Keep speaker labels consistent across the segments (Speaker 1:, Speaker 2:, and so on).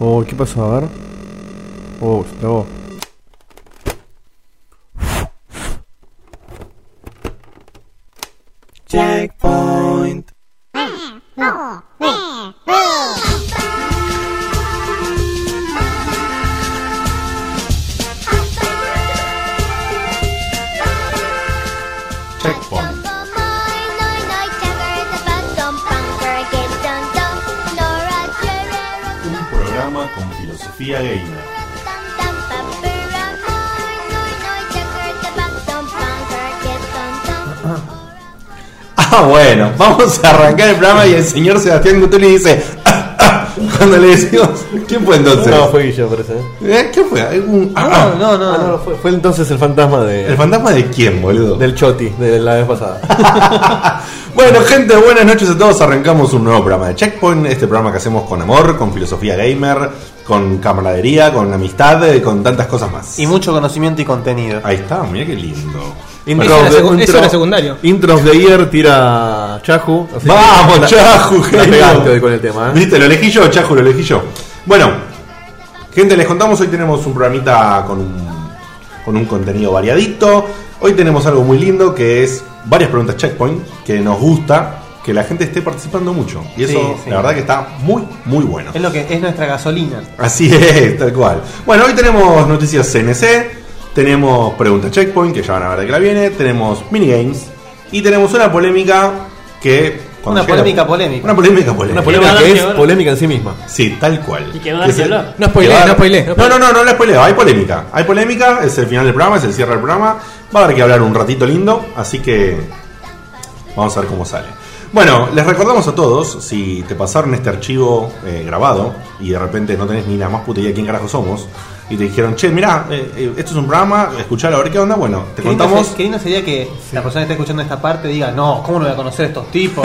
Speaker 1: Oh, ¿qué pasó? A ver. Oh, se trabó.
Speaker 2: Checkpoint. Checkpoint. Un programa con filosofía gamer.
Speaker 3: Ah, bueno, vamos a arrancar el programa y el señor Sebastián Gutuli dice. "Ah, ah", cuando le decimos. ¿Quién fue entonces?
Speaker 4: No, fue Guillo, parece.
Speaker 3: ¿Eh? ¿Qué fue? Un- ah,
Speaker 4: No, no, no, no, fue, fue entonces el fantasma de,
Speaker 3: ¿El fantasma de quién, boludo?
Speaker 4: del Choti, de la vez pasada.
Speaker 3: Bueno, gente, buenas noches a todos. Arrancamos un nuevo programa de Checkpoint. Este programa que hacemos con amor, con filosofía gamer, con camaradería, con amistad, eh, con tantas cosas más.
Speaker 4: Y mucho conocimiento y contenido.
Speaker 3: Ahí está, mira qué lindo.
Speaker 5: Eso era
Speaker 3: Intro.
Speaker 4: de-
Speaker 5: secu-
Speaker 4: intro-
Speaker 5: eso era secundario.
Speaker 4: Intros de ayer tira Chahu. así que
Speaker 3: Vamos,
Speaker 4: la-
Speaker 3: Chahu,
Speaker 4: la
Speaker 3: genio.
Speaker 4: pegaste hoy con el tema, ¿eh?
Speaker 3: Viste, lo elegí yo, Chajo, lo elegí yo. Bueno, gente, les contamos, hoy tenemos un programita con un, con un contenido variadito. Hoy tenemos algo muy lindo que es varias preguntas checkpoint, que nos gusta que la gente esté participando mucho. Y eso,
Speaker 4: Sí, sí.
Speaker 3: la verdad que está muy, muy bueno.
Speaker 4: Es lo que es nuestra gasolina.
Speaker 3: Así es, tal cual. Bueno, hoy tenemos noticias CNC, tenemos preguntas checkpoint, que ya van a ver de qué la viene, tenemos minigames y tenemos una polémica que... cuando
Speaker 4: Una
Speaker 3: llegue la-
Speaker 4: polémica polémica.
Speaker 3: Una polémica polémica.
Speaker 4: Una polémica
Speaker 6: ahora
Speaker 4: que
Speaker 6: sí,
Speaker 4: es
Speaker 6: ahora.
Speaker 4: polémica en sí misma.
Speaker 3: Sí, tal cual.
Speaker 6: Y que va a dar
Speaker 3: se-
Speaker 6: que hablar.
Speaker 5: No spoilé,
Speaker 3: que va a
Speaker 5: no
Speaker 3: dar-
Speaker 5: spoilé.
Speaker 3: No, no, no, no la spoileo. Hay polémica. Hay polémica, es el final del programa, es el cierre del programa. Va a haber que hablar un ratito lindo, así que vamos a ver cómo sale. Bueno, les recordamos a todos, si te pasaron este archivo eh, grabado y de repente no tenés ni la más puta idea de quién carajo somos, y te dijeron, che, mirá, eh, eh, esto es un programa, escuchalo a ver qué onda, bueno, te
Speaker 4: Qué lindo
Speaker 3: contamos...
Speaker 4: se- Qué lindo sería que la persona que está escuchando esta parte diga, no, ¿cómo no voy a conocer a estos tipos?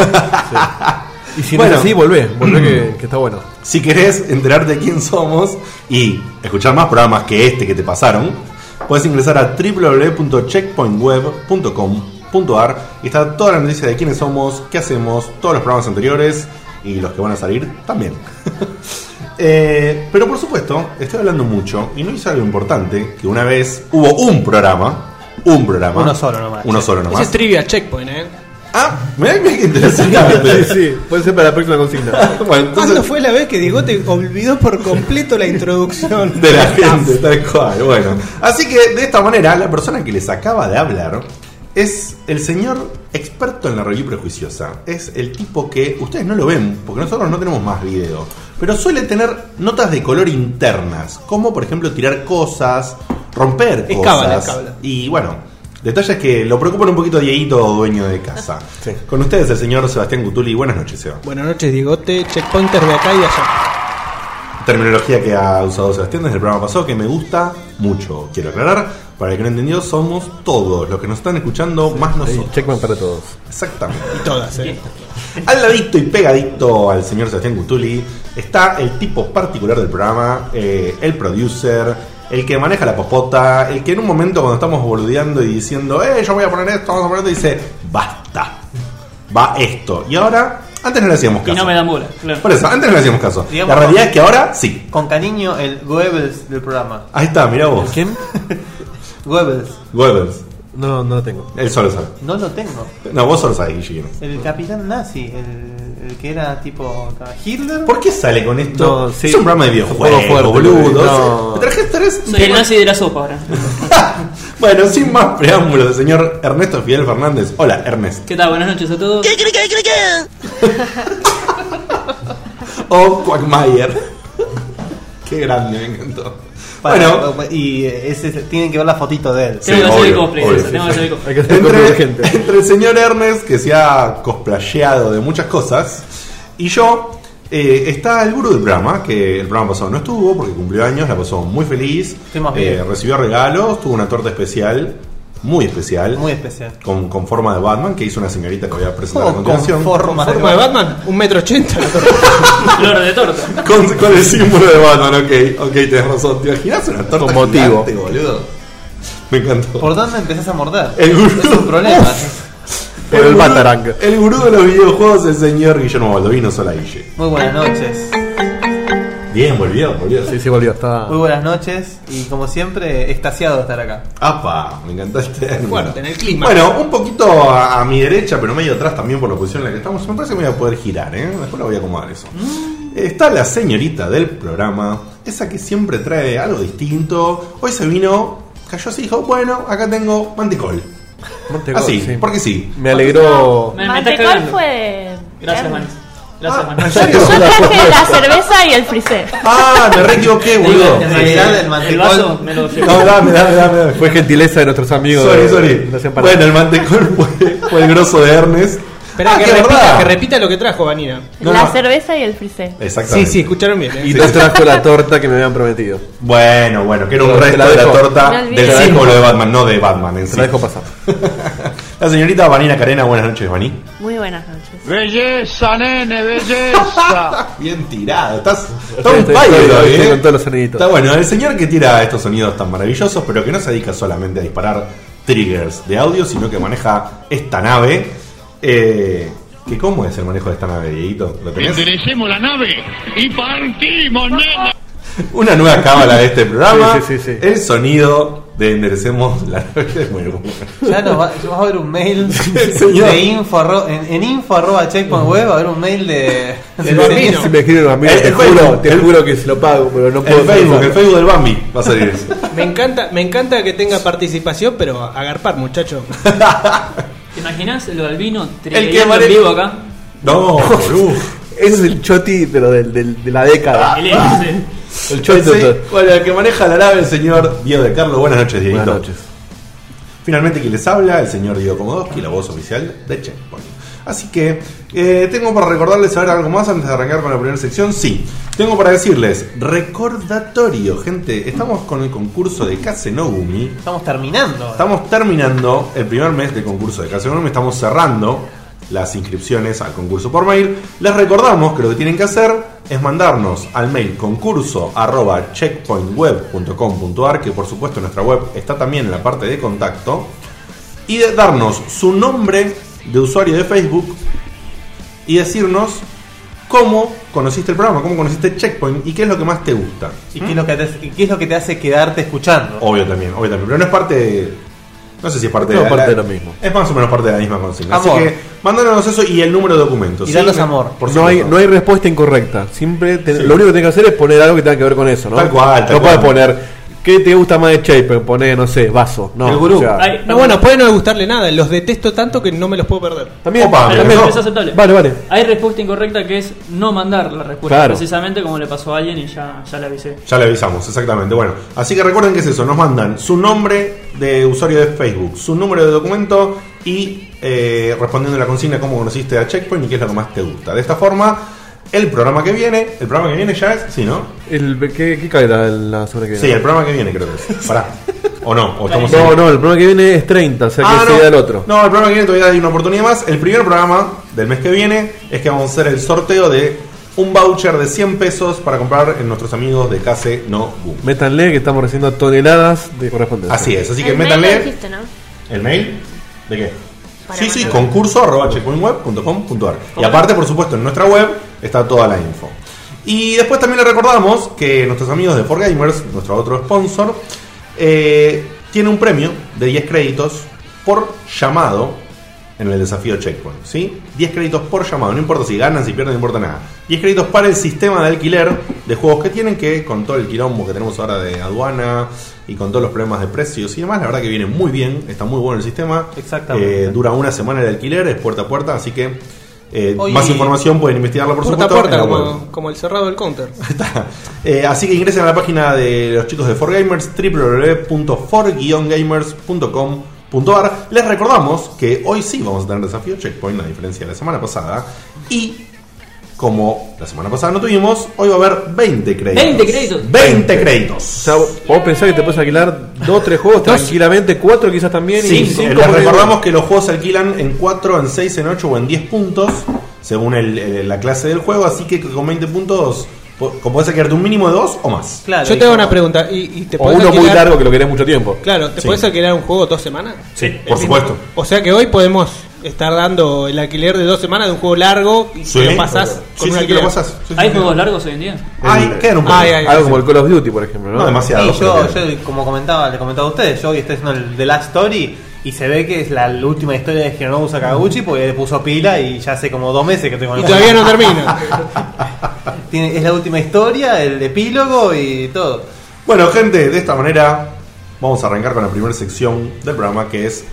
Speaker 4: Y
Speaker 3: si no
Speaker 4: bueno,
Speaker 3: es así,
Speaker 4: sí, volvé, volvé que, que está bueno.
Speaker 3: Si querés enterarte de quién somos y escuchar más programas que este que te pasaron, puedes ingresar a www.checkpointweb.com.ar y está toda la noticia de quiénes somos, qué hacemos, todos los programas anteriores y los que van a salir también. Eh, pero por supuesto, estoy hablando mucho y no hice algo importante, que una vez hubo un programa, un programa.
Speaker 4: Uno solo nomás.
Speaker 3: Uno solo
Speaker 5: Ese es
Speaker 3: nomás.
Speaker 5: trivia checkpoint, eh.
Speaker 3: Ah, mirá, mirá qué interesante.
Speaker 4: Sí, sí, puede ser para la próxima consigna.
Speaker 3: Bueno, entonces-
Speaker 5: ¿Cuándo fue la vez que Diego te olvidó por completo la introducción?
Speaker 3: de la gente, tal cual. Bueno, así que de esta manera, la persona que les acaba de hablar es el señor experto en la review prejuiciosa. Es el tipo que ustedes no lo ven, porque nosotros no tenemos más video, pero suele tener notas de color internas, como por ejemplo tirar cosas, romper
Speaker 5: Es
Speaker 3: cosas.
Speaker 5: cábala, es cábala.
Speaker 3: Y bueno. Detalles que lo preocupan un poquito a Dieguito, dueño de casa.
Speaker 4: Sí.
Speaker 3: Con ustedes el señor Sebastián Gutuli. Buenas noches, Seba.
Speaker 5: Buenas noches, Diegote. Checkpointer de acá y de allá.
Speaker 3: Terminología que ha usado Sebastián desde el programa pasado que me gusta mucho, quiero aclarar. Para el que no entendió, somos todos los que nos están escuchando, más
Speaker 4: Ahí,
Speaker 3: nosotros.
Speaker 4: checkman para todos.
Speaker 3: Exactamente.
Speaker 5: Y todas, eh.
Speaker 3: Al ladito y pegadito al señor Sebastián Gutuli está el tipo particular del programa, eh, el producer, el que maneja la popota, el que en un momento cuando estamos boludeando y diciendo, eh, yo voy a poner esto, vamos a poner esto, dice, basta, va esto. Y ahora, antes no le hacíamos
Speaker 6: Y
Speaker 3: caso.
Speaker 6: no me dan bola. claro.
Speaker 3: Por eso, antes no le hacíamos caso.
Speaker 4: Digamos-
Speaker 3: la realidad es que ahora sí.
Speaker 4: Con cariño, el Goebbels del programa.
Speaker 3: Ahí está, mirá vos.
Speaker 4: ¿Quién? Goebbels.
Speaker 3: Goebbels.
Speaker 4: No, no lo tengo.
Speaker 3: Él solo sabe.
Speaker 4: No lo tengo.
Speaker 3: No, vos solo sabés, Guille.
Speaker 4: El capitán nazi, el, el que era tipo Hitler.
Speaker 3: ¿Por qué sale con esto?
Speaker 4: No, sí.
Speaker 3: es un programa de videojuegos,
Speaker 4: Un poco fuerte,
Speaker 3: boludo.
Speaker 4: no.
Speaker 3: Me trajiste tres-
Speaker 6: Soy el nazi de la sopa ahora.
Speaker 3: Bueno, sin más preámbulos, el señor Ernesto Fidel Fernández. Hola, Ernest.
Speaker 6: ¿Qué tal? Buenas noches a todos.
Speaker 3: O Quagmire. qué grande, me encantó.
Speaker 4: Para-
Speaker 3: bueno,
Speaker 4: y eh, ese, tienen que ver la fotito de él.
Speaker 3: Sí,
Speaker 6: Tengo que hacer el
Speaker 3: obvio,
Speaker 6: cosplay.
Speaker 3: obvio.
Speaker 6: eso, Tengo que hacer el
Speaker 4: Hay
Speaker 6: cosplay.
Speaker 4: que hacer
Speaker 3: entre,
Speaker 4: de gente.
Speaker 3: entre el señor Ernest, que se ha cosplayeado de muchas cosas, y yo, eh, está el gurú del programa, que el programa pasado no estuvo porque cumplió años, la pasó muy feliz,
Speaker 4: Qué más
Speaker 3: eh,
Speaker 4: bien.
Speaker 3: recibió regalos, tuvo una torta especial, muy especial,
Speaker 4: Muy especial.
Speaker 3: con, con forma de Batman, que hizo una señorita que voy a presentar a
Speaker 4: Con,
Speaker 3: continuación, con,
Speaker 4: forma de,
Speaker 5: Forma de Batman, un metro ochenta.
Speaker 6: Flor de torta.
Speaker 3: con el símbolo de Batman, ok, ok, tenés razón, ¿te imaginas una torta
Speaker 4: Con motivo.
Speaker 3: gigante, boludo? Me encantó.
Speaker 4: ¿Por dónde empezás a morder?
Speaker 3: El gurú.
Speaker 4: Es un problema. Por el
Speaker 3: gurú-
Speaker 4: Batarang.
Speaker 3: El gurú de los videojuegos, el señor Guillermo Baldovino Sola Guille.
Speaker 4: Muy buenas noches.
Speaker 3: Bien, volvió, volvió.
Speaker 1: Sí, sí, volvió. Está.
Speaker 4: Muy buenas noches y como siempre, extasiado de estar acá.
Speaker 3: Apa, me encantó este término.
Speaker 5: Fuerte, en el clima.
Speaker 3: Bueno, un poquito a, a mi derecha, pero medio atrás también por la posición en la que estamos. Me parece que me voy a poder girar, ¿eh? Después lo voy a acomodar eso.
Speaker 5: Mm.
Speaker 3: Está la señorita del programa, esa que siempre trae algo distinto. Hoy se vino, cayó así, dijo, bueno, acá tengo mantecol.
Speaker 4: ah,
Speaker 1: Montecor,
Speaker 3: así,
Speaker 1: sí.
Speaker 3: porque sí.
Speaker 1: Me alegró.
Speaker 6: Me- me estás
Speaker 7: Mantecol
Speaker 6: cagando.
Speaker 7: fue de...
Speaker 6: Gracias,
Speaker 7: Hermes.
Speaker 6: Manis. Gracias, Manis.
Speaker 3: Ah, ¿En serio?
Speaker 7: Yo traje la cerveza y el frisé.
Speaker 3: Ah, me re equivoqué, boludo.
Speaker 4: En realidad, el
Speaker 6: el
Speaker 4: mantecol-
Speaker 6: vaso me lo
Speaker 1: No, dame, dame, dame, dame. Fue gentileza de nuestros amigos.
Speaker 3: Sorry,
Speaker 1: de-
Speaker 3: sorry.
Speaker 1: no sean para-
Speaker 3: Bueno, el mantecol fue, fue el grosso de Ernest.
Speaker 5: Espera,
Speaker 3: Ah,
Speaker 5: que,
Speaker 3: qué
Speaker 5: repita,
Speaker 3: verdad.
Speaker 5: que repita lo que trajo Vanina.
Speaker 3: No,
Speaker 7: la
Speaker 3: no.
Speaker 7: cerveza y el frisé.
Speaker 5: Sí,
Speaker 3: Exactamente.
Speaker 5: sí, escucharon bien. ¿eh?
Speaker 1: Y no trajo la torta que me habían prometido.
Speaker 3: Bueno, bueno, que era un
Speaker 1: Te la
Speaker 3: resto de la
Speaker 1: dejo.
Speaker 7: Me
Speaker 3: torta
Speaker 7: olvidé.
Speaker 3: del
Speaker 7: Te la dejo.
Speaker 3: símbolo de Batman, no de Batman en
Speaker 1: Se
Speaker 3: sí.
Speaker 1: la dejo pasar.
Speaker 3: La señorita Vanina Carena, buenas noches, Vaní.
Speaker 7: Muy buenas noches.
Speaker 8: Belleza, nene, belleza.
Speaker 3: Ah, Bien tirado, estás. Está
Speaker 1: Estoy-
Speaker 3: un
Speaker 1: estoy-
Speaker 3: pairo,
Speaker 1: estoy-
Speaker 3: ¿eh?
Speaker 1: estoy con todos los soniditos.
Speaker 3: Está bueno, el señor que tira estos sonidos tan maravillosos, pero que no se dedica solamente a disparar triggers de audio, sino que maneja esta nave. Eh, ¿que ¿Cómo es el manejo de esta nave, Dieguito? ¿Lo tenés?
Speaker 8: Enderecemos la nave y partimos, nene.
Speaker 3: Una nueva cábala de este programa.
Speaker 1: Sí, sí, sí, sí.
Speaker 3: El sonido de Enderecemos la nave. Muy bueno.
Speaker 4: Ya nos va, ya va a haber un mail
Speaker 3: señor.
Speaker 4: de info arro- en, en info arroba checkpoint web va a haber un mail de, del
Speaker 5: Bambino.
Speaker 4: señor.
Speaker 1: Si me escriben los amigos,
Speaker 3: El-
Speaker 1: te
Speaker 3: el
Speaker 1: juro,
Speaker 3: Facebook,
Speaker 1: te
Speaker 3: el-
Speaker 1: juro que se lo pago, pero no puedo.
Speaker 3: El Facebook, el
Speaker 1: hacerlo.
Speaker 3: Facebook del Bambi va a salir eso.
Speaker 5: Me encanta, me encanta que tenga participación, pero agarpar, muchacho.
Speaker 6: ¿Te imaginas lo del vino?
Speaker 3: El
Speaker 6: El
Speaker 3: que
Speaker 6: que
Speaker 3: mare-
Speaker 6: en vivo acá.
Speaker 3: No, boludo.
Speaker 1: Ese es el choti pero del, del- de la
Speaker 3: Ah,
Speaker 1: década.
Speaker 6: El ese.
Speaker 1: el choti.
Speaker 3: Sí, bueno, el que maneja la nave, el señor Diego de Carlos. Buenas noches, Dieguito.
Speaker 1: Buenas noches.
Speaker 3: Finalmente, quien les habla, el señor Diego Komodowski, la voz oficial de Checkpoint. Así que, eh, tengo para recordarles saber algo más antes de arrancar con la primera sección. Sí, tengo para decirles, recordatorio, gente, estamos con el concurso de Kazenogumi.
Speaker 4: Estamos terminando.
Speaker 3: Estamos terminando el primer mes del concurso de Casenome, estamos cerrando las inscripciones al concurso por mail. Les recordamos que lo que tienen que hacer es mandarnos al mail concurso arroba checkpointweb.com.ar, que por supuesto en nuestra web está también en la parte de contacto, y de darnos su nombre de usuario de Facebook y decirnos cómo conociste el programa, cómo conociste Checkpoint y qué es lo que más te gusta.
Speaker 4: ¿Y qué, es lo que te, y qué es lo que te hace quedarte escuchando?
Speaker 5: Oh.
Speaker 3: Obvio también, obvio también. Pero no es parte. de- no sé si es parte,
Speaker 1: No,
Speaker 3: la-
Speaker 1: parte de
Speaker 3: la-
Speaker 1: lo mismo.
Speaker 3: Es más o menos parte de la misma consigna.
Speaker 4: Amor.
Speaker 3: Así que mándanos eso y el número de documentos.
Speaker 4: Y danos amor.
Speaker 3: Por
Speaker 1: no, hay,
Speaker 3: supuesto.
Speaker 1: no hay respuesta incorrecta. Siempre te-
Speaker 3: Sí.
Speaker 1: Lo único que tenés que hacer es poner algo que tenga que ver con eso, ¿no?
Speaker 3: Tal cual, tal
Speaker 1: no
Speaker 3: cual.
Speaker 1: puedes poner, ¿qué te gusta más de Shape? Poner, no sé, vaso. No,
Speaker 3: El gurú.
Speaker 1: o sea,
Speaker 6: Ay,
Speaker 5: No, bueno, puede no gustarle nada, los detesto tanto que no me los puedo perder.
Speaker 1: también,
Speaker 3: Opa,
Speaker 1: también.
Speaker 3: mira,
Speaker 6: Pero
Speaker 3: no.
Speaker 6: es aceptable.
Speaker 1: Vale, vale.
Speaker 6: Hay respuesta incorrecta que es no mandar la respuesta.
Speaker 1: Claro.
Speaker 6: Precisamente como le pasó a alguien y ya, ya le avisé.
Speaker 3: Ya le avisamos, exactamente. Bueno, así que recuerden que es eso. Nos mandan su nombre de usuario de Facebook, su número de documento y eh, respondiendo a la consigna cómo conociste a Checkpoint y qué es lo que más te gusta. De esta forma, el programa que viene, el programa que viene ya es, sí, ¿no?
Speaker 1: El, ¿qué, ¿Qué cae la, la semana que viene?
Speaker 3: Sí, el programa que viene creo que es. Pará. O no, o estamos en-
Speaker 1: No, no, el programa que viene es 30, o sea que
Speaker 3: Ah,
Speaker 1: sería el otro.
Speaker 3: No, el programa que viene todavía hay una oportunidad más. El primer programa del mes que viene es que vamos a hacer el sorteo de un voucher de 100 pesos para comprar en nuestros amigos de Case No Boom.
Speaker 1: Métanle que estamos recibiendo toneladas de correspondencia.
Speaker 3: Así es, así que
Speaker 7: El mail lo
Speaker 3: métanle
Speaker 7: dijiste, ¿no?
Speaker 3: el mail. ¿De qué?
Speaker 7: Para
Speaker 3: sí, sí,
Speaker 7: mandar.
Speaker 3: concurso arroba checkpointweb.com.ar. Y aparte, por supuesto, en nuestra web está toda la info. Y después también le recordamos que nuestros amigos de 4Gamers, nuestro otro sponsor, eh, tiene un premio de 10 créditos por llamado en el desafío Checkpoint. ¿sí? 10 créditos por llamado, no importa si ganan, si pierden, no importa nada. 10 créditos para el sistema de alquiler de juegos que tienen, que con todo el quilombo que tenemos ahora de aduana y con todos los problemas de precios y demás, la verdad que viene muy bien, está muy bueno el sistema.
Speaker 4: Exactamente.
Speaker 3: Eh, dura una semana el alquiler, es puerta a puerta, así que eh,
Speaker 5: Oye,
Speaker 3: más información pueden investigarlo por
Speaker 5: puerta a
Speaker 3: supuesto.
Speaker 5: puerta,
Speaker 3: en la web.
Speaker 5: como, como el cerrado del counter.
Speaker 3: Eh, así que ingresen a la página de los chicos de 4Gamers, www.for-gamers.com.ar. Les recordamos que hoy sí vamos a tener desafío Checkpoint, a diferencia de la semana pasada. Y como la semana pasada no tuvimos, hoy va a haber 20 créditos.
Speaker 6: 20 créditos.
Speaker 3: 20 créditos.
Speaker 1: O sea, vos pensás que te puedes alquilar dos, tres juegos tranquilamente, cuatro quizás también.
Speaker 3: Sí,
Speaker 1: y
Speaker 3: sí,
Speaker 1: cinco
Speaker 3: les
Speaker 1: por-
Speaker 3: recordamos que los juegos se alquilan en 4, en 6, en 8 o en 10 puntos, según el- el- la clase del juego, así que con 20 puntos po- podés alquilarte un mínimo de 2 o más.
Speaker 4: Claro,
Speaker 5: Yo
Speaker 4: y
Speaker 5: te hago
Speaker 4: como-
Speaker 5: una pregunta, ¿y, y te
Speaker 1: O
Speaker 5: podés
Speaker 1: uno muy
Speaker 5: alquilar-
Speaker 1: largo que lo querés mucho tiempo.
Speaker 5: Claro, ¿te
Speaker 3: Sí.
Speaker 5: puedes alquilar un juego dos semanas?
Speaker 3: Sí,
Speaker 5: El
Speaker 3: por
Speaker 5: mismo.
Speaker 3: supuesto.
Speaker 5: O sea que hoy podemos estar dando el alquiler de dos semanas de un juego largo y
Speaker 3: Sí.
Speaker 5: que lo pasás con
Speaker 3: Sí, sí,
Speaker 5: un
Speaker 3: que
Speaker 5: alquiler.
Speaker 3: lo pasás. Sí,
Speaker 6: ¿Hay
Speaker 3: sí,
Speaker 6: juegos
Speaker 3: sí.
Speaker 6: largos hoy en día?
Speaker 3: Ay,
Speaker 1: El-
Speaker 3: quedan un poco.
Speaker 5: Ay, ay,
Speaker 1: Algo como el Call of Duty, por ejemplo, ¿no?
Speaker 3: No, demasiado.
Speaker 4: Sí, yo,
Speaker 3: creo que-
Speaker 4: yo, como comentaba, le comentaba a ustedes, yo hoy estoy haciendo el The Last Story y se ve que es la última historia de Hironobu Sakaguchi porque le puso pila y ya hace como dos meses que tengo
Speaker 5: Y todavía no termina.
Speaker 4: Tiene, es la última historia, el epílogo y todo.
Speaker 3: Bueno, gente, de esta manera vamos a arrancar con la primera sección del programa que es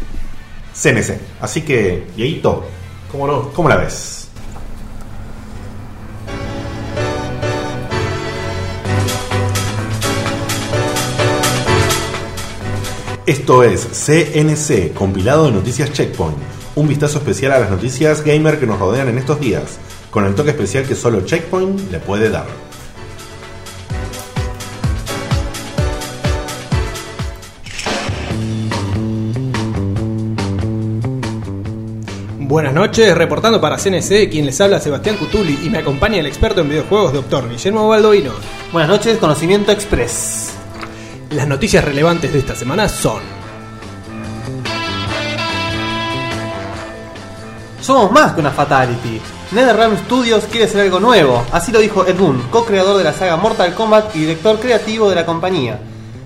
Speaker 3: CNC. Así que, Dieguito, ¿cómo, no? ¿cómo la ves? Esto es CNC, compilado de Noticias Checkpoint. Un vistazo especial a las noticias gamer que nos rodean en estos días, con el toque especial que solo Checkpoint le puede dar.
Speaker 5: Buenas noches, reportando para CNC, quien les habla Sebastián Cutuli y me acompaña el experto en videojuegos, doctor Guillermo Baldoino.
Speaker 4: Buenas noches, Conocimiento Express.
Speaker 5: Las noticias relevantes de esta semana son.
Speaker 4: Somos más que una fatality. NetherRealm Studios quiere hacer algo nuevo, así lo dijo Ed Boon, co-creador de la saga Mortal Kombat y director creativo de la compañía.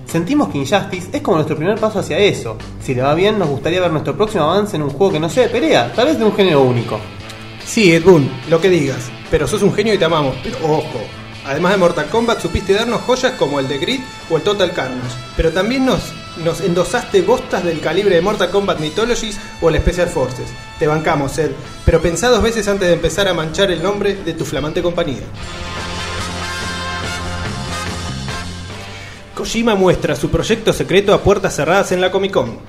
Speaker 4: Sentimos que Injustice es como nuestro primer paso hacia eso. Si le va bien, nos gustaría ver nuestro próximo avance en un juego que no sea de pelea, tal vez de un género único.
Speaker 5: Sí, Ed Boon, lo que digas, pero sos un genio y te amamos, pero ojo. Además de Mortal Kombat, supiste darnos joyas como el de Grid o el Total Carnage, pero también nos, nos endosaste bostas del calibre de Mortal Kombat Mythologies o el Special Forces. Te bancamos, Ed, pero pensá dos veces antes de empezar a manchar el nombre de tu flamante compañía. Kojima muestra su proyecto secreto a puertas cerradas en la Comic Con.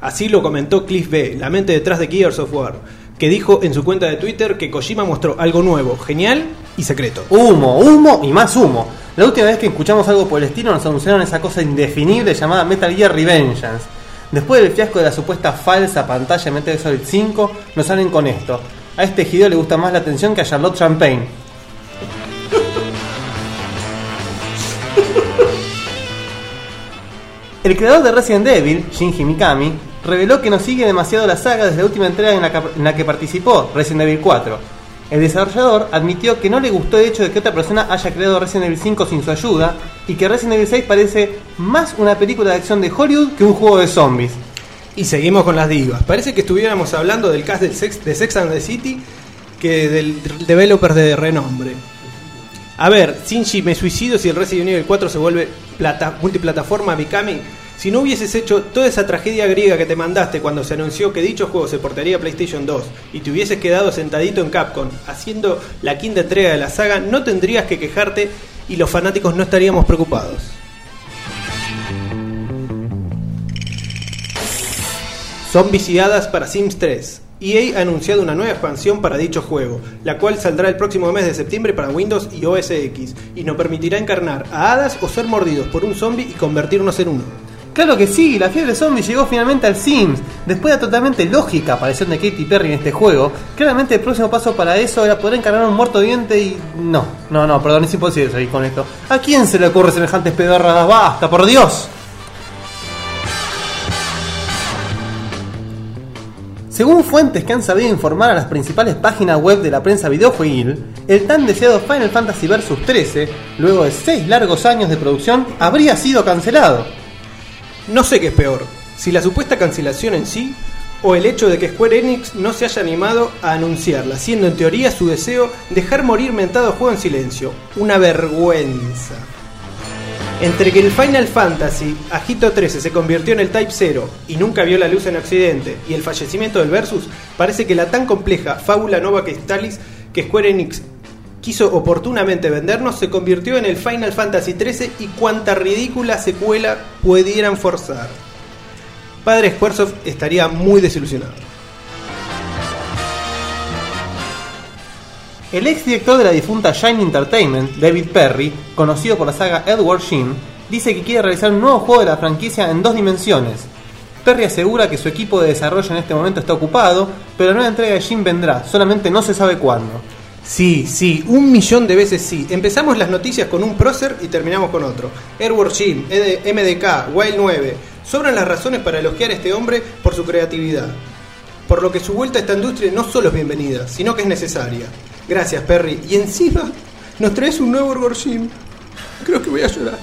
Speaker 5: Así lo comentó Cliff B., la mente detrás de Gears of War, que dijo en su cuenta de Twitter que Kojima mostró algo nuevo, genial y secreto.
Speaker 4: Humo, humo y más humo. La última vez que escuchamos algo por el estilo nos anunciaron esa cosa indefinible llamada Metal Gear Revengeance. Después del fiasco de la supuesta falsa pantalla de Metal Gear Solid 5, nos salen con esto. A este Hideo le gusta más la atención que a Charlotte Champagne. El creador de Resident Evil, Shinji Mikami, reveló que no sigue demasiado la saga desde la última entrega en la, que, en la que participó, Resident Evil 4. El desarrollador admitió que no le gustó el hecho de que otra persona haya creado Resident Evil 5 sin su ayuda y que Resident Evil 6 parece más una película de acción de Hollywood que un juego de zombies.
Speaker 5: Y seguimos con las divas. Parece que estuviéramos hablando del cast del sex, de Sex and the City que del r- developer de renombre. A ver, Shinji, me suicido si el Resident Evil 4 se vuelve plata, multiplataforma Mikami. Si no hubieses hecho toda esa tragedia griega que te mandaste cuando se anunció que dicho juego se portaría a PlayStation 2 y te hubieses quedado sentadito en Capcom haciendo la quinta entrega de la saga, no tendrías que quejarte y los fanáticos no estaríamos preocupados. Son viciadas para Sims 3. EA ha anunciado una nueva expansión para dicho juego, la cual saldrá el próximo mes de septiembre para Windows y OS X, y nos permitirá encarnar a hadas o ser mordidos por un zombie y convertirnos en uno.
Speaker 4: Claro que sí, la fiebre zombie llegó finalmente al Sims. Después de la totalmente lógica aparición de Katy Perry en este juego, claramente el próximo paso para eso era poder encarnar a un muerto viviente y. No, no, no, perdón, es imposible seguir con esto. ¿A quién se le ocurre semejantes pedorradas? ¡Basta, por Dios! Según fuentes que han sabido informar a las principales páginas web de la prensa videojueguil, el tan deseado Final Fantasy Vs 13, luego de 6 largos años de producción, habría sido cancelado.
Speaker 5: No sé qué es peor, si la supuesta cancelación en sí o el hecho de que Square Enix no se haya animado a anunciarla, siendo en teoría su deseo dejar morir mentado juego en silencio. Una vergüenza. Entre que el Final Fantasy Agito 13 se convirtió en el Type 0 y nunca vio la luz en Occidente y el fallecimiento del Versus, parece que la tan compleja fábula nova que Stalis que Square Enix quiso oportunamente vendernos se convirtió en el Final Fantasy 13 y cuánta ridícula secuela pudieran forzar. Padre Squaresoft estaría muy desilusionado.
Speaker 4: El ex director de la difunta Shine Entertainment, David Perry, conocido por la saga Edward Sheen, dice que quiere realizar un nuevo juego de la franquicia en dos dimensiones. Perry asegura que su equipo de desarrollo en este momento está ocupado, pero la nueva entrega de Sheen vendrá, solamente no se sabe cuándo.
Speaker 5: Sí, sí, un millón de veces sí. Empezamos las noticias con un prócer y terminamos con otro. Edward Jim, MDK, Wild 9. Sobran las razones para elogiar a este hombre por su creatividad. por lo que su vuelta a esta industria no solo es bienvenida, sino que es necesaria. Gracias, Perry. Y encima, nos traes un nuevo Gorgin. Creo que voy a llorar.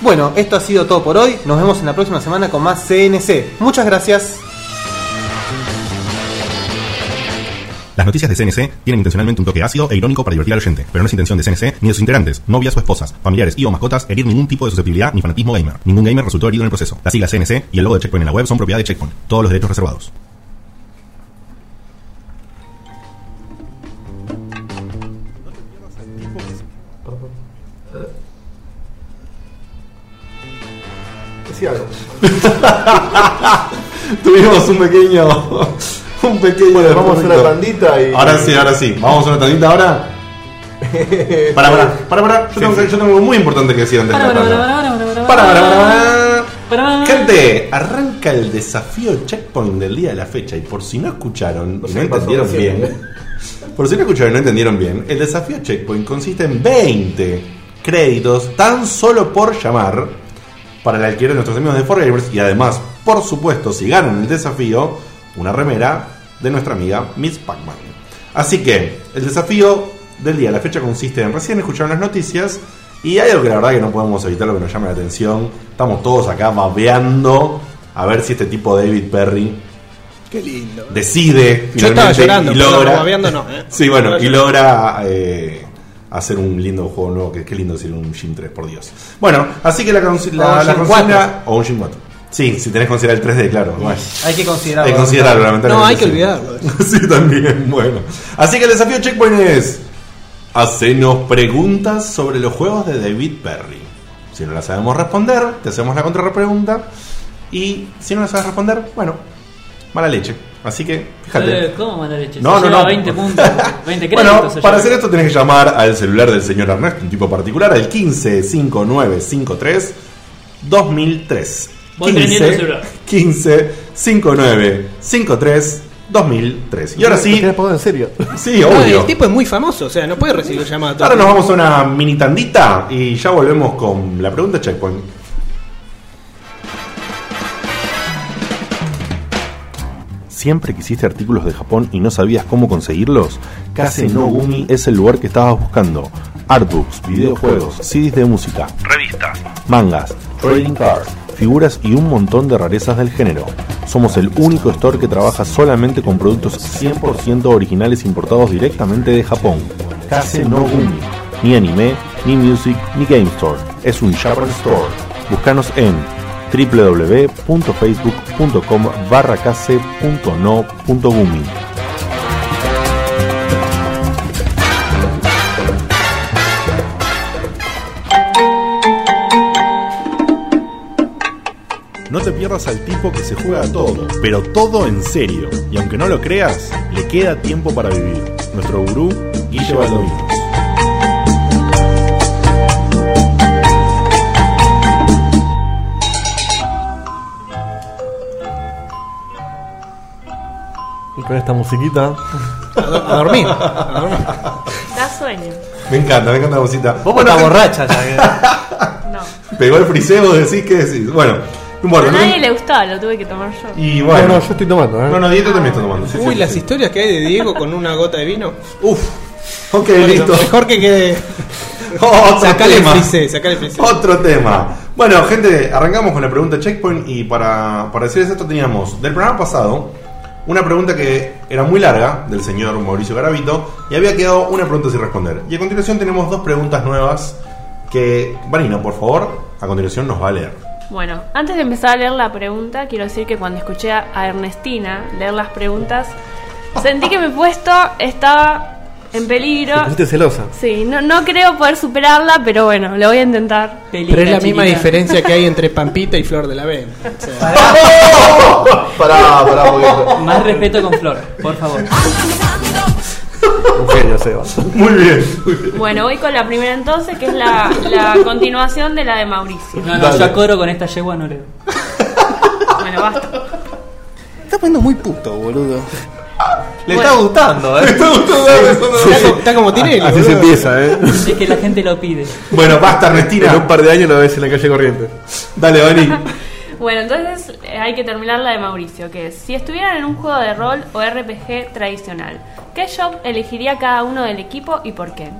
Speaker 4: Bueno, esto ha sido todo por hoy. Nos vemos en la próxima semana con más CNC. Muchas gracias.
Speaker 9: Las noticias de CNC tienen intencionalmente un toque ácido e irónico para divertir al oyente, pero no es intención de CNC ni de sus integrantes, novias o esposas, familiares y o mascotas herir ningún tipo de susceptibilidad ni fanatismo gamer. Ningún gamer resultó herido en el proceso. Las siglas CNC y el logo de Checkpoint en la web son propiedad de Checkpoint. Todos los derechos reservados.
Speaker 3: Tuvimos un pequeño. Un pequeño.
Speaker 1: Bueno, vamos a hacer la
Speaker 3: derrumbe.
Speaker 1: pandita y.
Speaker 3: Ahora sí, ahora sí. Vamos a una tandita ahora. Para, para, para, para. Yo, tengo, que- yo tengo algo muy importante que decir antes de la tanda. Para, para, para, para. Gente, arranca el desafío checkpoint del día de la fecha. Y por si no escucharon, y
Speaker 1: sé
Speaker 3: no
Speaker 1: qué pasó
Speaker 3: entendieron
Speaker 1: recién,
Speaker 3: bien. Por si no escucharon y no entendieron bien, el desafío checkpoint consiste en 20 créditos tan solo por llamar para el alquiler de nuestros amigos de Forgivers. Y además, por supuesto, si ganan el desafío, una remera de nuestra amiga Miss Pac-Man. Así que, el desafío del día, la fecha consiste en recién escucharon las noticias. Y hay algo que la verdad que no podemos evitar, lo que nos llama la atención. Estamos todos acá babeando a ver si este tipo David Perry
Speaker 5: Qué lindo.
Speaker 3: decide
Speaker 5: Yo estaba
Speaker 3: finalmente
Speaker 5: llorando,
Speaker 3: y
Speaker 5: pero
Speaker 3: logra.
Speaker 5: babeando no, ¿eh?
Speaker 3: Sí, bueno,
Speaker 5: Estaba
Speaker 3: y logra eh, hacer un lindo juego nuevo. Que, qué lindo decir un Shin 3, por Dios. Bueno, así que la, consi-
Speaker 4: O
Speaker 3: la,
Speaker 4: un
Speaker 3: la
Speaker 4: Shin
Speaker 3: consigna. O un Shin 4. Sí, si tenés que considerar el 3D, claro. bueno.
Speaker 4: Hay que
Speaker 3: Hay
Speaker 4: considerarlo.
Speaker 3: que considerarlo, lamentablemente.
Speaker 5: No, hay que
Speaker 3: sí.
Speaker 5: olvidarlo.
Speaker 3: sí, también, bueno. Así que el desafío checkpoint es. Hacenos preguntas sobre los juegos de David Perry. Si no las sabemos responder, te hacemos la contrapregunta. Y si no las sabes responder, bueno, mala leche. Así que, fíjate.
Speaker 6: Eh, ¿Cómo manda leche? Se
Speaker 3: No, no,
Speaker 6: lleva
Speaker 3: no.
Speaker 6: 20 puntos. 20 créditos.
Speaker 3: Bueno,
Speaker 6: se
Speaker 3: para
Speaker 6: lleva.
Speaker 3: hacer esto tenés que llamar al celular del señor Ernesto, un tipo particular, al 155953 2003.
Speaker 6: Vos tenés ni el celular.
Speaker 3: 15 59 53 2003. Y ahora sí,
Speaker 1: ¿Quieres poner en serio?
Speaker 3: sí,
Speaker 5: No, el
Speaker 3: obvio.
Speaker 5: tipo es muy famoso, o sea, no puede recibir llamadas.
Speaker 3: Ahora nos vamos a una mini tandita y ya volvemos con la pregunta checkpoint. ¿Siempre quisiste artículos de Japón y no sabías cómo conseguirlos? Kase no Gumi es el lugar que estabas buscando. Artbooks, videojuegos, CDs de música, revistas, mangas, trading cards, figuras y un montón de rarezas del género. Somos el único store que trabaja solamente con productos 100% originales importados directamente de Japón. Kase no Gumi. Ni anime, ni music, ni game store. Es un Japan store. Búscanos en www.facebook.com barra case.no.gumi. No te pierdas al tipo que se juega todo, pero todo en serio. Y aunque no lo creas, le queda tiempo para vivir. Nuestro gurú, Guille Baldovinos.
Speaker 1: Y con esta musiquita.
Speaker 5: a dormir.
Speaker 7: Da sueño.
Speaker 3: Me encanta, me encanta la cosita.
Speaker 4: Vos estás borracha ya.
Speaker 7: No.
Speaker 3: Pegó el friseo, decís que decís. Bueno, no importa,
Speaker 7: A
Speaker 3: no-
Speaker 7: nadie le gustaba, lo tuve que tomar yo.
Speaker 3: Y
Speaker 1: Bueno,
Speaker 3: bueno,
Speaker 1: yo estoy tomando, ¿eh?
Speaker 3: no, no, Dieto también está tomando. sí,
Speaker 5: Uy,
Speaker 3: sí,
Speaker 5: las
Speaker 3: sí.
Speaker 5: historias que hay de Diego con una gota de vino.
Speaker 3: Uf, ok,
Speaker 5: Bueno,
Speaker 3: listo.
Speaker 5: Mejor que quede.
Speaker 3: Otro
Speaker 5: Sacale el
Speaker 3: tema.
Speaker 5: frisé, sacale E, el frisé.
Speaker 3: Otro tema. Bueno, gente, arrancamos con la pregunta checkpoint y para, para decirles esto teníamos del programa pasado una pregunta que era muy larga del señor Mauricio Garavito y había quedado una pregunta sin responder. Y a continuación tenemos dos preguntas nuevas que Vanina, por favor, a continuación nos va a leer.
Speaker 7: Bueno, antes de empezar a leer la pregunta, quiero decir que cuando escuché a- a Ernestina leer las preguntas, sentí que mi puesto estaba en peligro.
Speaker 1: Te pusiste celosa.
Speaker 7: Sí, no, no creo poder superarla, pero bueno, lo voy a intentar.
Speaker 6: Pelita,
Speaker 5: Pero es la misma
Speaker 6: chiquita.
Speaker 5: diferencia que hay entre Pampita y Flor de la B. O sea,
Speaker 1: Pará, pará, porque.
Speaker 6: Más respeto con Flor, por favor.
Speaker 1: Un genio, Seba.
Speaker 3: Muy bien, muy bien.
Speaker 7: Bueno, voy con la primera entonces, que es la, la continuación de la de Mauricio.
Speaker 6: No, no,
Speaker 3: Dale.
Speaker 6: yo a coro con esta yegua no leo.
Speaker 7: Bueno, basta.
Speaker 5: está poniendo muy puto, boludo.
Speaker 4: Le está gustando, eh.
Speaker 5: Está, como- está como Tinelli,
Speaker 1: Así
Speaker 5: boludo.
Speaker 1: se empieza, ¿eh?
Speaker 6: Es que la gente lo pide.
Speaker 3: Bueno, basta,
Speaker 1: En
Speaker 3: Ernestina.
Speaker 1: un par de años lo ves en la calle corriente.
Speaker 3: Dale, Vani.
Speaker 7: Bueno, entonces eh, hay que terminar la de Mauricio, que es, si estuvieran en un juego de rol o RPG tradicional, ¿qué job elegiría cada uno del equipo y por qué?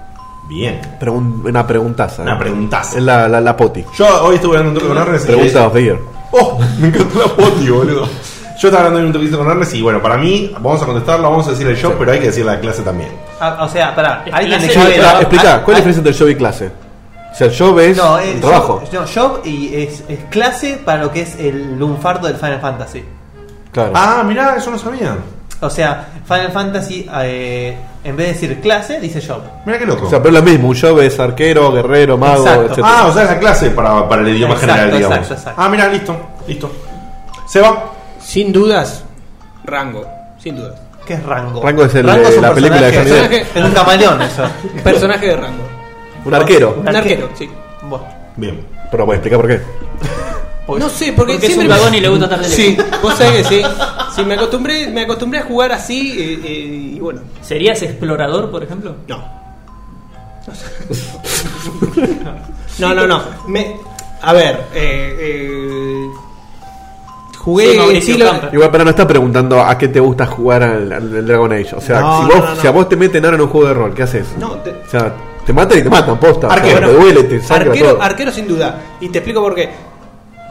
Speaker 3: Bien.
Speaker 1: Pregun- una preguntaza.
Speaker 3: Una
Speaker 1: ¿no?
Speaker 3: preguntaza.
Speaker 1: Es la, la, la poti.
Speaker 3: Yo hoy estuve hablando un toque con Ernest. y-
Speaker 1: Pregunta of the year.
Speaker 3: ¡Oh! Me encantó la poti, boludo. Yo estaba hablando de un toquecito con Ernest y bueno, para mí, vamos a contestarlo, vamos a decir el yo, pero hay que decir la clase también.
Speaker 4: Ah, o sea, pará,
Speaker 6: Es
Speaker 4: alguien
Speaker 6: clase
Speaker 4: le
Speaker 6: de-
Speaker 1: Ah,
Speaker 4: quiere-
Speaker 1: espera, explica, ¿cuál es
Speaker 4: Ah,
Speaker 1: la diferencia entre job y clase? O sea, el job es
Speaker 4: No, eh,
Speaker 1: el
Speaker 4: es
Speaker 1: trabajo.
Speaker 4: job- no, job y es, es clase para lo que es el lunfardo del Final Fantasy.
Speaker 1: Claro.
Speaker 3: Ah, mirá, eso no sabía.
Speaker 4: O sea, Final Fantasy, eh, en vez de decir clase, dice job.
Speaker 3: Mirá qué loco.
Speaker 1: o sea, pero es lo mismo, un job es arquero, guerrero, mago,
Speaker 4: Exacto.
Speaker 1: etc.
Speaker 3: ah, o sea, es la clase para, para el idioma
Speaker 4: Exacto,
Speaker 3: general, digamos.
Speaker 4: exacto, exacto.
Speaker 3: Ah, mirá, listo, listo. Seba.
Speaker 5: Sin dudas, rango. Sin dudas.
Speaker 4: ¿Qué es rango?
Speaker 1: Rango es el
Speaker 4: Rango
Speaker 1: de
Speaker 4: un
Speaker 1: la película de
Speaker 4: personaje-
Speaker 5: Johnny Depp.
Speaker 4: Es un camaleón eso.
Speaker 5: Personaje de rango.
Speaker 1: un arquero.
Speaker 5: Un arquero, sí.
Speaker 4: Bueno,
Speaker 3: Bien.
Speaker 1: Pero voy a explicar por qué.
Speaker 5: No sé, porque,
Speaker 6: Porque es
Speaker 5: siempre
Speaker 6: un vagón y le gusta estar de
Speaker 5: Sí, vos sabés que sí. Sí, me acostumbré, me acostumbré a jugar así eh, eh, y bueno,
Speaker 6: ¿Serías explorador, por ejemplo?
Speaker 5: no. No, no, no. Me, a ver, eh, eh,
Speaker 6: Soy
Speaker 5: jugué
Speaker 6: Mauricio
Speaker 5: sí, lo-
Speaker 6: Camper.
Speaker 1: Igual, pero no está preguntando a qué te gusta jugar al, al- al Dragon Age. O sea,
Speaker 5: No,
Speaker 1: si,
Speaker 5: no,
Speaker 1: vos,
Speaker 5: no, no.
Speaker 1: si a vos te meten ahora en un juego de rol, ¿qué haces?
Speaker 5: No, te-
Speaker 1: O sea, te matan y te matan, posta.
Speaker 5: Arquero,
Speaker 1: O sea, te duele, te sangra
Speaker 5: arquero,
Speaker 1: todo.
Speaker 5: arquero sin duda. Y te explico por qué.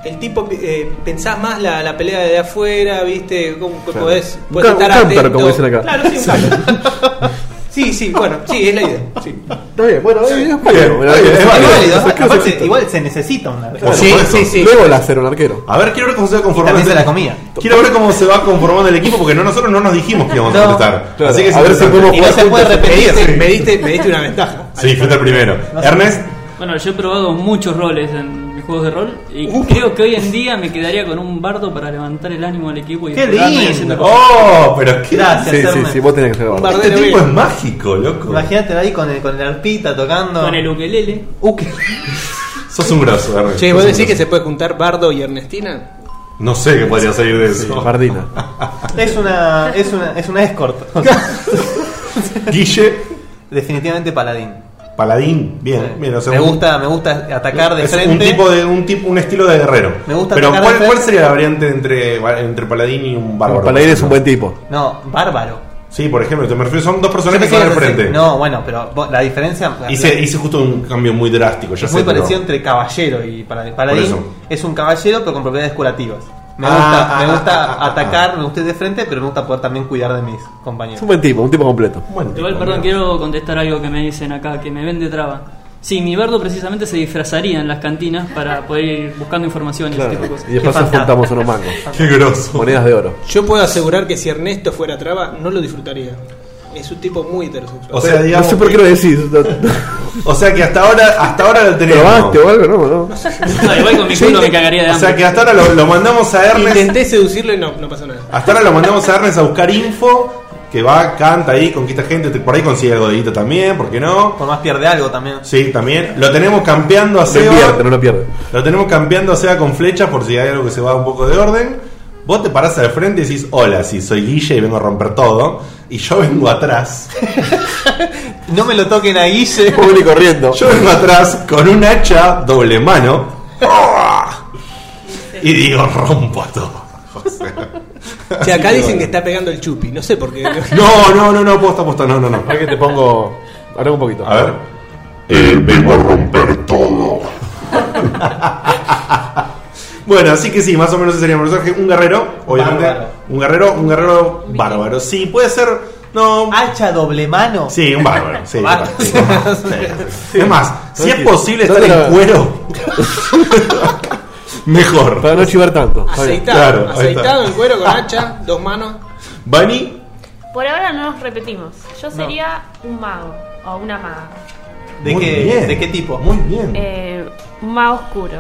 Speaker 5: El tipo eh, pensás más la, la pelea de afuera, viste, cómo, cómo
Speaker 1: Claro.
Speaker 5: podés,
Speaker 1: Un
Speaker 5: podés
Speaker 1: ca- un camper,
Speaker 5: atento.
Speaker 1: como dicen acá.
Speaker 5: Claro, sí, un camper. sí, sí, bueno, sí, es la idea. sí.
Speaker 1: Está bien, bueno, es- es
Speaker 3: bien,
Speaker 1: válido.
Speaker 3: está bien, es
Speaker 1: Es
Speaker 3: válido.
Speaker 1: válido.
Speaker 4: válido,
Speaker 1: Los arqueros
Speaker 4: aparte,
Speaker 1: existen.
Speaker 4: igual se necesita un arquero.
Speaker 3: Por
Speaker 5: Sí,
Speaker 3: supuesto.
Speaker 5: sí, sí.
Speaker 1: Luego la era un arquero.
Speaker 3: A ver, quiero ver cómo se va conformando.
Speaker 4: También se
Speaker 3: este-
Speaker 4: la comía.
Speaker 3: Quiero ver cómo se va conformando el equipo, porque no, nosotros no nos dijimos que íbamos a
Speaker 4: No,
Speaker 3: contestar.
Speaker 1: claro.
Speaker 3: Así que es
Speaker 1: A ver si
Speaker 3: interesante.
Speaker 1: podemos
Speaker 4: Y no se puede
Speaker 5: Me
Speaker 4: repetir.
Speaker 5: diste, me, diste, me diste una ventaja.
Speaker 3: Sí, fuiste el primero. Ernest,
Speaker 6: Bueno, yo he probado muchos roles en mis juegos de rol y
Speaker 5: Uh.
Speaker 6: creo que hoy en día me quedaría con un bardo para levantar el ánimo al equipo y
Speaker 4: ¡Qué
Speaker 6: ayudarme
Speaker 4: lindo!
Speaker 6: haciendo cosas.
Speaker 3: ¡Oh! Pero qué.
Speaker 4: Gracias,
Speaker 1: Sí, sí,
Speaker 4: Hermes.
Speaker 1: sí, vos tenés que ser bardo.
Speaker 5: bar-
Speaker 3: Este
Speaker 5: Bardero
Speaker 3: tipo
Speaker 5: bien.
Speaker 3: es mágico, loco.
Speaker 4: Imagínate ahí con el, con el arpita tocando. Uh,
Speaker 6: Con el ukelele.
Speaker 4: Uke.
Speaker 3: Sos un grosso, Ernest.
Speaker 5: Che,
Speaker 3: Sos
Speaker 5: ¿vos
Speaker 3: un
Speaker 5: decís que
Speaker 3: grosso.
Speaker 5: se puede juntar Bardo y Ernestina?
Speaker 3: No sé qué podría salir de eso.
Speaker 1: Bardina.
Speaker 4: Es una, es una, es una escort.
Speaker 3: Guille,
Speaker 4: Definitivamente paladín.
Speaker 3: paladín. Bien, bien. o sea,
Speaker 4: me
Speaker 3: un-
Speaker 4: gusta, me gusta atacar de
Speaker 3: es
Speaker 4: frente.
Speaker 3: un tipo de un tipo un estilo de guerrero.
Speaker 4: Me gusta
Speaker 3: Pero
Speaker 4: atacar de
Speaker 3: ¿cuál, cuál
Speaker 4: frente.
Speaker 3: sería la variante entre, entre paladín y un bárbaro?
Speaker 1: Paladín es un buen tipo.
Speaker 4: No, bárbaro.
Speaker 3: Sí, por ejemplo, te me refiero son dos
Speaker 4: Yo
Speaker 3: personajes que
Speaker 4: pensé
Speaker 3: van al
Speaker 4: que-
Speaker 3: frente.
Speaker 4: No, bueno, pero vos- la diferencia.
Speaker 3: Hice, hice justo un cambio muy drástico, ya
Speaker 4: es
Speaker 3: sé.
Speaker 4: muy
Speaker 3: pero-
Speaker 4: parecido entre caballero y paladín.
Speaker 3: Por
Speaker 4: Paladín
Speaker 3: eso.
Speaker 4: es un caballero, pero con propiedades curativas. Me
Speaker 3: Ah,
Speaker 4: gusta,
Speaker 3: ah,
Speaker 4: me
Speaker 3: ah,
Speaker 4: gusta
Speaker 3: ah, ah,
Speaker 4: atacar, me gusta ir de frente, pero me gusta poder también cuidar de mis
Speaker 1: Es
Speaker 4: compañeros.
Speaker 1: un buen tipo, un tipo completo.
Speaker 3: Bueno,
Speaker 6: Igual,
Speaker 3: tipo, mira.
Speaker 6: perdón, quiero contestar algo que me dicen acá, que me vende traba. Sí, mi bardo precisamente se disfrazaría en las cantinas para poder ir buscando información y
Speaker 1: Claro.
Speaker 6: ese tipo de cosas.
Speaker 1: Y después
Speaker 4: Qué
Speaker 1: juntamos unos mangos.
Speaker 3: Qué grosso.
Speaker 1: Monedas de oro.
Speaker 5: Yo puedo asegurar que si Ernesto fuera traba, no lo disfrutaría. Es un tipo muy heterosexual.
Speaker 3: O sea, digamos,
Speaker 1: no sé por qué lo decís. No-
Speaker 3: o sea que hasta ahora, hasta ahora lo tenemos.
Speaker 1: ¿Probaste o algo? No, no.
Speaker 6: No, Ah, igual con mi
Speaker 5: Yo
Speaker 6: culo me
Speaker 5: intent-
Speaker 6: cagaría de
Speaker 3: O
Speaker 6: hambre.
Speaker 3: sea que hasta ahora lo, lo mandamos a Ernest.
Speaker 5: Intenté seducirlo y no, no pasó nada.
Speaker 3: Hasta ahora lo mandamos a Ernest a buscar info. Que va, canta ahí, conquista gente. te- Por ahí consigue algo de guita también, ¿por qué no?
Speaker 4: Por más pierde algo también.
Speaker 3: Sí, también. Lo tenemos campeando a
Speaker 1: Lo
Speaker 3: Seba.
Speaker 1: pierde, no lo pierde.
Speaker 3: Lo tenemos campeando a Seba con flechas por si hay algo que se va un poco de orden. Vos te parás al frente y decís, hola, sí, soy Guille y vengo a romper todo. Y yo vengo atrás.
Speaker 4: No me lo toquen a Guille.
Speaker 1: Pobre y corriendo.
Speaker 3: Yo vengo atrás con un hacha doble mano. Y digo, rompo a todo. O sea,
Speaker 5: O sea, acá dicen que está pegando el chupi. No sé por qué.
Speaker 3: No, no, no, no, posta, posta, no, no, no.
Speaker 1: Ahora que te pongo. Hablamos un poquito.
Speaker 3: A ver.
Speaker 2: Eh, vengo a romper todo.
Speaker 3: Bueno, así que sí, más o menos ese sería el personaje. Un guerrero, obviamente.
Speaker 4: Bárbaro.
Speaker 3: Un guerrero, un guerrero bárbaro. Sí, puede ser. No.
Speaker 4: Hacha doble mano.
Speaker 3: Sí, un bárbaro. Sí,
Speaker 4: Ah, Bárbaro.
Speaker 3: sí, sí, sí. Es más, si es
Speaker 1: Tranquilo.
Speaker 3: posible estar
Speaker 1: ¿Dónde la-
Speaker 3: en cuero, mejor.
Speaker 1: Para no chivar tanto.
Speaker 5: Ah,
Speaker 1: Está bien.
Speaker 5: Aceitado,
Speaker 3: Claro, ahí está.
Speaker 5: aceitado en cuero con hacha, dos manos.
Speaker 3: Bunny,
Speaker 7: Por ahora no nos repetimos. Yo sería un mago o una maga.
Speaker 4: ¿De,
Speaker 3: muy
Speaker 4: qué,
Speaker 3: bien.
Speaker 4: ¿De qué tipo?
Speaker 3: Muy bien.
Speaker 7: Eh, un mago oscuro.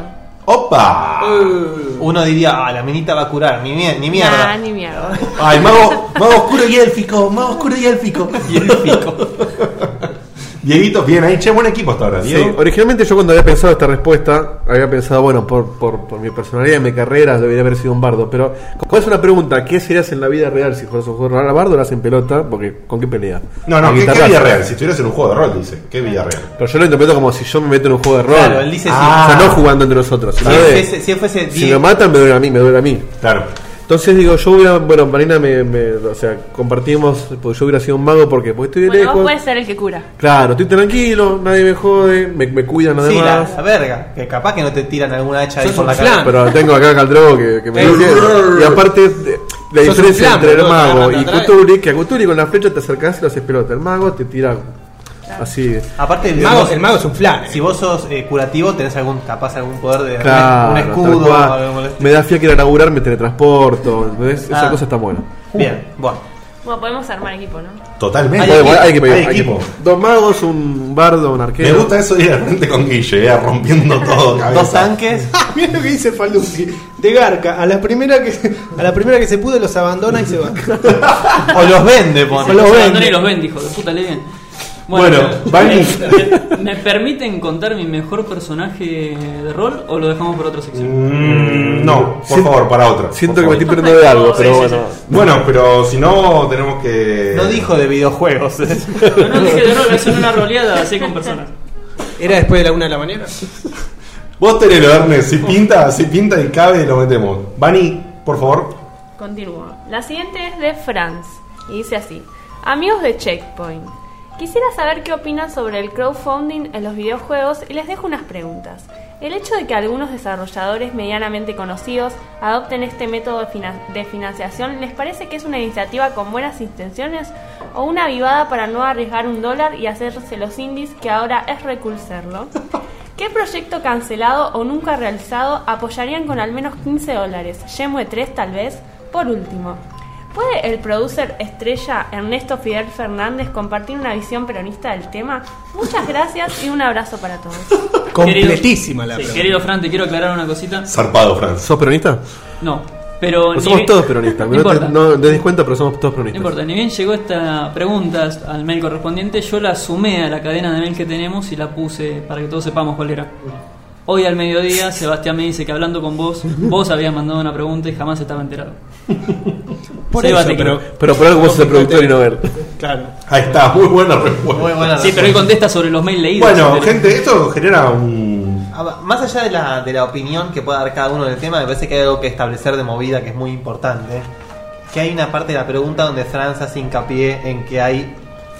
Speaker 3: ¡Opa!
Speaker 4: Uh. Uno diría, ah, la minita va a curar, ni, mie- ni mierda.
Speaker 7: Nah, ni mierda.
Speaker 3: Ay, mago, mago oscuro y élfico, mago oscuro y élfico.
Speaker 4: Y el pico.
Speaker 3: Dieguito, bien ahí. Che, buen equipo hasta ahora,
Speaker 1: Sí,
Speaker 3: Diego.
Speaker 1: originalmente yo cuando había pensado esta respuesta, había pensado, bueno, por, por, por mi personalidad y mi carrera debería haber sido un bardo, pero ¿cuál es una pregunta? ¿Qué serías en la vida real si fueras un jugador a bardo o las en pelota? Porque ¿con qué pelea?
Speaker 3: No, no,
Speaker 1: Con
Speaker 3: ¿qué, qué
Speaker 1: guitarrazo.
Speaker 3: vida real? Si estuvieras en un juego de rol, dice. ¿Qué vida real?
Speaker 1: Pero yo lo interpreto como si yo me meto en un juego de rol.
Speaker 4: Claro, él dice
Speaker 3: Ah.
Speaker 1: O sea, no jugando entre nosotros.
Speaker 4: si,
Speaker 1: sino
Speaker 4: si
Speaker 1: de-
Speaker 4: fuese, si fuese
Speaker 1: si
Speaker 4: Diego-
Speaker 1: me matan me duele a mí, me duele a mí.
Speaker 3: Claro.
Speaker 1: Entonces digo, yo hubiera, bueno, Marina me, me- o sea, compartimos, porque yo hubiera sido un mago porque, porque estoy de
Speaker 7: Bueno, vos
Speaker 1: lejos.
Speaker 7: puedes ser el que cura.
Speaker 1: Claro, estoy tranquilo, nadie me jode, me, me cuidan
Speaker 4: Sí, la,
Speaker 1: además.
Speaker 4: la verga. Que capaz que no te tiran alguna hacha ahí
Speaker 5: Sos
Speaker 4: por
Speaker 5: un
Speaker 4: la
Speaker 5: flan.
Speaker 4: cara.
Speaker 1: Pero tengo acá a Caldrogo que, que me
Speaker 4: Eh,
Speaker 1: dice. Y aparte, de- la
Speaker 5: Sos un
Speaker 1: diferencia
Speaker 5: flan,
Speaker 1: entre el
Speaker 5: boludo,
Speaker 1: mago
Speaker 5: te
Speaker 1: y
Speaker 5: agarran atrás.
Speaker 1: Cutuli, que a Cutuli con la flecha te acercás y lo haces pelota. El mago te tira así.
Speaker 4: Aparte,
Speaker 5: El
Speaker 4: si
Speaker 5: mago,
Speaker 4: vos-
Speaker 5: el mago es un flan. eh.
Speaker 4: Si vos sos eh, curativo, tenés algún capaz algún poder de
Speaker 1: Claro,
Speaker 4: un
Speaker 1: tal
Speaker 4: escudo.
Speaker 1: cual.
Speaker 4: o algo por el estilo.
Speaker 1: me da fia que ir a laburar, me teletransporto. ¿entendés?
Speaker 4: Ah.
Speaker 1: Esa cosa está buena.
Speaker 4: Bien, bueno.
Speaker 7: Bueno, podemos armar equipo, ¿no?
Speaker 3: Totalmente.
Speaker 4: Hay
Speaker 1: Bueno, igual hay que pedir-
Speaker 3: hay
Speaker 1: hay que-
Speaker 3: equipo.
Speaker 1: Dos magos, un bardo, un arquero.
Speaker 3: Me gusta eso de ir al frente con Guille, eh, rompiendo todo. cabeza.
Speaker 4: Dos tanques.
Speaker 5: Ah, Mira lo que dice Falusi. De Garca, a la primera que a la primera que se pude los abandona y se va.
Speaker 4: o los vende, pon.
Speaker 5: Los
Speaker 6: Los
Speaker 5: vende.
Speaker 6: Andrés los vende, hijo de puta, le bien.
Speaker 3: Bueno, Banis.
Speaker 6: me, me permiten contar mi mejor personaje de rol o lo dejamos por otra sección?
Speaker 3: Mm, no, por
Speaker 1: Siento-
Speaker 3: favor, para otra.
Speaker 1: Siento
Speaker 3: por
Speaker 1: que me
Speaker 3: favor.
Speaker 1: estoy perdiendo de algo, pero
Speaker 6: Sí, sí,
Speaker 1: bueno.
Speaker 3: Bueno, pero si no, tenemos que.
Speaker 4: No dijo de videojuegos.
Speaker 6: No, no dije de rol, es una roleada así con personas.
Speaker 5: Era después de la una de la mañana.
Speaker 3: Vos tenés lo Ernest, si pinta, si pinta y cabe, lo metemos. Bani, por favor.
Speaker 7: Continúo. La siguiente es de Franz y dice así: Amigos de Checkpoint, quisiera saber qué opinan sobre el crowdfunding en los videojuegos y les dejo unas preguntas. El hecho de que algunos desarrolladores medianamente conocidos adopten este método de, finan- de financiación, ¿les parece que es una iniciativa con buenas intenciones o una avivada para no arriesgar un dólar y hacerse los indies que ahora es recursarlo? ¿Qué proyecto cancelado o nunca realizado apoyarían con al menos 15 dólares? Yemue 3 tal vez. Por último, ¿puede el producer estrella Ernesto Fidel Fernández compartir una visión peronista del tema? Muchas gracias y un abrazo para todos.
Speaker 5: Completísima la
Speaker 6: Sí,
Speaker 5: pregunta.
Speaker 6: querido Fran, te quiero aclarar una cosita.
Speaker 3: Zarpado, Franz.
Speaker 1: ¿Sos peronista?
Speaker 6: No, pero.
Speaker 1: No
Speaker 6: ni
Speaker 1: Pues somos
Speaker 6: bien-
Speaker 1: todos peronistas.
Speaker 6: No
Speaker 1: No te,
Speaker 6: importa.
Speaker 1: no te des cuenta, pero somos todos
Speaker 6: No
Speaker 1: peronistas.
Speaker 6: importa, ni bien llegó esta pregunta al mail correspondiente, yo la sumé a la cadena de mail que tenemos y la puse para que todos sepamos cuál era. Hoy al mediodía, Sebastián me dice que hablando con vos, vos habías mandado una pregunta y jamás estaba enterado.
Speaker 5: Por
Speaker 6: Seba,
Speaker 5: eso,
Speaker 6: te
Speaker 5: pero
Speaker 1: Pero por algo vos sos el productor y no él.
Speaker 5: claro.
Speaker 3: Ahí está, muy buena respuesta.
Speaker 4: Muy buena
Speaker 6: Sí, pero él contesta sobre los mails leídos.
Speaker 3: Bueno,
Speaker 6: Pero-
Speaker 3: gente, esto genera un.
Speaker 4: Ah, va, Más allá de la, de la opinión que pueda dar cada uno del tema, me parece que hay algo que establecer de movida que es muy importante. Que hay una parte de la pregunta donde Franz hace hincapié en que hay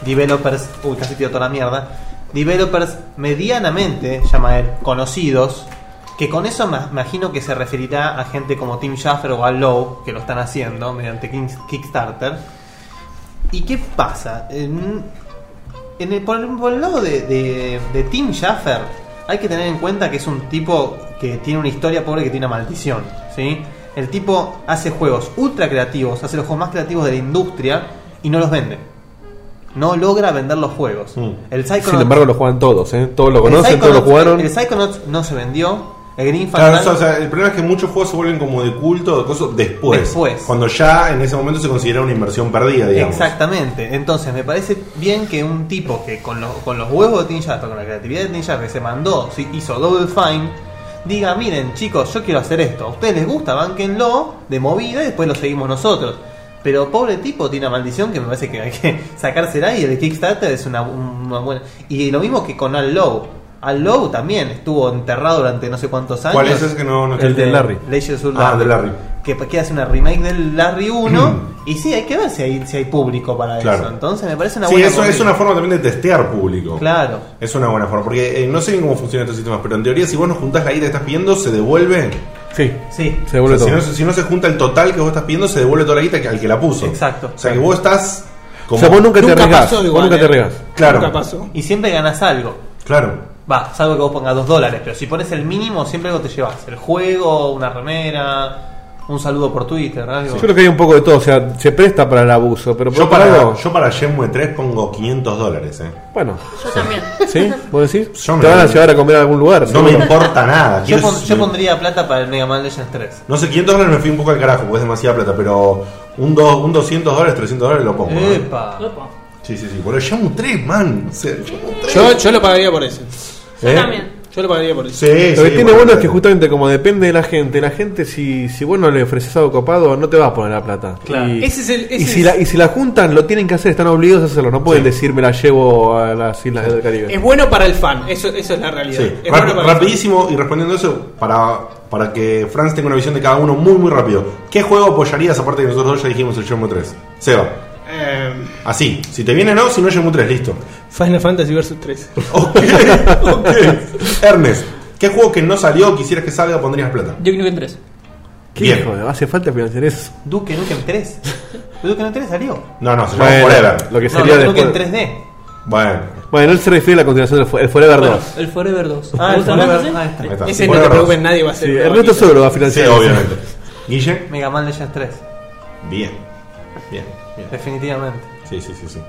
Speaker 4: developers, uy, casi tiro toda la mierda, developers medianamente, llama él, conocidos, que con eso me imagino que se referirá a gente como Tim Schafer o Al Lowe, que lo están haciendo mediante Kings- Kickstarter. ¿Y qué pasa? En- en el- por, el, por el lado de, de- de Tim Schaffer, hay que tener en cuenta que es un tipo que tiene una historia pobre que tiene una maldición. ¿sí? El tipo hace juegos ultra creativos, hace los juegos más creativos de la industria y no los vende. No logra vender los juegos.
Speaker 3: Mm.
Speaker 4: El Psychonauts-
Speaker 1: Sin embargo, lo juegan todos, ¿eh? Todos lo
Speaker 4: el
Speaker 1: conocen, todos lo
Speaker 4: Psychonauts-
Speaker 1: jugaron.
Speaker 4: El Psychonauts no se vendió. El Green
Speaker 3: Claro,
Speaker 4: Fandango-
Speaker 3: o sea, el problema es que muchos juegos se vuelven como de culto, de cosas después.
Speaker 4: Después.
Speaker 3: Cuando ya en ese momento se considera una inversión perdida, digamos.
Speaker 4: Exactamente. Entonces, me parece bien que un tipo que con, los- con los huevos de Tin Sharp, con la creatividad de Tin Sharp que se mandó, si- hizo Double Fine, diga, miren chicos, yo quiero hacer esto. A ustedes les gusta, banquenlo de movida y después lo seguimos nosotros. Pero pobre tipo tiene una maldición que me parece que hay que sacársela y el Kickstarter es una, una buena... Y lo mismo que con Al Low. Al Low también estuvo enterrado durante no sé cuántos años.
Speaker 3: ¿Cuál es ese que no, no
Speaker 1: El de Larry.
Speaker 4: Legends of
Speaker 3: Ah, de Larry.
Speaker 4: Que, que hace una remake del Larry 1. y sí, hay que ver si hay, si hay público para
Speaker 3: Mm. Claro.
Speaker 4: eso. Entonces me parece una
Speaker 3: Sí,
Speaker 4: buena.
Speaker 3: eso es
Speaker 4: movida.
Speaker 3: una forma también de testear público.
Speaker 4: Claro.
Speaker 3: Es una buena forma, porque eh, no sé bien cómo funcionan estos sistemas, pero en teoría si vos no juntás la guita que estás pidiendo, se devuelve.
Speaker 1: Sí,
Speaker 4: Sí.
Speaker 1: se devuelve
Speaker 3: O sea, si,
Speaker 1: todo.
Speaker 3: no, si no se junta el total que vos estás pidiendo, se devuelve toda la guita que- al que la puso.
Speaker 4: Exacto.
Speaker 3: O sea que vos estás
Speaker 1: O
Speaker 3: como...
Speaker 1: sea, vos nunca te
Speaker 5: Nunca
Speaker 1: arriesgás.
Speaker 5: pasó
Speaker 1: Vos
Speaker 5: igual,
Speaker 1: nunca te
Speaker 5: eh.
Speaker 1: arriesgás.
Speaker 3: Claro.
Speaker 5: Nunca pasó.
Speaker 4: Y siempre ganas algo.
Speaker 3: Claro.
Speaker 4: Va, salvo que vos pongas 2 dólares. Pero si pones el mínimo, siempre algo te llevas. El juego, una remera, un saludo por Twitter, algo.
Speaker 1: Yo creo que hay un poco de todo, o sea, se presta para el abuso, pero
Speaker 3: Yo
Speaker 1: por
Speaker 3: para,
Speaker 1: para algo.
Speaker 3: yo para Shenmue 3 pongo 500 dólares, eh.
Speaker 1: Bueno,
Speaker 7: Yo también.
Speaker 1: ¿sí? ¿Vos decís?
Speaker 3: Yo me
Speaker 1: te van a
Speaker 3: voy.
Speaker 1: llevar a comer a algún lugar.
Speaker 3: No me
Speaker 1: seguro.
Speaker 3: importa nada.
Speaker 4: Yo,
Speaker 3: Quiero-
Speaker 4: pon- yo pondría plata para el Mega Man Legends 3.
Speaker 3: No sé, 500 dólares me fui un poco al carajo, porque es demasiada plata, pero un, do- un 200 dólares, 300 dólares lo pongo. ¿eh?
Speaker 4: Epa.
Speaker 6: Opa.
Speaker 3: Sí, Sí, sí, sí. Por el Shenmue 3, man. O sea, Shenmue 3.
Speaker 5: Yo, yo lo pagaría por ese.
Speaker 7: Yo
Speaker 3: ¿Eh?
Speaker 7: también.
Speaker 5: Yo lo pagaría por ese.
Speaker 3: Sí,
Speaker 1: Lo que
Speaker 3: sí,
Speaker 1: tiene
Speaker 3: por
Speaker 1: bueno es
Speaker 3: el-
Speaker 1: que justamente como depende de la gente, la gente si, si vos no le ofreces algo copado no te va a poner la plata.
Speaker 6: Claro.
Speaker 1: Y,
Speaker 5: Ese es el- ese
Speaker 1: y si
Speaker 5: es-
Speaker 1: la, y si la juntan, lo tienen que hacer, están obligados a hacerlo. No pueden decir me la llevo a las islas del Caribe.
Speaker 5: Es bueno para el fan, eso, eso es la realidad.
Speaker 3: Sí,
Speaker 5: Es
Speaker 3: rap-
Speaker 5: bueno para el fan.
Speaker 3: rapidísimo y respondiendo eso, para, para que Franz tenga una visión de cada uno muy, muy rápido. ¿Qué juego apoyarías aparte que nosotros dos ya dijimos el Shenmue 3? Seba,
Speaker 5: Eh,
Speaker 3: así, si te viene no, si no Shenmue 3, listo.
Speaker 5: Final Fantasy vs 3.
Speaker 3: Ok, ok. Ernest, ¿qué juego que no salió quisieras que salga pondrías plata?
Speaker 6: Duke Nukem 3.
Speaker 1: ¿Qué
Speaker 3: Bien.
Speaker 1: hijo de- hace falta financiar eso.
Speaker 4: Duke Nukem 3. Duke Nukem 3 salió.
Speaker 3: No, no, se llama
Speaker 1: Bueno,
Speaker 3: Forever.
Speaker 1: lo que
Speaker 4: No,
Speaker 1: sería
Speaker 4: Duke
Speaker 1: después.
Speaker 4: Nukem 3D.
Speaker 3: Bueno,
Speaker 1: Bueno, él se refiere a la continuación del Fo- el Forever
Speaker 6: Bueno,
Speaker 1: 2.
Speaker 6: el Forever 2.
Speaker 4: Ah,
Speaker 6: ¿Te
Speaker 4: el
Speaker 6: gusta
Speaker 4: Forever,
Speaker 6: más ese?
Speaker 4: ahí está.
Speaker 3: ahí está.
Speaker 5: Ese no te
Speaker 3: Forever
Speaker 5: preocupes,
Speaker 3: dos.
Speaker 5: nadie va a hacer.
Speaker 1: Sí,
Speaker 5: una
Speaker 1: Ernesto
Speaker 5: vaquita.
Speaker 1: solo lo va a
Speaker 3: Sí,
Speaker 1: financiar.
Speaker 3: obviamente. Guille,
Speaker 4: Mega Man Legends 3.
Speaker 3: bien, bien, bien.
Speaker 4: Definitivamente.
Speaker 3: Sí, sí, sí, sí.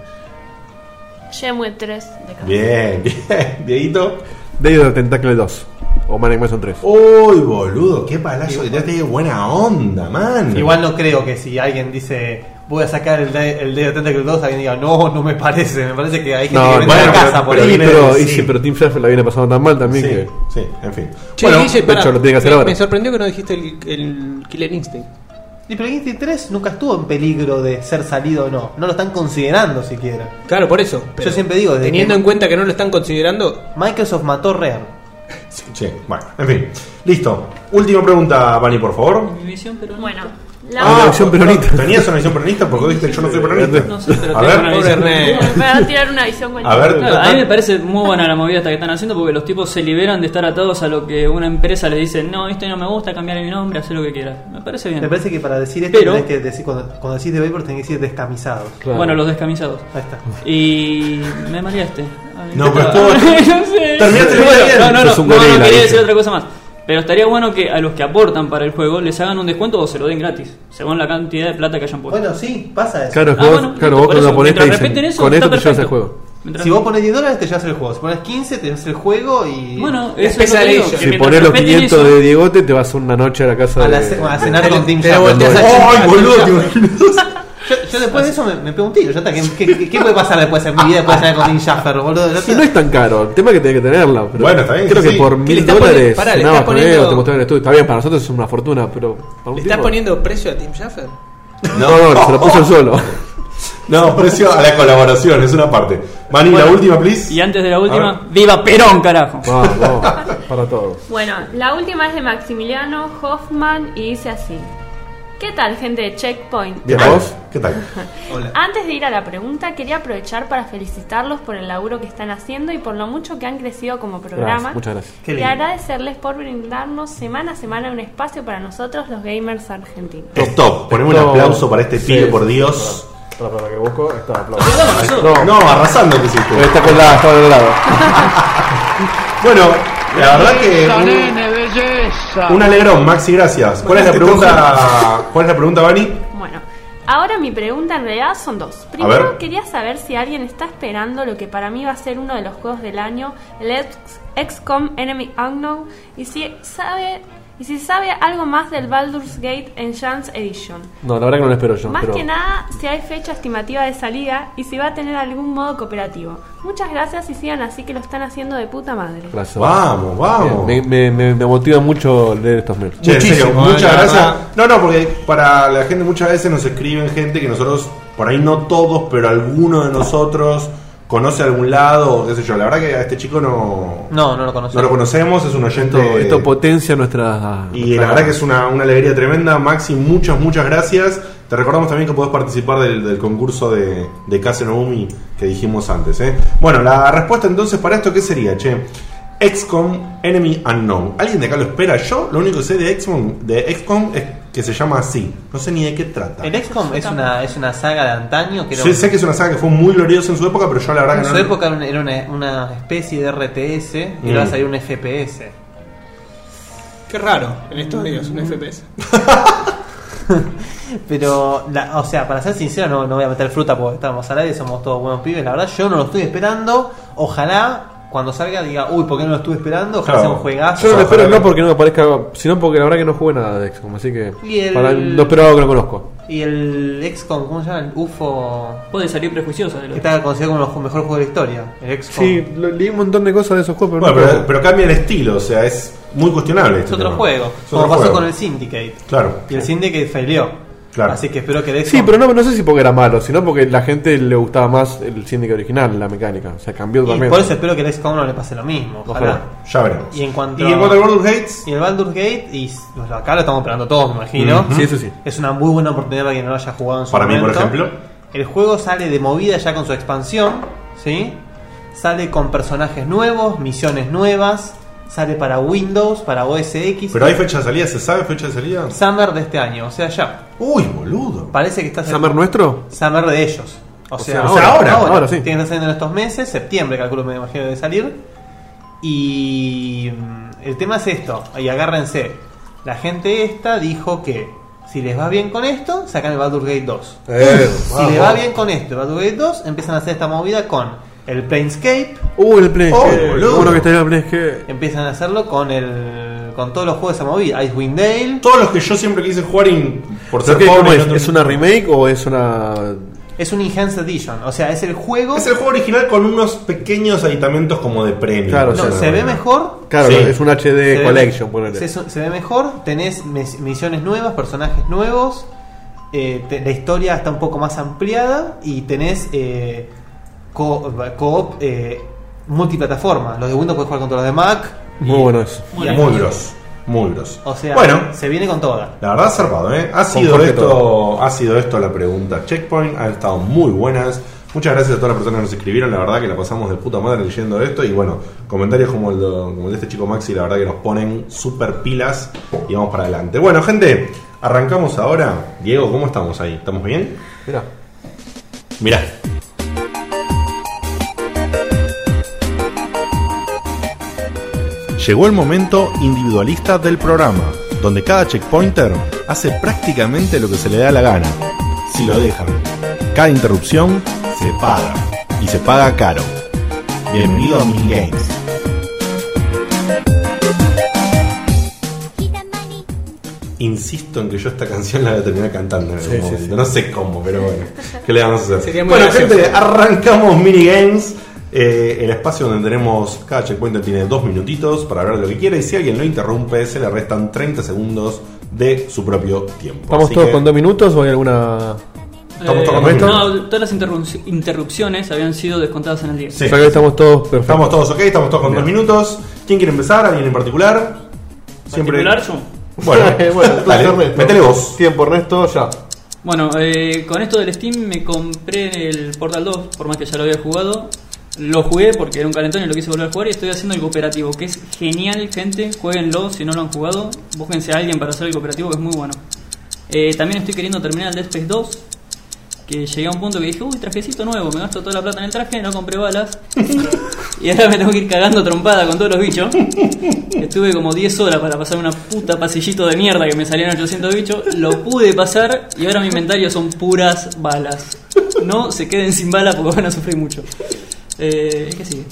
Speaker 7: Shenmue 3 de cabeza.
Speaker 3: Bien, bien. Dieguito.
Speaker 1: Day of the Tentacle 2. O Manic Mansion 3.
Speaker 3: Uy, boludo, qué palazo que te hace buena onda, man.
Speaker 4: Igual no creo que si alguien dice voy a sacar el, de- el Day of Tentacle 2, alguien diga no, no me parece. Me parece que hay gente que vende
Speaker 3: bueno,
Speaker 4: la
Speaker 3: pero-
Speaker 4: casa por
Speaker 3: pero-
Speaker 4: ahí.
Speaker 1: y, pero,
Speaker 3: sí.
Speaker 1: y sí, pero Tim Schafer la viene pasando tan mal también
Speaker 3: Sí,
Speaker 1: que.
Speaker 3: sí, en fin.
Speaker 5: Che,
Speaker 3: bueno,
Speaker 5: Guille, pará,
Speaker 1: de hecho, lo tiene que hacer
Speaker 5: me,
Speaker 1: ahora.
Speaker 5: me sorprendió que no dijiste el, el Killer Instinct.
Speaker 4: Y pero Instinct 3 nunca estuvo en peligro de ser salido o no. No lo están considerando siquiera.
Speaker 5: Claro, por eso. pero
Speaker 4: siempre digo, desde
Speaker 5: Teniendo
Speaker 4: que-
Speaker 5: en cuenta que no lo están considerando,
Speaker 4: Microsoft mató Rare.
Speaker 3: sí, sí, bueno, en fin. Listo. Última pregunta, Vani, por favor.
Speaker 6: Mi visión, pero no.
Speaker 7: Bueno,
Speaker 1: Ah,
Speaker 7: la
Speaker 1: visión peronista.
Speaker 3: ¿Tenías una visión peronista? Porque viste que yo no soy peronista.
Speaker 6: No sé, pero
Speaker 3: a
Speaker 6: tengo
Speaker 3: ver,
Speaker 6: una
Speaker 5: pobre
Speaker 6: visión.
Speaker 5: Ernesto.
Speaker 7: me va a tirar una visión
Speaker 3: a
Speaker 7: cualquiera.
Speaker 3: ver.
Speaker 6: Claro, a mí me parece muy buena la movida esta que están haciendo porque los tipos se liberan de estar atados a lo que una empresa le dice, no, esto no me gusta, cambiar mi nombre, hacer lo que quieras. Me parece bien.
Speaker 4: Me parece que para decir esto
Speaker 6: Pero-
Speaker 4: tenés que decir, cuando, cuando decís de Vapor tenés que decir descamisados.
Speaker 6: Bueno, los descamisados.
Speaker 4: Ahí está.
Speaker 6: Y me mareaste. Ay,
Speaker 3: No, pero
Speaker 6: estaba-
Speaker 3: estuvo-
Speaker 6: no sé.
Speaker 3: Terminaste
Speaker 6: Bueno,
Speaker 3: bien.
Speaker 6: No, no, no,
Speaker 1: Sos un
Speaker 6: no, no
Speaker 1: gorila,
Speaker 6: quería decir
Speaker 1: dice.
Speaker 6: otra cosa más. Pero estaría bueno que a los que aportan para el juego les hagan un descuento o se lo den gratis, según la cantidad de plata que hayan puesto.
Speaker 4: Bueno, sí, pasa eso.
Speaker 1: Claro, es que
Speaker 6: Ah,
Speaker 1: vos,
Speaker 6: bueno,
Speaker 1: claro,
Speaker 6: listo,
Speaker 1: vos
Speaker 6: por
Speaker 1: cuando ponés
Speaker 6: eso,
Speaker 1: te
Speaker 6: mientras
Speaker 1: dicen,
Speaker 6: respeten eso,
Speaker 1: con
Speaker 6: está
Speaker 1: esto te llevas el
Speaker 6: perfecto.
Speaker 1: juego.
Speaker 6: Mientras-
Speaker 4: Si vos pones 10 dólares te llevas el juego. Si pones 15 te llevas el juego y...
Speaker 6: bueno,
Speaker 5: La
Speaker 6: eso es lo que
Speaker 5: pesadilla.
Speaker 6: digo, que
Speaker 5: Si
Speaker 1: Si
Speaker 6: mientras
Speaker 1: pones los
Speaker 6: respeten
Speaker 1: 500
Speaker 6: eso-
Speaker 1: de Diegote, te vas una noche a la casa
Speaker 4: a, la
Speaker 1: de.
Speaker 4: ce- a cenar con Tim
Speaker 5: te la
Speaker 4: Schafer.
Speaker 5: volteas a
Speaker 3: ¡Ay,
Speaker 5: a-
Speaker 3: boludo! te imaginas.
Speaker 4: Yo, yo después de eso me, me pego un tiro. Ya está, ¿qué, qué, qué puede pasar después en mi vida después de cenar con Tim Schafer, boludo? Ya
Speaker 1: Y
Speaker 4: está.
Speaker 1: no es tan caro, el tema es que tenés que tenerla. pero
Speaker 3: Bueno, está bien,
Speaker 1: Creo
Speaker 3: sí,
Speaker 1: que
Speaker 3: sí.
Speaker 1: por
Speaker 5: le
Speaker 1: mil
Speaker 5: estás poni-
Speaker 1: dólares
Speaker 5: pará, le
Speaker 1: cenabas
Speaker 5: estás
Speaker 1: con él,
Speaker 5: poniendo-
Speaker 1: te mostraban el estudio. Está bien, para nosotros es una fortuna, pero. para un
Speaker 5: ¿le estás
Speaker 1: tipo-
Speaker 5: poniendo precio a Tim Schaffer?
Speaker 1: No, no, se lo puso él solo.
Speaker 3: No, precio a la colaboración, es una parte. Vani, la última, please.
Speaker 6: Y antes de la
Speaker 3: A
Speaker 6: última,
Speaker 3: ver.
Speaker 6: ¡Viva Perón, carajo!
Speaker 1: Vamos, para todos.
Speaker 7: Bueno, la última es de Maximiliano Hoffman y dice así. ¿Qué tal, gente de Checkpoint?
Speaker 3: ¿Qué tal? ¿Qué tal?
Speaker 5: Hola.
Speaker 7: Antes de ir a la pregunta, quería aprovechar para felicitarlos por el laburo que están haciendo y por lo mucho que han crecido como programa.
Speaker 1: Gracias, muchas gracias.
Speaker 4: Qué
Speaker 7: y
Speaker 4: lindo.
Speaker 7: agradecerles por brindarnos semana a semana un espacio para nosotros los gamers argentinos.
Speaker 3: Stop, ponemos un
Speaker 1: Stop.
Speaker 3: aplauso para este
Speaker 1: Sí,
Speaker 3: pibe,
Speaker 1: sí,
Speaker 3: por
Speaker 1: sí,
Speaker 3: Dios.
Speaker 1: Para, para, que busco, está, aplauso.
Speaker 3: No, no, arrasando que hiciste.
Speaker 1: Está colgada, está al lado.
Speaker 3: Bueno, la verdad que.
Speaker 8: Belleza,
Speaker 3: un-
Speaker 8: nene, belleza.
Speaker 3: Un alegrón, Maxi, gracias. ¿Cuál es la pregunta? ¿Cuál es la pregunta, Vani?
Speaker 7: Bueno, ahora mi pregunta en realidad son dos. Primero
Speaker 3: ver.
Speaker 7: quería saber si alguien está esperando lo que para mí va a ser uno de los juegos del año, el ex- XCOM Enemy Unknown, y si sabe y si sabe algo más del Baldur's Gate Enhanced Edition.
Speaker 1: No, la verdad que no lo espero yo.
Speaker 7: Más
Speaker 1: pero...
Speaker 7: que nada, si hay fecha estimativa de salida y si va a tener algún modo cooperativo. Muchas gracias y sigan así que lo están haciendo de puta madre.
Speaker 1: Gracias.
Speaker 3: Vamos, vamos.
Speaker 1: Me, me, me, me motiva mucho leer estos mails.
Speaker 3: Che, en serio,
Speaker 5: Muchísimo,
Speaker 3: muchas
Speaker 5: la
Speaker 3: gracias.
Speaker 5: verdad.
Speaker 3: No, no, porque para la gente muchas veces nos escriben gente que nosotros, por ahí no todos, pero alguno de nosotros conoce a algún lado, o qué sé yo. La verdad que a este chico no,
Speaker 4: No, no lo conocemos.
Speaker 3: no lo conocemos, es un
Speaker 1: Esto,
Speaker 3: oyente.
Speaker 1: esto potencia nuestra.
Speaker 3: eh, Y la verdad que es una, una alegría tremenda. Maxi, muchas, muchas gracias. Te recordamos también que podés participar del, del concurso de, de Case Noumi que dijimos antes. ¿eh? Bueno, la respuesta entonces para esto, ¿qué sería, che? XCOM Enemy Unknown. ¿Alguien de acá lo espera? Yo lo único que sé de XCOM, de XCOM es que se llama así. No sé ni de qué trata.
Speaker 4: El XCOM es una, es una saga de antaño que era
Speaker 3: Yo
Speaker 4: un-
Speaker 3: sé que es una saga que fue muy gloriosa en su época, pero yo la verdad
Speaker 4: en
Speaker 3: que
Speaker 4: su
Speaker 3: no.
Speaker 4: época era una- era una, una especie de RTS y ahora va a
Speaker 3: Mm.
Speaker 4: salir un FPS.
Speaker 5: Qué raro en estos días, un FPS.
Speaker 4: Pero, la- o sea, para ser sincero, no, no voy a meter fruta porque estamos al aire, somos todos buenos pibes. La verdad, yo no lo estoy esperando. Ojalá cuando salga diga, uy, ¿por qué no lo estuve esperando? Ojalá
Speaker 3: Claro.
Speaker 4: sea un juegazo.
Speaker 1: Yo no lo espero
Speaker 3: Ojalá.
Speaker 1: no porque no me parezca, sino porque la verdad que no jugué nada de XCOM, así que
Speaker 4: Y el-
Speaker 1: para, no espero algo que no conozco.
Speaker 4: y el XCOM, ¿cómo se llama? El UFO,
Speaker 6: Puede salir prejuiciosa de lo
Speaker 4: que está considerado como uno de los mejores juegos de la historia. El XCOM.
Speaker 1: Sí, lo- leí un montón de cosas de esos juegos, pero
Speaker 3: Bueno,
Speaker 1: no
Speaker 3: pero, pero cambia el estilo, o sea, es muy cuestionable.
Speaker 4: Es
Speaker 3: este
Speaker 4: otro
Speaker 3: tema.
Speaker 4: juego,
Speaker 3: Es otro
Speaker 4: como pasó
Speaker 3: juego.
Speaker 4: con el Syndicate.
Speaker 3: Claro.
Speaker 4: Y el Syndicate failó.
Speaker 3: Claro.
Speaker 4: Así que espero que el
Speaker 1: Sí,
Speaker 4: XCOM.
Speaker 1: pero no, no sé si porque era malo, sino porque la gente le gustaba más el Syndicate original, la mecánica. O sea, cambió
Speaker 4: Y
Speaker 1: totalmente.
Speaker 4: por eso espero que el XCOM no le pase lo mismo. Ojalá.
Speaker 3: Ya veremos.
Speaker 4: Y en cuanto-
Speaker 3: y en cuanto al World of Hates,
Speaker 4: Y el Baldur's Gate, y pues, acá lo estamos esperando todos, me imagino.
Speaker 1: Sí, eso sí.
Speaker 4: Es una muy buena oportunidad para quien no lo haya jugado en su
Speaker 3: Para mí, por
Speaker 4: momento.
Speaker 3: ejemplo.
Speaker 4: El juego sale de movida ya con su expansión, ¿sí? Sale con personajes nuevos, misiones nuevas, sale para Windows, para OS X,
Speaker 3: pero hay fecha de salida, ¿se sabe fecha de salida?
Speaker 4: Summer de este año, o sea, ya.
Speaker 3: Uy, boludo.
Speaker 4: Parece que está
Speaker 1: ¿Summer nuestro?
Speaker 4: Summer de ellos. O, sea,
Speaker 1: sea, ahora,
Speaker 4: ahora,
Speaker 1: ahora, ahora sí.
Speaker 4: Tienen que estar saliendo en estos meses, septiembre, calculo, me imagino, de salir. Y mm, el tema es esto, y agárrense. La gente esta dijo que si les va bien con esto, sacan el Baldur's Gate 2.
Speaker 3: Eh,
Speaker 4: si les va bien con esto, el Baldur's Gate 2, empiezan a hacer esta movida con el Planescape,
Speaker 1: Uh, el Play.
Speaker 3: Oh,
Speaker 1: eh,
Speaker 3: boludo.
Speaker 1: uno que está en el Play que-
Speaker 4: empiezan a hacerlo con el con todos los juegos de esa movida, Icewind Dale.
Speaker 3: Todos los que yo siempre quise jugar y por
Speaker 1: ¿Pero
Speaker 3: ser
Speaker 1: qué,
Speaker 3: pobre,
Speaker 1: cómo es?
Speaker 3: no-
Speaker 1: ¿Es una remake o es una.?
Speaker 4: Es un Enhanced Edition, o sea, es el juego
Speaker 3: Es el juego original con unos pequeños aditamentos como de premio.
Speaker 1: Claro,
Speaker 4: No,
Speaker 1: o sea,
Speaker 4: se ve mejor
Speaker 1: Claro,
Speaker 3: Sí.
Speaker 1: es un HD
Speaker 4: Se ve-
Speaker 1: Collection,
Speaker 4: se,
Speaker 1: ponele.
Speaker 4: se ve mejor, tenés mes- misiones nuevas, personajes nuevos, eh, te- la historia está un poco más ampliada y tenés eh, co- co-op eh, multiplataforma. Los de Windows puedes jugar contra los de Mac.
Speaker 1: Muy bueno eso.
Speaker 6: Muy bien.
Speaker 3: Muy gros, muy gros.
Speaker 4: O sea,
Speaker 3: bueno,
Speaker 4: se viene con toda.
Speaker 3: la verdad zarpado, ¿eh? Ha sido,
Speaker 1: Jorge
Speaker 3: esto, ha sido esto la pregunta. Checkpoint han estado muy buenas. Muchas gracias a todas las personas que nos escribieron, la verdad que la pasamos de puta madre leyendo esto. Y bueno, comentarios como el de, como el de este chico Maxi, la verdad que nos ponen super pilas y vamos para adelante. Bueno, gente, arrancamos ahora. Diego, ¿cómo estamos ahí? ¿Estamos bien?
Speaker 1: Mirá.
Speaker 3: Mirá. Llegó el momento individualista del programa, donde cada checkpointer hace prácticamente lo que se le da la gana, si lo dejan. Cada interrupción se paga, y se paga caro. Bienvenido a Mil Games. Insisto en que yo esta canción la voy a terminar cantando en algún
Speaker 1: sí,
Speaker 3: momento. No sé cómo, pero bueno. ¿Qué le vamos a hacer?
Speaker 5: Sería muy
Speaker 3: bueno,
Speaker 5: gracioso.
Speaker 3: gente, arrancamos minigames. eh, el espacio donde tenemos cada checkpoint tiene dos minutitos para hablar de lo que quiera y si alguien lo interrumpe se le restan 30 segundos de su propio tiempo.
Speaker 1: ¿Estamos
Speaker 3: Así
Speaker 1: todos
Speaker 3: que-
Speaker 1: con dos minutos o hay alguna.?
Speaker 3: ¿Estamos tocando esto?
Speaker 6: Eh, No, todas las interrump- interrupciones habían sido descontadas en el día.
Speaker 3: Sí.
Speaker 1: O sea que estamos todos perfectos.
Speaker 3: Estamos todos ok, estamos todos con dos minutos. ¿Quién quiere empezar? ¿Alguien en particular? Siempre.
Speaker 6: ¿Particular yo?
Speaker 3: Bueno,
Speaker 1: bueno,
Speaker 3: dale,
Speaker 1: entonces, Ernesto.
Speaker 3: metele vos.
Speaker 1: Tiempo, Ernesto, ya.
Speaker 6: Bueno, eh, con esto del Steam me compré el Portal 2, por más que ya lo había jugado. Lo jugué porque era un calentón y lo quise volver a jugar y estoy haciendo el cooperativo, que es genial, gente. Jueguenlo si no lo han jugado. Búsquense a alguien para hacer el cooperativo, que es muy bueno. Eh, también estoy queriendo terminar el Dead Space 2, que llegué a un punto que dije, uy, trajecito nuevo, me gasto toda la plata en el traje, no compré balas. y ahora me tengo que ir cagando trompada con todos los bichos. Estuve como 10 horas para pasar una puta pasillito de mierda que me salieron 800 bichos. Lo pude pasar y ahora mi inventario son puras balas. No se queden sin balas porque van a sufrir mucho. Eh, ¿Qué sigue?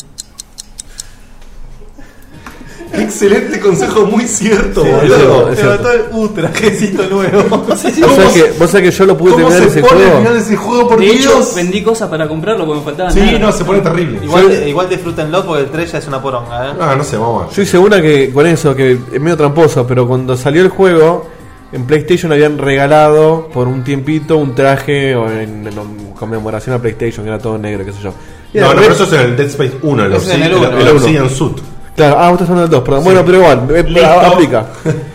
Speaker 3: Excelente consejo, muy cierto,
Speaker 1: boludo.
Speaker 3: boludo.
Speaker 1: Es cierto.
Speaker 3: el uh, ultra, trajecito nuevo.
Speaker 1: ¿Vos sabés que, vos sabés que yo lo pude
Speaker 3: ¿Cómo
Speaker 1: terminar
Speaker 3: se
Speaker 1: ese
Speaker 3: pone al
Speaker 1: juego?
Speaker 3: final ese juego por
Speaker 6: De hecho,
Speaker 3: Dios?
Speaker 6: vendí cosas para comprarlo porque me faltaban.
Speaker 3: Sí,
Speaker 6: nada.
Speaker 3: no, se pone terrible.
Speaker 4: Igual, eh, igual disfrútenlo porque el 3 ya es una poronga. ¿eh?
Speaker 3: Ah, no sé, vamos a ver.
Speaker 1: Yo hice una que con eso, que es medio tramposa, pero cuando salió el juego, en PlayStation habían regalado por un tiempito un traje o en, en conmemoración a PlayStation, que era todo negro, qué sé yo. Y
Speaker 3: No,
Speaker 1: era
Speaker 3: no,
Speaker 1: re-
Speaker 3: pero eso es en el Dead Space 1, el,
Speaker 4: Eso es en el
Speaker 3: Obsidian-
Speaker 4: uno.
Speaker 3: el
Speaker 1: El uno.
Speaker 3: Obsidian Suit.
Speaker 1: Claro, ah, vos estás hablando del 2, perdón. Bueno, pero igual, eh,
Speaker 3: Listo.
Speaker 1: aplica.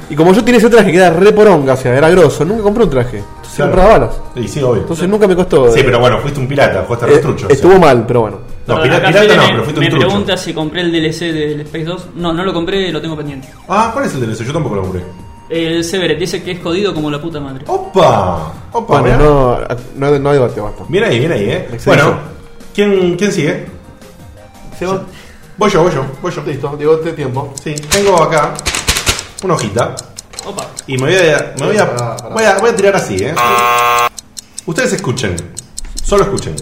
Speaker 1: Y como yo tenía ese traje que era re poronga, o sea, era grosso, nunca compré un traje. Entonces
Speaker 3: Claro.
Speaker 1: compraba balas.
Speaker 3: Y sí, obvio.
Speaker 1: Entonces nunca me costó.
Speaker 3: sí,
Speaker 1: eh,
Speaker 3: pero bueno, fuiste un pirata, jugaste
Speaker 1: eh,
Speaker 3: restrucho. o sea.
Speaker 1: estuvo mal, pero bueno.
Speaker 3: No,
Speaker 6: Perdón,
Speaker 3: pirata,
Speaker 6: acá
Speaker 3: pirata
Speaker 6: Fede
Speaker 3: no,
Speaker 6: me-
Speaker 3: pero fuiste
Speaker 6: Me
Speaker 3: un trucho.
Speaker 6: pregunta si compré el DLC del Space 2. No, no lo compré, lo tengo pendiente.
Speaker 3: Ah, ¿cuál es el DLC? Yo tampoco lo compré.
Speaker 6: El Severed dice que es jodido como la puta madre.
Speaker 3: ¡Opa! ¡Opa!
Speaker 1: Bueno,
Speaker 3: mirá.
Speaker 1: no, no, pues. no debate, basta.
Speaker 3: Bien ahí, bien ahí, eh.
Speaker 1: Excelente.
Speaker 3: Bueno, ¿quién, ¿quién sigue? Voy yo, voy yo, voy yo.
Speaker 1: Listo, digo, este tiempo.
Speaker 3: Sí, tengo acá una hojita.
Speaker 6: Opa.
Speaker 3: Y me voy a. Me voy, a,
Speaker 1: Ah, Pará, pará.
Speaker 3: Voy, a voy a tirar así, ¿eh? Ustedes escuchen. Solo escuchen.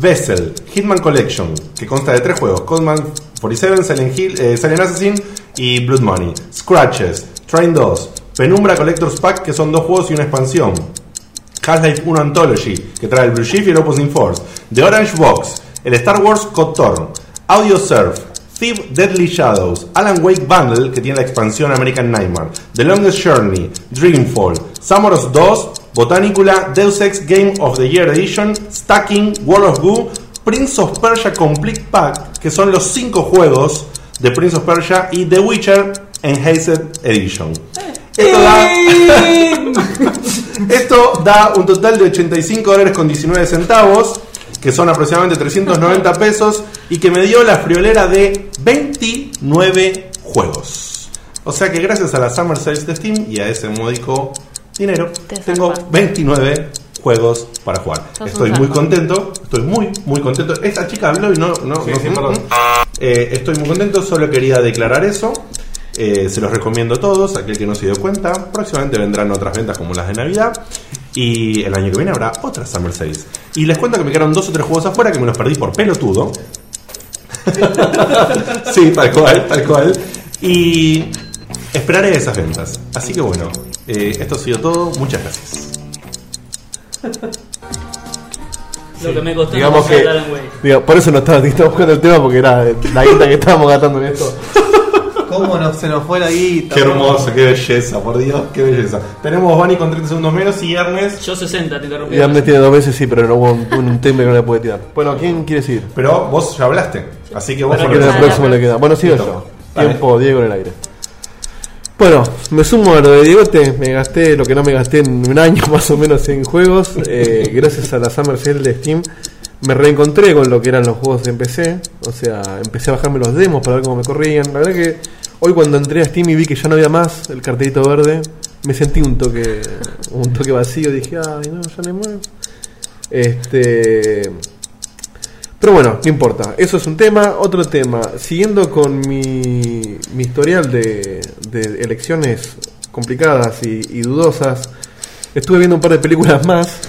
Speaker 3: Vessel, Hitman Collection, que consta de tres juegos: Codman 47, Silent, Hill, eh, Silent Assassin y Blood Money. Scratches, Train 2, Penumbra Collector's Pack, que son dos juegos y una expansión. Half-Life 1 Anthology, que trae el Blue Shift y el Opposing Force, The Orange Box, el Star Wars Cotorn, Audio Surf, Thief Deadly Shadows, Alan Wake Bundle, que tiene la expansión American Nightmare, The Longest Journey, Dreamfall, Samoros 2, Botanicula, Deus Ex Game of the Year Edition, Stacking, World of Goo, Prince of Persia Complete Pack, que son los 5 juegos de Prince of Persia y The Witcher Enhanced Edition. Esto
Speaker 5: Ah.
Speaker 3: da, esto da un total de 85 dólares con 19 centavos, que son aproximadamente 390 pesos, y que me dio la friolera de 29 juegos. O sea que gracias a la Summer Sales de Steam y a ese módico dinero,
Speaker 7: Te
Speaker 3: tengo
Speaker 7: zafaste.
Speaker 3: 29 juegos para jugar.
Speaker 7: Sos
Speaker 3: Estoy
Speaker 7: un
Speaker 3: muy
Speaker 7: santo.
Speaker 3: contento, estoy muy, muy contento. Esta chica habló y no... no, no- mm, mm. Eh, estoy muy contento, solo quería declarar eso. Eh, se los recomiendo a todos, aquel que no se dio cuenta. Próximamente vendrán otras ventas como las de Navidad. Y el año que viene habrá otras Summer Sales. Y les cuento que me quedaron dos o tres juegos afuera que me los perdí por pelotudo. sí, tal cual, tal cual. Y esperaré esas ventas. Así que bueno, eh, esto ha sido todo. Muchas gracias.
Speaker 6: Lo que me costó
Speaker 1: Digamos
Speaker 6: negociar
Speaker 1: que-
Speaker 6: Alan Wake.
Speaker 1: Digo, por eso no estaba, estaba buscando el tema porque era la guita que estábamos gastando en esto.
Speaker 4: ¿Cómo no, se nos fue la guita?
Speaker 3: Qué hermoso, qué belleza, por Dios, qué belleza. Tenemos Bunny con 30 segundos menos y Ernest
Speaker 6: Yo 60, te interrumpí.
Speaker 1: Y Amnes tiene dos veces, sí, pero no hubo un, un tema que no le puede tirar. Bueno, ¿quién quiere seguir?
Speaker 3: Pero vos ya hablaste, así que vos
Speaker 1: Así
Speaker 3: por
Speaker 1: que en el
Speaker 7: Ah,
Speaker 1: próximo
Speaker 7: la
Speaker 1: le queda. Bueno, sigo
Speaker 3: Listo.
Speaker 1: yo.
Speaker 3: Dale.
Speaker 1: Tiempo, Diego en el aire. Bueno, me sumo a lo de Diegote. Me gasté lo que no me gasté en un año más o menos en juegos. Eh, gracias a la Summer Sale de Steam me reencontré con lo que eran los juegos en PC. O sea, empecé a bajarme los demos para ver cómo me corrían. La verdad que hoy cuando entré a Steam y vi que ya no había más el cartelito verde, me sentí un toque un toque vacío. Dije, ay, no, ya no hay más. Este. Pero bueno, no importa. Eso es un tema. Otro tema. Siguiendo con mi, mi historial de, de elecciones complicadas y, y dudosas, estuve viendo un par de películas más.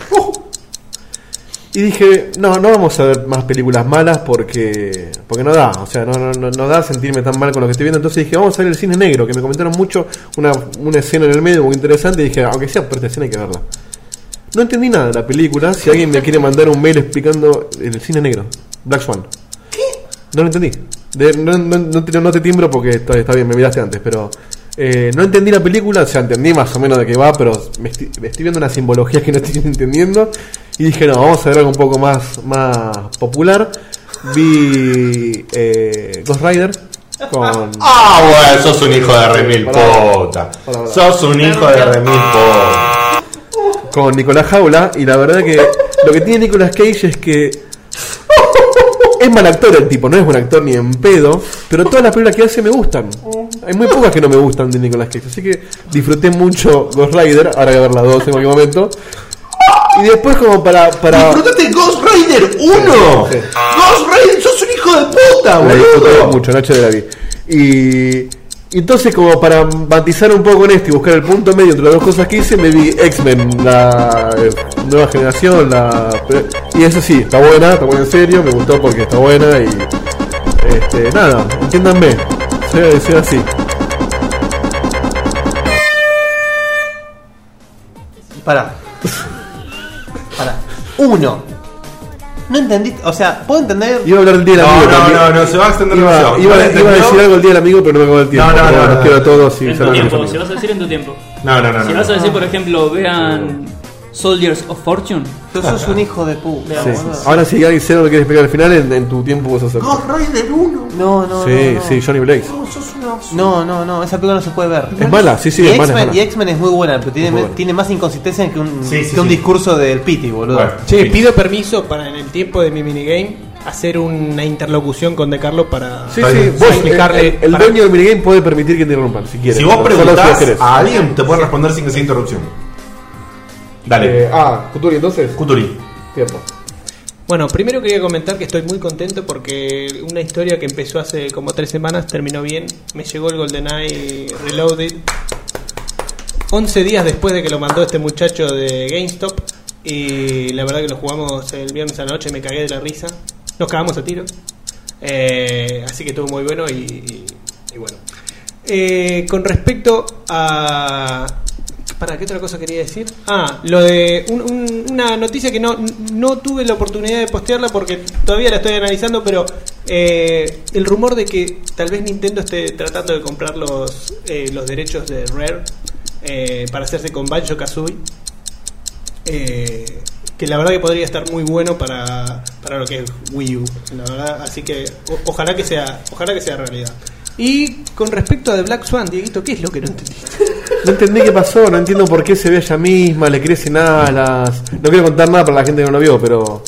Speaker 1: Y dije, no, no vamos a ver más películas malas porque porque no da, o sea, no, no, no, no da sentirme tan mal con lo que estoy viendo. Entonces dije, vamos a ver el cine negro, que me comentaron mucho una, una escena en el medio muy interesante. Y dije, aunque sea por esta escena hay que verla. No entendí nada de la película. Si alguien me quiere mandar un mail explicando el cine negro, Black Swan. ¿Qué? No lo entendí. De- no, no- no te, no te timbro porque está, está bien, me miraste antes, pero eh, no entendí la película. O sea, entendí más o menos de qué va, pero me estoy, me estoy viendo una simbología que no estoy entendiendo. Y dije, no, vamos a ver algo un poco más, más popular. Vi eh, Ghost Rider con.
Speaker 3: Ah, bueno, sos un hijo de remil
Speaker 1: Pará.
Speaker 3: puta.
Speaker 1: Pará, pará.
Speaker 3: Sos un hijo de remil puta.
Speaker 1: con Nicolás Jaula y la verdad que lo que tiene Nicolás Cage es que es mal actor el tipo, no es buen actor ni en pedo, pero todas las películas que hace me gustan. Hay muy pocas que no me gustan de Nicolás Cage, así que disfruté mucho Ghost Rider, ahora voy a ver las dos en cualquier momento. Y después como para para
Speaker 3: ¡Disfrutaste Ghost Rider 1!
Speaker 1: Sí.
Speaker 3: ¡Ghost Rider, sos un hijo de puta,
Speaker 1: la disfruté
Speaker 3: Ah, boludo!
Speaker 1: mucho, Nacho de la vi. Y y entonces como para batizar un poco en esto y buscar el punto medio entre las dos cosas que hice, me vi X-Men, la eh, nueva generación, la y eso sí, está buena, está buena en serio, me gustó porque está buena y este, nada, entiéndanme, soy, soy así.
Speaker 4: Pará. Pará. Uno. No entendiste, o sea, puedo entender.
Speaker 1: Iba a hablar del día del
Speaker 3: No,
Speaker 1: amigo
Speaker 3: no,
Speaker 1: también.
Speaker 3: no, no, se va a extender
Speaker 1: Iba,
Speaker 3: demasiado.
Speaker 1: iba-
Speaker 3: ¿No la
Speaker 1: iba a
Speaker 3: entendió?
Speaker 1: decir algo el día del amigo, pero no me acabo el tiempo.
Speaker 3: No, no,
Speaker 1: pero
Speaker 3: no,
Speaker 1: bueno,
Speaker 3: no,
Speaker 1: los quiero a todos y saludos
Speaker 6: En tu
Speaker 1: a mis
Speaker 6: tiempo,
Speaker 1: amigos.
Speaker 6: si vas a decir en tu tiempo.
Speaker 3: No, no, no,
Speaker 6: Si
Speaker 3: no.
Speaker 6: vas a decir, por ejemplo, vean Soldiers of Fortune.
Speaker 4: Tú sos un hijo de puta.
Speaker 1: Sí.
Speaker 4: boludo.
Speaker 1: Ahora si alguien cero lo quiere explicar al final, en, en tu tiempo vos hacerlo.
Speaker 3: Ghost Rider 1.
Speaker 4: No, no,
Speaker 1: sí,
Speaker 4: no, no.
Speaker 1: sí, Johnny Blaze.
Speaker 3: No, sos un absurdo.
Speaker 4: No, no, no, esa película no se puede ver.
Speaker 1: Es mala, sí, sí,
Speaker 4: y
Speaker 1: es mala, es
Speaker 4: X-Men
Speaker 1: mala.
Speaker 4: y X-Men es muy buena, pero tiene,
Speaker 1: muy buena.
Speaker 4: tiene más inconsistencias que un,
Speaker 3: Sí, sí,
Speaker 4: que un
Speaker 3: sí.
Speaker 4: discurso del Piti, boludo.
Speaker 3: Bueno.
Speaker 5: Che, pido permiso para en el tiempo de mi minigame hacer una interlocución con De Carlo para
Speaker 1: Sí,
Speaker 3: Está
Speaker 1: sí,
Speaker 3: bien.
Speaker 1: vos,
Speaker 5: Para explicarle-
Speaker 1: el, el
Speaker 5: para-
Speaker 1: dueño del minigame puede permitir que te rompan si quieres.
Speaker 3: Si vos
Speaker 1: Solo vos
Speaker 3: preguntás ah,
Speaker 1: querés.
Speaker 3: a alguien, te pueden responder sin que sea interrupción. Dale,
Speaker 1: Eh, ah, Futuri entonces,
Speaker 3: Cuturi.
Speaker 1: tiempo.
Speaker 5: Bueno, primero quería comentar que estoy muy contento porque una historia que empezó hace como tres semanas terminó bien. Me llegó el GoldenEye Reloaded. 11 días después de que lo mandó este muchacho de GameStop. Y la verdad que lo jugamos el viernes a la noche, me cagué de la risa. Nos cagamos a tiro. Eh, así que estuvo muy bueno y, y- y bueno. Eh, con respecto a ¿Para qué otra cosa quería decir? Ah, lo de un- un- una noticia que no, no tuve la oportunidad de postearla porque todavía la estoy analizando, pero eh, el rumor de que tal vez Nintendo esté tratando de comprar los, eh, los derechos de Rare eh, para hacerse con Banjo Kazooie. eh, que la verdad que podría estar muy bueno para, para lo que es Wii U. La verdad, así que o- ojalá que sea, ojalá que sea realidad. Y con respecto a The Black Swan, Dieguito, ¿qué es lo que no entendí?
Speaker 1: No entendí qué pasó, no entiendo por qué se ve ella misma, le crecen alas. No quiero contar nada para la gente que no lo vio, pero.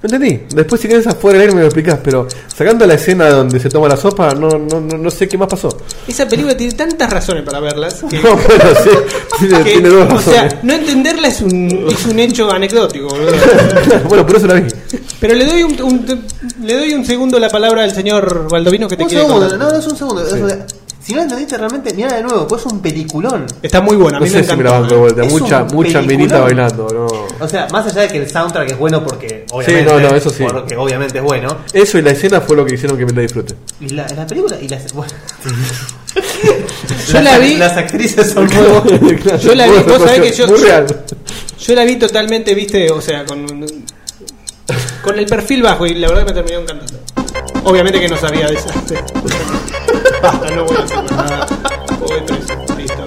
Speaker 1: No entendí. Después, si querés, afuera del aire me lo explicás, pero sacando la escena donde se toma la sopa, no, no, no, no sé qué más pasó.
Speaker 5: Esa película tiene tantas razones para verlas. Que,
Speaker 1: No, pero sí, tiene,
Speaker 5: que-
Speaker 1: tiene dos
Speaker 5: o
Speaker 1: razones.
Speaker 5: sea, no entenderla es un, es un hecho anecdótico, boludo.
Speaker 1: bueno, por eso la vi.
Speaker 5: Pero le doy un, un- le doy un segundo la palabra al señor Baldovino que te
Speaker 4: Un
Speaker 5: quiere
Speaker 4: segundo,
Speaker 5: contar.
Speaker 4: no, no es un segundo. es un- Si no entendiste realmente, mira de nuevo, pues es un peliculón.
Speaker 5: Está muy buena, a
Speaker 1: No
Speaker 5: mí me
Speaker 1: sé si me la
Speaker 5: encantó.
Speaker 1: banco de vuelta.
Speaker 4: Es
Speaker 1: Mucha,
Speaker 4: un
Speaker 1: mucha
Speaker 4: peliculón.
Speaker 1: minita bailando, no.
Speaker 4: O sea, más allá de que el soundtrack es bueno porque obviamente,
Speaker 1: no, no, eso sí.
Speaker 4: porque obviamente es bueno.
Speaker 1: Eso y la escena fue lo que hicieron que me la disfrute.
Speaker 4: Y la, la película y las bueno.
Speaker 5: Yo la vi-
Speaker 4: Las actrices son muy buenas.
Speaker 5: Yo la vi,
Speaker 1: Muy
Speaker 5: vos sabés que yo-
Speaker 1: Muy real.
Speaker 5: Yo la vi totalmente, viste, o sea, con, con el perfil bajo y la verdad que me terminó encantando. Obviamente que no sabía de eso. Basta, no voy a hacer más nada. Pobre tres, listo.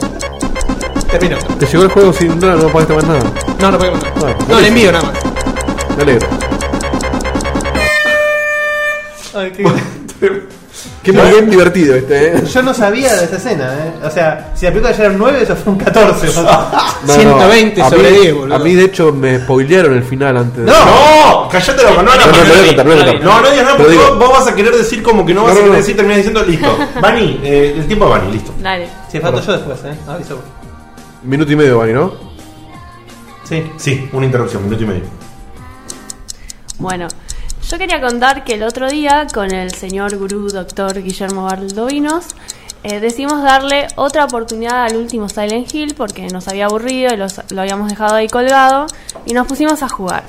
Speaker 5: Termino.
Speaker 1: Te llegó el juego sin nada, no pagaste más nada.
Speaker 5: No, no puedo contar.
Speaker 1: Bueno,
Speaker 5: no,
Speaker 1: listo.
Speaker 5: le envío nada más.
Speaker 1: Me alegro.
Speaker 4: Ay, qué-
Speaker 1: Qué muy bien divertido este, eh.
Speaker 4: Yo no sabía de esa escena, ¿eh? O sea, si la película ya era un 9, eso fue un 14. o sea.
Speaker 1: No, no,
Speaker 5: 120
Speaker 1: a mí-
Speaker 5: sobre 10, boludo.
Speaker 1: A mí, de hecho, me spoilearon el final antes. de-
Speaker 3: ¡No! ¡Cállate la boca! No,
Speaker 1: no,
Speaker 3: no,
Speaker 1: no, no, voy a
Speaker 3: no,
Speaker 1: contar, no voy a contar.
Speaker 3: no, no digas
Speaker 1: Pero
Speaker 3: nada porque
Speaker 1: digo-
Speaker 3: vos, vos vas a querer decir como que no
Speaker 1: No,
Speaker 3: vas a
Speaker 1: no,
Speaker 3: querer
Speaker 1: no.
Speaker 3: decir, terminás diciendo listo. Bani, eh, el tiempo de Bani, listo.
Speaker 7: Dale.
Speaker 4: Sí, falto yo después, ¿eh? Aviso.
Speaker 1: Minuto y medio, Bani, ¿no?
Speaker 4: Sí.
Speaker 3: Sí, una interrupción, minuto y medio.
Speaker 7: Bueno, yo quería contar que el otro día con el señor gurú doctor Guillermo Baldovinos eh, decidimos darle otra oportunidad al último Silent Hill porque nos había aburrido y los- lo habíamos dejado ahí colgado y nos pusimos a jugar.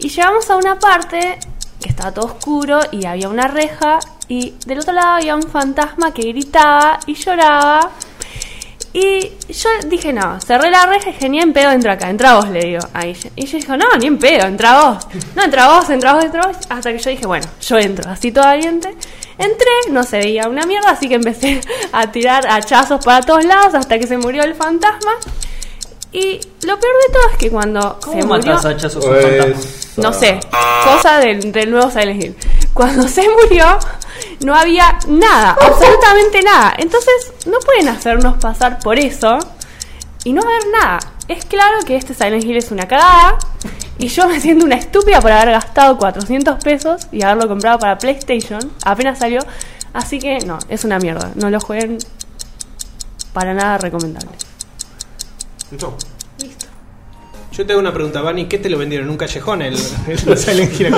Speaker 7: Y llegamos a una parte que estaba todo oscuro y había una reja y del otro lado había un fantasma que gritaba y lloraba y yo dije, no, cerré la reja y dije, ni en pedo entra acá, entra vos, le digo a ella. Y ella dijo, no, ni en pedo, entra vos. No, entra vos, entra vos, entra vos. Hasta que yo dije, bueno, yo entro, así toda valiente. Entré, no se veía una mierda, así que empecé a tirar hachazos para todos lados hasta que se murió el fantasma. Y lo peor de todo es que cuando
Speaker 6: ¿Cómo
Speaker 7: se murió...
Speaker 6: matas a hachazos a
Speaker 3: Pues,
Speaker 6: un fantasma?
Speaker 4: Pues,
Speaker 3: Ah.
Speaker 7: No sé, cosa del, del nuevo Silent Hill. Cuando se murió, no había nada, absolutamente nada. Entonces, no pueden hacernos pasar por eso y no haber nada. Es claro que este Silent Hill es una cagada y yo me siento una estúpida por haber gastado 400 pesos y haberlo comprado para PlayStation. Apenas salió. Así que no, es una mierda. No lo jueguen para nada recomendable.
Speaker 5: Yo te hago una pregunta, Vani, ¿qué te lo vendieron? ¿Un callejón el, el Silent Hill?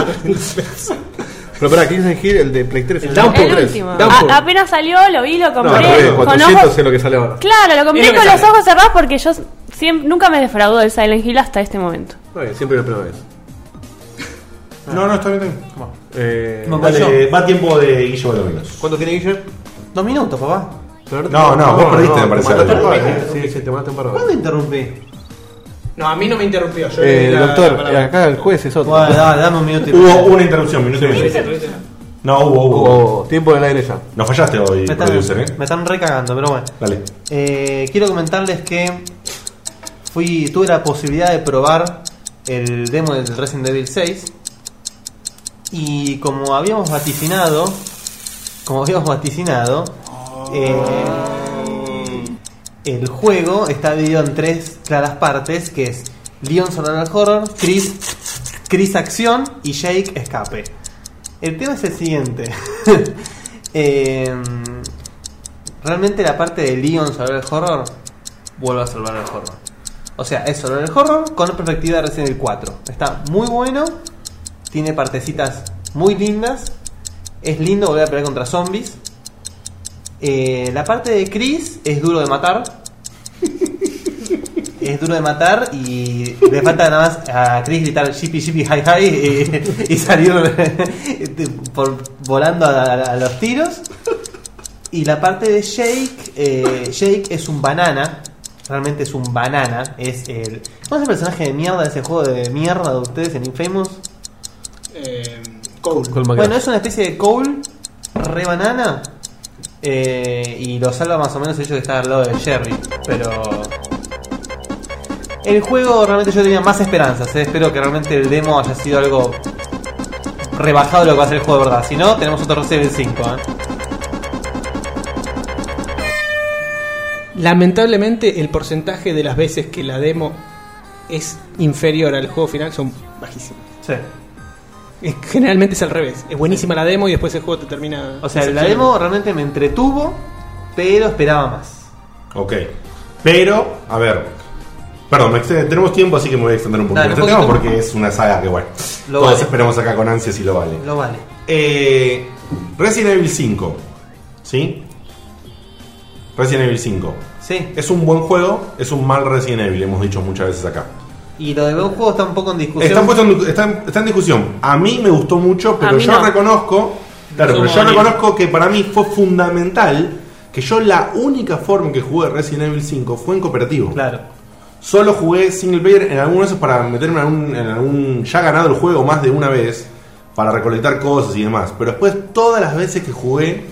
Speaker 1: Pero pará, ¿quién es el de Play 3?
Speaker 5: El Downpour
Speaker 7: El
Speaker 1: 3.
Speaker 7: último. Ah,
Speaker 5: Downpour.
Speaker 7: A- apenas salió, lo vi, lo
Speaker 1: No, al
Speaker 7: compré.
Speaker 1: revés,
Speaker 7: con
Speaker 1: 400
Speaker 7: ojos-
Speaker 1: es lo que sale ahora.
Speaker 7: Claro, lo
Speaker 5: Es
Speaker 7: compré
Speaker 5: lo que
Speaker 7: con los
Speaker 5: sale.
Speaker 7: ojos cerrados porque yo siempre, nunca me defraudó el Silent Hill hasta este momento.
Speaker 1: Está bien, siempre lo primera vez.
Speaker 3: No, no, está bien, está bien. Toma.
Speaker 1: Eh,
Speaker 4: No,
Speaker 3: Dale, va tiempo de Guillo Valdominos.
Speaker 1: ¿Cuánto tiene Guille?
Speaker 4: Dos minutos, papá.
Speaker 3: No, no, vos perdiste, me parece.
Speaker 1: Te mataste en
Speaker 3: Perdón,
Speaker 1: par, eh. Sí, sí, te mataste en par.
Speaker 4: ¿Cuándo interrumpí?
Speaker 5: No, a mí no me interrumpió. Yo le di
Speaker 1: Eh,
Speaker 5: la- la
Speaker 1: doctor,
Speaker 5: palabra.
Speaker 1: acá el juez es otro.
Speaker 4: Bueno, da- dame un minuto y
Speaker 3: Hubo una interrupción, minuto y medio. No, hubo, hubo.
Speaker 1: Oh, tiempo en el aire ya.
Speaker 3: No fallaste hoy,
Speaker 4: me,
Speaker 3: producer,
Speaker 4: están,
Speaker 3: eh.
Speaker 4: me están recagando, pero bueno.
Speaker 3: Dale.
Speaker 4: Eh, quiero comentarles que fui, tuve la posibilidad de probar el demo del Resident Evil 6 y como habíamos vaticinado, como habíamos vaticinado, eh, el juego está dividido en tres claras partes, que es Leon Survival Horror, Chris, Chris Acción y Jake Escape. El tema es el siguiente. Em, Realmente la parte de Leon sobre el horror vuelve a salvar el horror. O sea, es sobre el horror con perspectiva de Resident Evil 4. Está muy bueno, tiene partecitas muy lindas. Es lindo volver a pelear contra zombies. Eh, la parte de Chris es duro de matar. Es duro de matar y le falta nada más a Chris gritar shippy shippy hi hi y, y salir por- volando a- a- a los tiros. Y la parte de Jake, eh, Jake es un banana realmente es un banana. Es el. ¿Cómo es el personaje de mierda de ese juego de mierda de ustedes, el Infamous?
Speaker 5: Eh, Cole.
Speaker 1: Cole McGrath.
Speaker 4: Bueno, es una especie de Cole, re banana. eh, y lo salva más o menos el hecho de estar al lado de Sherry. Pero. El juego realmente yo tenía más esperanzas. eh, Espero que realmente el demo haya sido algo rebajado de lo que va a ser el juego de verdad. Si no, tenemos otro Resident Evil 5. eh.
Speaker 5: Lamentablemente el porcentaje de las veces que la demo es inferior al juego final son bajísimas.
Speaker 4: Sí.
Speaker 5: Es- Generalmente es al revés. Es buenísima la demo y después el juego te termina...
Speaker 4: O sea, la demo realmente me entretuvo, pero esperaba más.
Speaker 3: Ok. Pero, a ver. Perdón, me extendí- tenemos tiempo, así que me voy a extender un poquito
Speaker 4: Dale,
Speaker 3: en
Speaker 4: un
Speaker 3: este tema
Speaker 4: poquito.
Speaker 3: porque es una saga que, bueno,
Speaker 4: Lo
Speaker 3: todos
Speaker 4: vale.
Speaker 3: esperamos acá con ansias y lo vale.
Speaker 4: Lo vale.
Speaker 3: Eh, Resident Evil 5. ¿Sí? Resident Evil 5.
Speaker 4: Sí.
Speaker 3: Es un buen juego, es un mal Resident Evil, hemos dicho muchas veces acá.
Speaker 4: Y lo de un juego está un poco en discusión.
Speaker 3: Está, puesto en, está en- está en discusión. A mí me gustó mucho,
Speaker 7: A
Speaker 3: pero
Speaker 7: mí
Speaker 3: yo
Speaker 7: no.
Speaker 3: reconozco. Claro, pero
Speaker 6: Somos
Speaker 3: yo
Speaker 6: amigos.
Speaker 3: reconozco que para mí fue fundamental que yo la única forma en que jugué Resident Evil 5 fue en cooperativo.
Speaker 4: Claro.
Speaker 3: Solo jugué single player en algunos de esos para meterme en algún, en algún- ya ganado el juego más de una vez, para recolectar cosas y demás. Pero después todas las veces que jugué,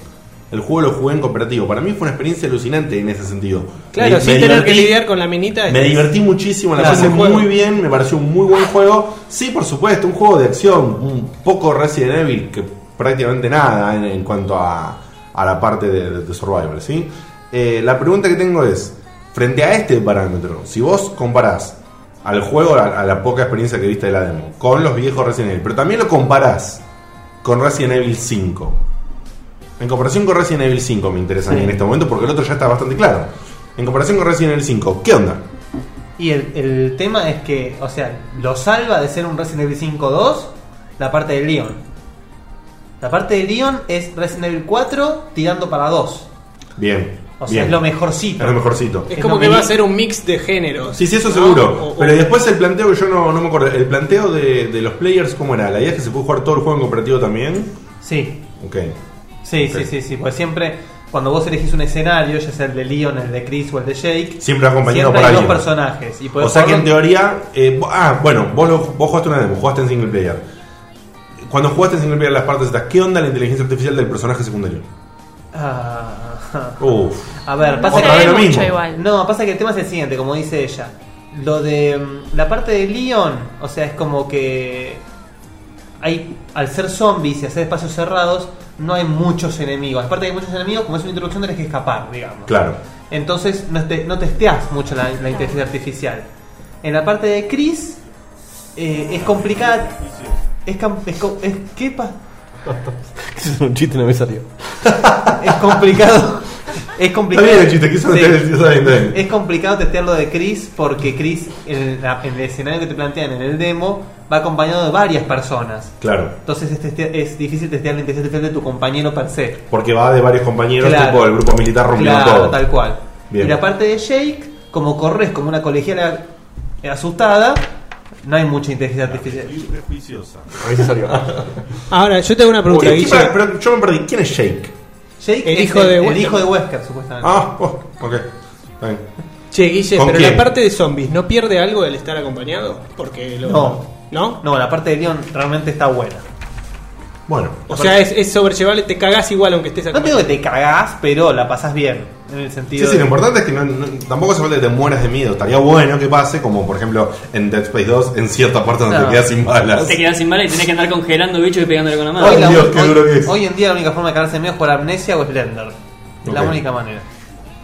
Speaker 3: el juego lo jugué en cooperativo. Para mí fue una experiencia alucinante en ese sentido.
Speaker 5: Claro,
Speaker 3: Me-
Speaker 5: sin
Speaker 3: me
Speaker 5: tener que
Speaker 3: divertí.
Speaker 5: lidiar con la minita.
Speaker 3: Me divertí muchísimo, la
Speaker 4: Claro,
Speaker 3: pasé
Speaker 4: buen juego.
Speaker 3: muy bien, me pareció un muy buen juego. Sí, por supuesto, un juego de acción, un poco Resident Evil, que prácticamente nada en, en cuanto a, a la parte de, de- de Survival, ¿sí? Eh, la pregunta que tengo es, frente a este parámetro, si vos comparás al juego, a, a la poca experiencia que viste de la demo, con los viejos Resident Evil, pero también lo comparás con Resident Evil 5. En comparación con Resident Evil 5 me interesa a mí
Speaker 4: Sí.
Speaker 3: en este momento porque el otro ya está bastante claro. En comparación con Resident Evil 5, ¿qué onda?
Speaker 4: Y el, el tema es que, o sea, lo salva de ser un Resident Evil 5 2 la parte de Leon. La parte de Leon es Resident Evil 4 tirando para 2.
Speaker 3: Bien.
Speaker 4: O sea,
Speaker 3: bien.
Speaker 4: es lo
Speaker 3: Es
Speaker 4: mejorcito.
Speaker 3: lo mejorcito.
Speaker 5: Es como que va a ser un mix de géneros.
Speaker 3: Sí, sí, eso
Speaker 5: ¿no?
Speaker 3: seguro.
Speaker 5: O- o-
Speaker 3: Pero después el planteo que yo no, no me acuerdo. El planteo de, de los players, ¿cómo era? ¿La idea es que se puede jugar todo el juego en cooperativo también?
Speaker 4: Sí,
Speaker 3: Ok.
Speaker 4: sí,
Speaker 3: Ok.
Speaker 4: sí, sí, sí. Pues siempre, cuando vos elegís un escenario, ya sea el de Leon, el de Chris o el de Jake,
Speaker 3: Siempre acompañado
Speaker 4: siempre
Speaker 3: por
Speaker 4: hay dos
Speaker 3: alguien.
Speaker 4: personajes. Y podés
Speaker 3: o sea que en
Speaker 4: jugarlo-
Speaker 3: teoría. eh, vo- ah, bueno, vos, lo- vos jugaste una demo, jugaste en single player. Cuando jugaste en single player las partes estas, ¿qué onda la inteligencia artificial del personaje secundario?
Speaker 4: Ah, ajá.
Speaker 3: Uf.
Speaker 4: a ver, pasa
Speaker 3: Otra
Speaker 4: que...
Speaker 3: vez lo
Speaker 7: mucho
Speaker 3: mismo.
Speaker 7: igual.
Speaker 4: No, pasa que el tema es el siguiente, como dice ella. Lo de mm, la parte de Leon, o sea, es como que hay al ser zombies y hacer espacios cerrados, no hay muchos enemigos. Aparte de muchos enemigos, como es una introducción, tenés que escapar, digamos.
Speaker 3: Claro.
Speaker 4: Entonces no, te, no testeas mucho la, la inteligencia artificial. En la parte de Chris eh, es complicada. Es, cam- es, co- es- ¿qué pa-
Speaker 1: Es un chiste, no me salió.
Speaker 4: es complicado. Es
Speaker 3: Está
Speaker 4: complicado.
Speaker 3: bien el chiste, quiso
Speaker 4: Sí.
Speaker 3: meter el está bien, está bien.
Speaker 4: Es complicado testear lo de Chris porque Chris, en, la- en el escenario que te plantean en el demo, va acompañado de varias personas.
Speaker 3: Claro.
Speaker 4: Entonces es, teste- es difícil testear la inteligencia artificial de tu compañero per se.
Speaker 3: Porque va de varios compañeros,
Speaker 4: Claro.
Speaker 3: tipo el grupo militar rompiendo
Speaker 4: Claro,
Speaker 3: todo.
Speaker 4: tal cual.
Speaker 3: Bien.
Speaker 4: Y la parte de Jake, como corres como una colegiala asustada, no hay mucha inteligencia artificial.
Speaker 1: A mí se salió.
Speaker 5: Ahora, yo te hago una pregunta,
Speaker 3: Uy, ¿quién-
Speaker 5: Guille.
Speaker 3: pero yo me perdí. ¿Quién es Jake?
Speaker 4: Jake
Speaker 5: El
Speaker 4: es
Speaker 5: hijo de Wesker.
Speaker 4: el hijo de Wesker, supuestamente.
Speaker 3: Ah, oh, ok. Está bien.
Speaker 5: Che, Guille,
Speaker 3: ¿Con
Speaker 5: pero
Speaker 3: quién?
Speaker 5: la parte de zombies, ¿no pierde algo el estar acompañado? Porque lo...
Speaker 4: No.
Speaker 5: ¿No?
Speaker 4: No, la parte de Leon realmente está buena.
Speaker 3: Bueno,
Speaker 5: O sea, es, es sobrellevable, te cagás igual aunque estés
Speaker 4: No te digo
Speaker 5: acompañado.
Speaker 4: que te cagás, pero la pasás bien. En el
Speaker 3: sí,
Speaker 4: sentido
Speaker 3: sí, lo
Speaker 4: de-
Speaker 3: importante es que no- no- tampoco hace falta que te mueras de miedo. Estaría bueno que pase, como por ejemplo en Dead Space 2, en cierta parte donde
Speaker 4: No.
Speaker 3: te quedas sin balas.
Speaker 6: Te quedas sin bala y tenés que andar congelando bichos y pegándole con la
Speaker 3: Ay,
Speaker 4: Ah, Hoy,
Speaker 6: mano.
Speaker 4: la-
Speaker 3: Dios, qué
Speaker 4: hoy-
Speaker 3: duro que es.
Speaker 4: hoy en día la única forma de cagarse de miedo es jugar Amnesia o Slender. Es la
Speaker 3: Ok.
Speaker 4: única manera.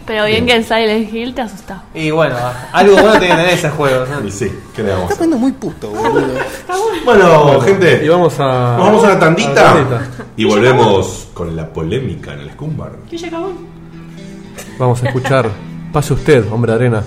Speaker 7: Pero bien que en Silent Hill te asustaba.
Speaker 4: Y bueno, algo bueno tiene que tener ese juego. ¿no?
Speaker 3: Y sí, ¿qué le vamos a hacer?
Speaker 5: muy puto, boludo.
Speaker 3: Bueno,
Speaker 1: Y
Speaker 3: gente, nos
Speaker 1: vamos a.
Speaker 3: vamos a una
Speaker 1: a la
Speaker 3: tandita
Speaker 1: tandita.
Speaker 3: y volvemos con la polémica en el Scumbar.
Speaker 6: ¿Qué ya acabó?
Speaker 1: Vamos a escuchar. Pase usted, hombre de arena.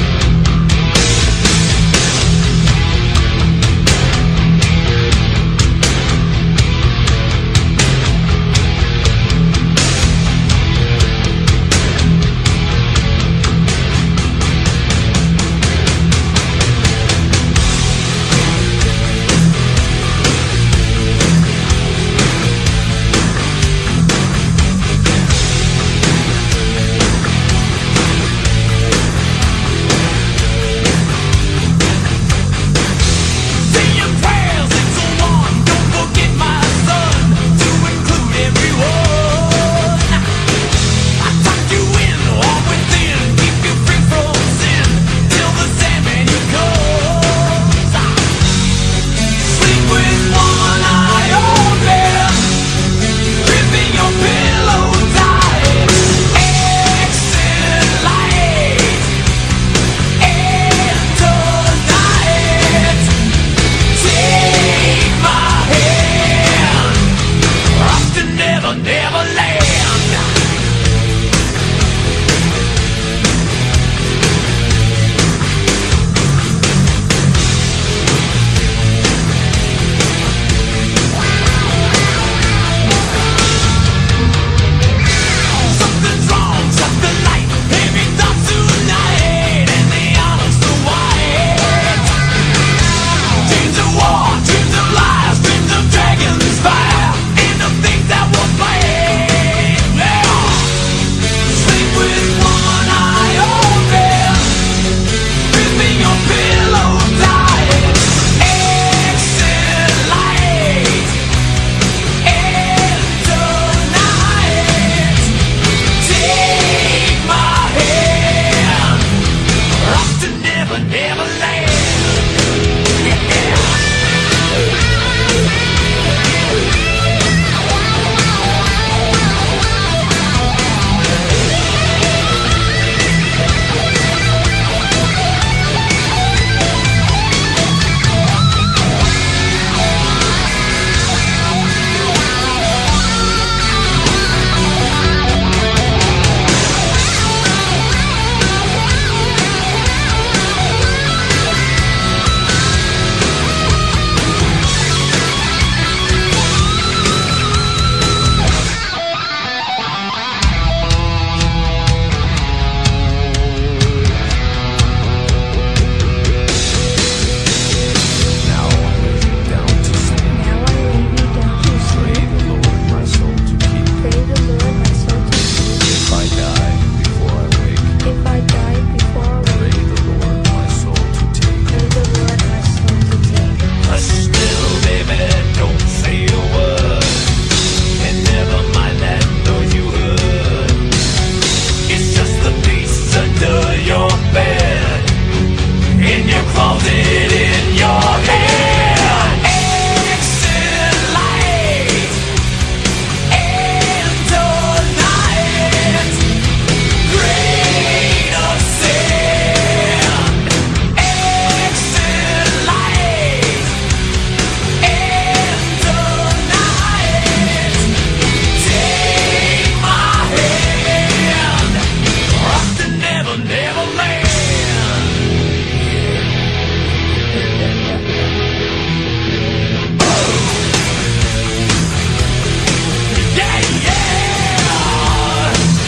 Speaker 8: Quiero
Speaker 10: Ah. oh,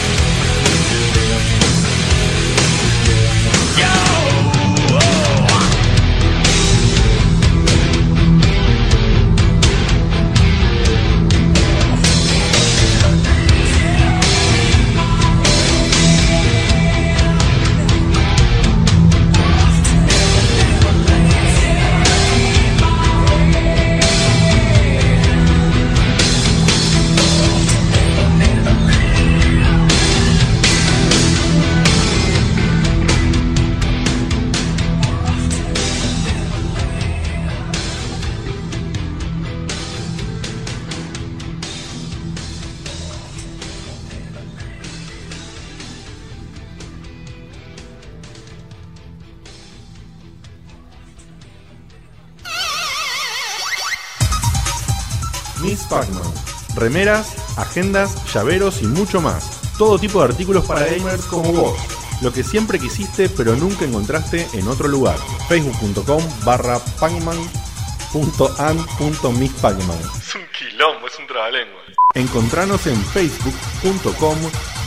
Speaker 3: Pacman. Remeras, agendas, llaveros y mucho más. Todo tipo de artículos para gamers como vos. Lo que siempre quisiste pero nunca encontraste en otro lugar. Facebook.com barra pacman.an.misspacman.
Speaker 11: Es un quilombo, es un trabalengua.
Speaker 3: Encontranos en facebook.com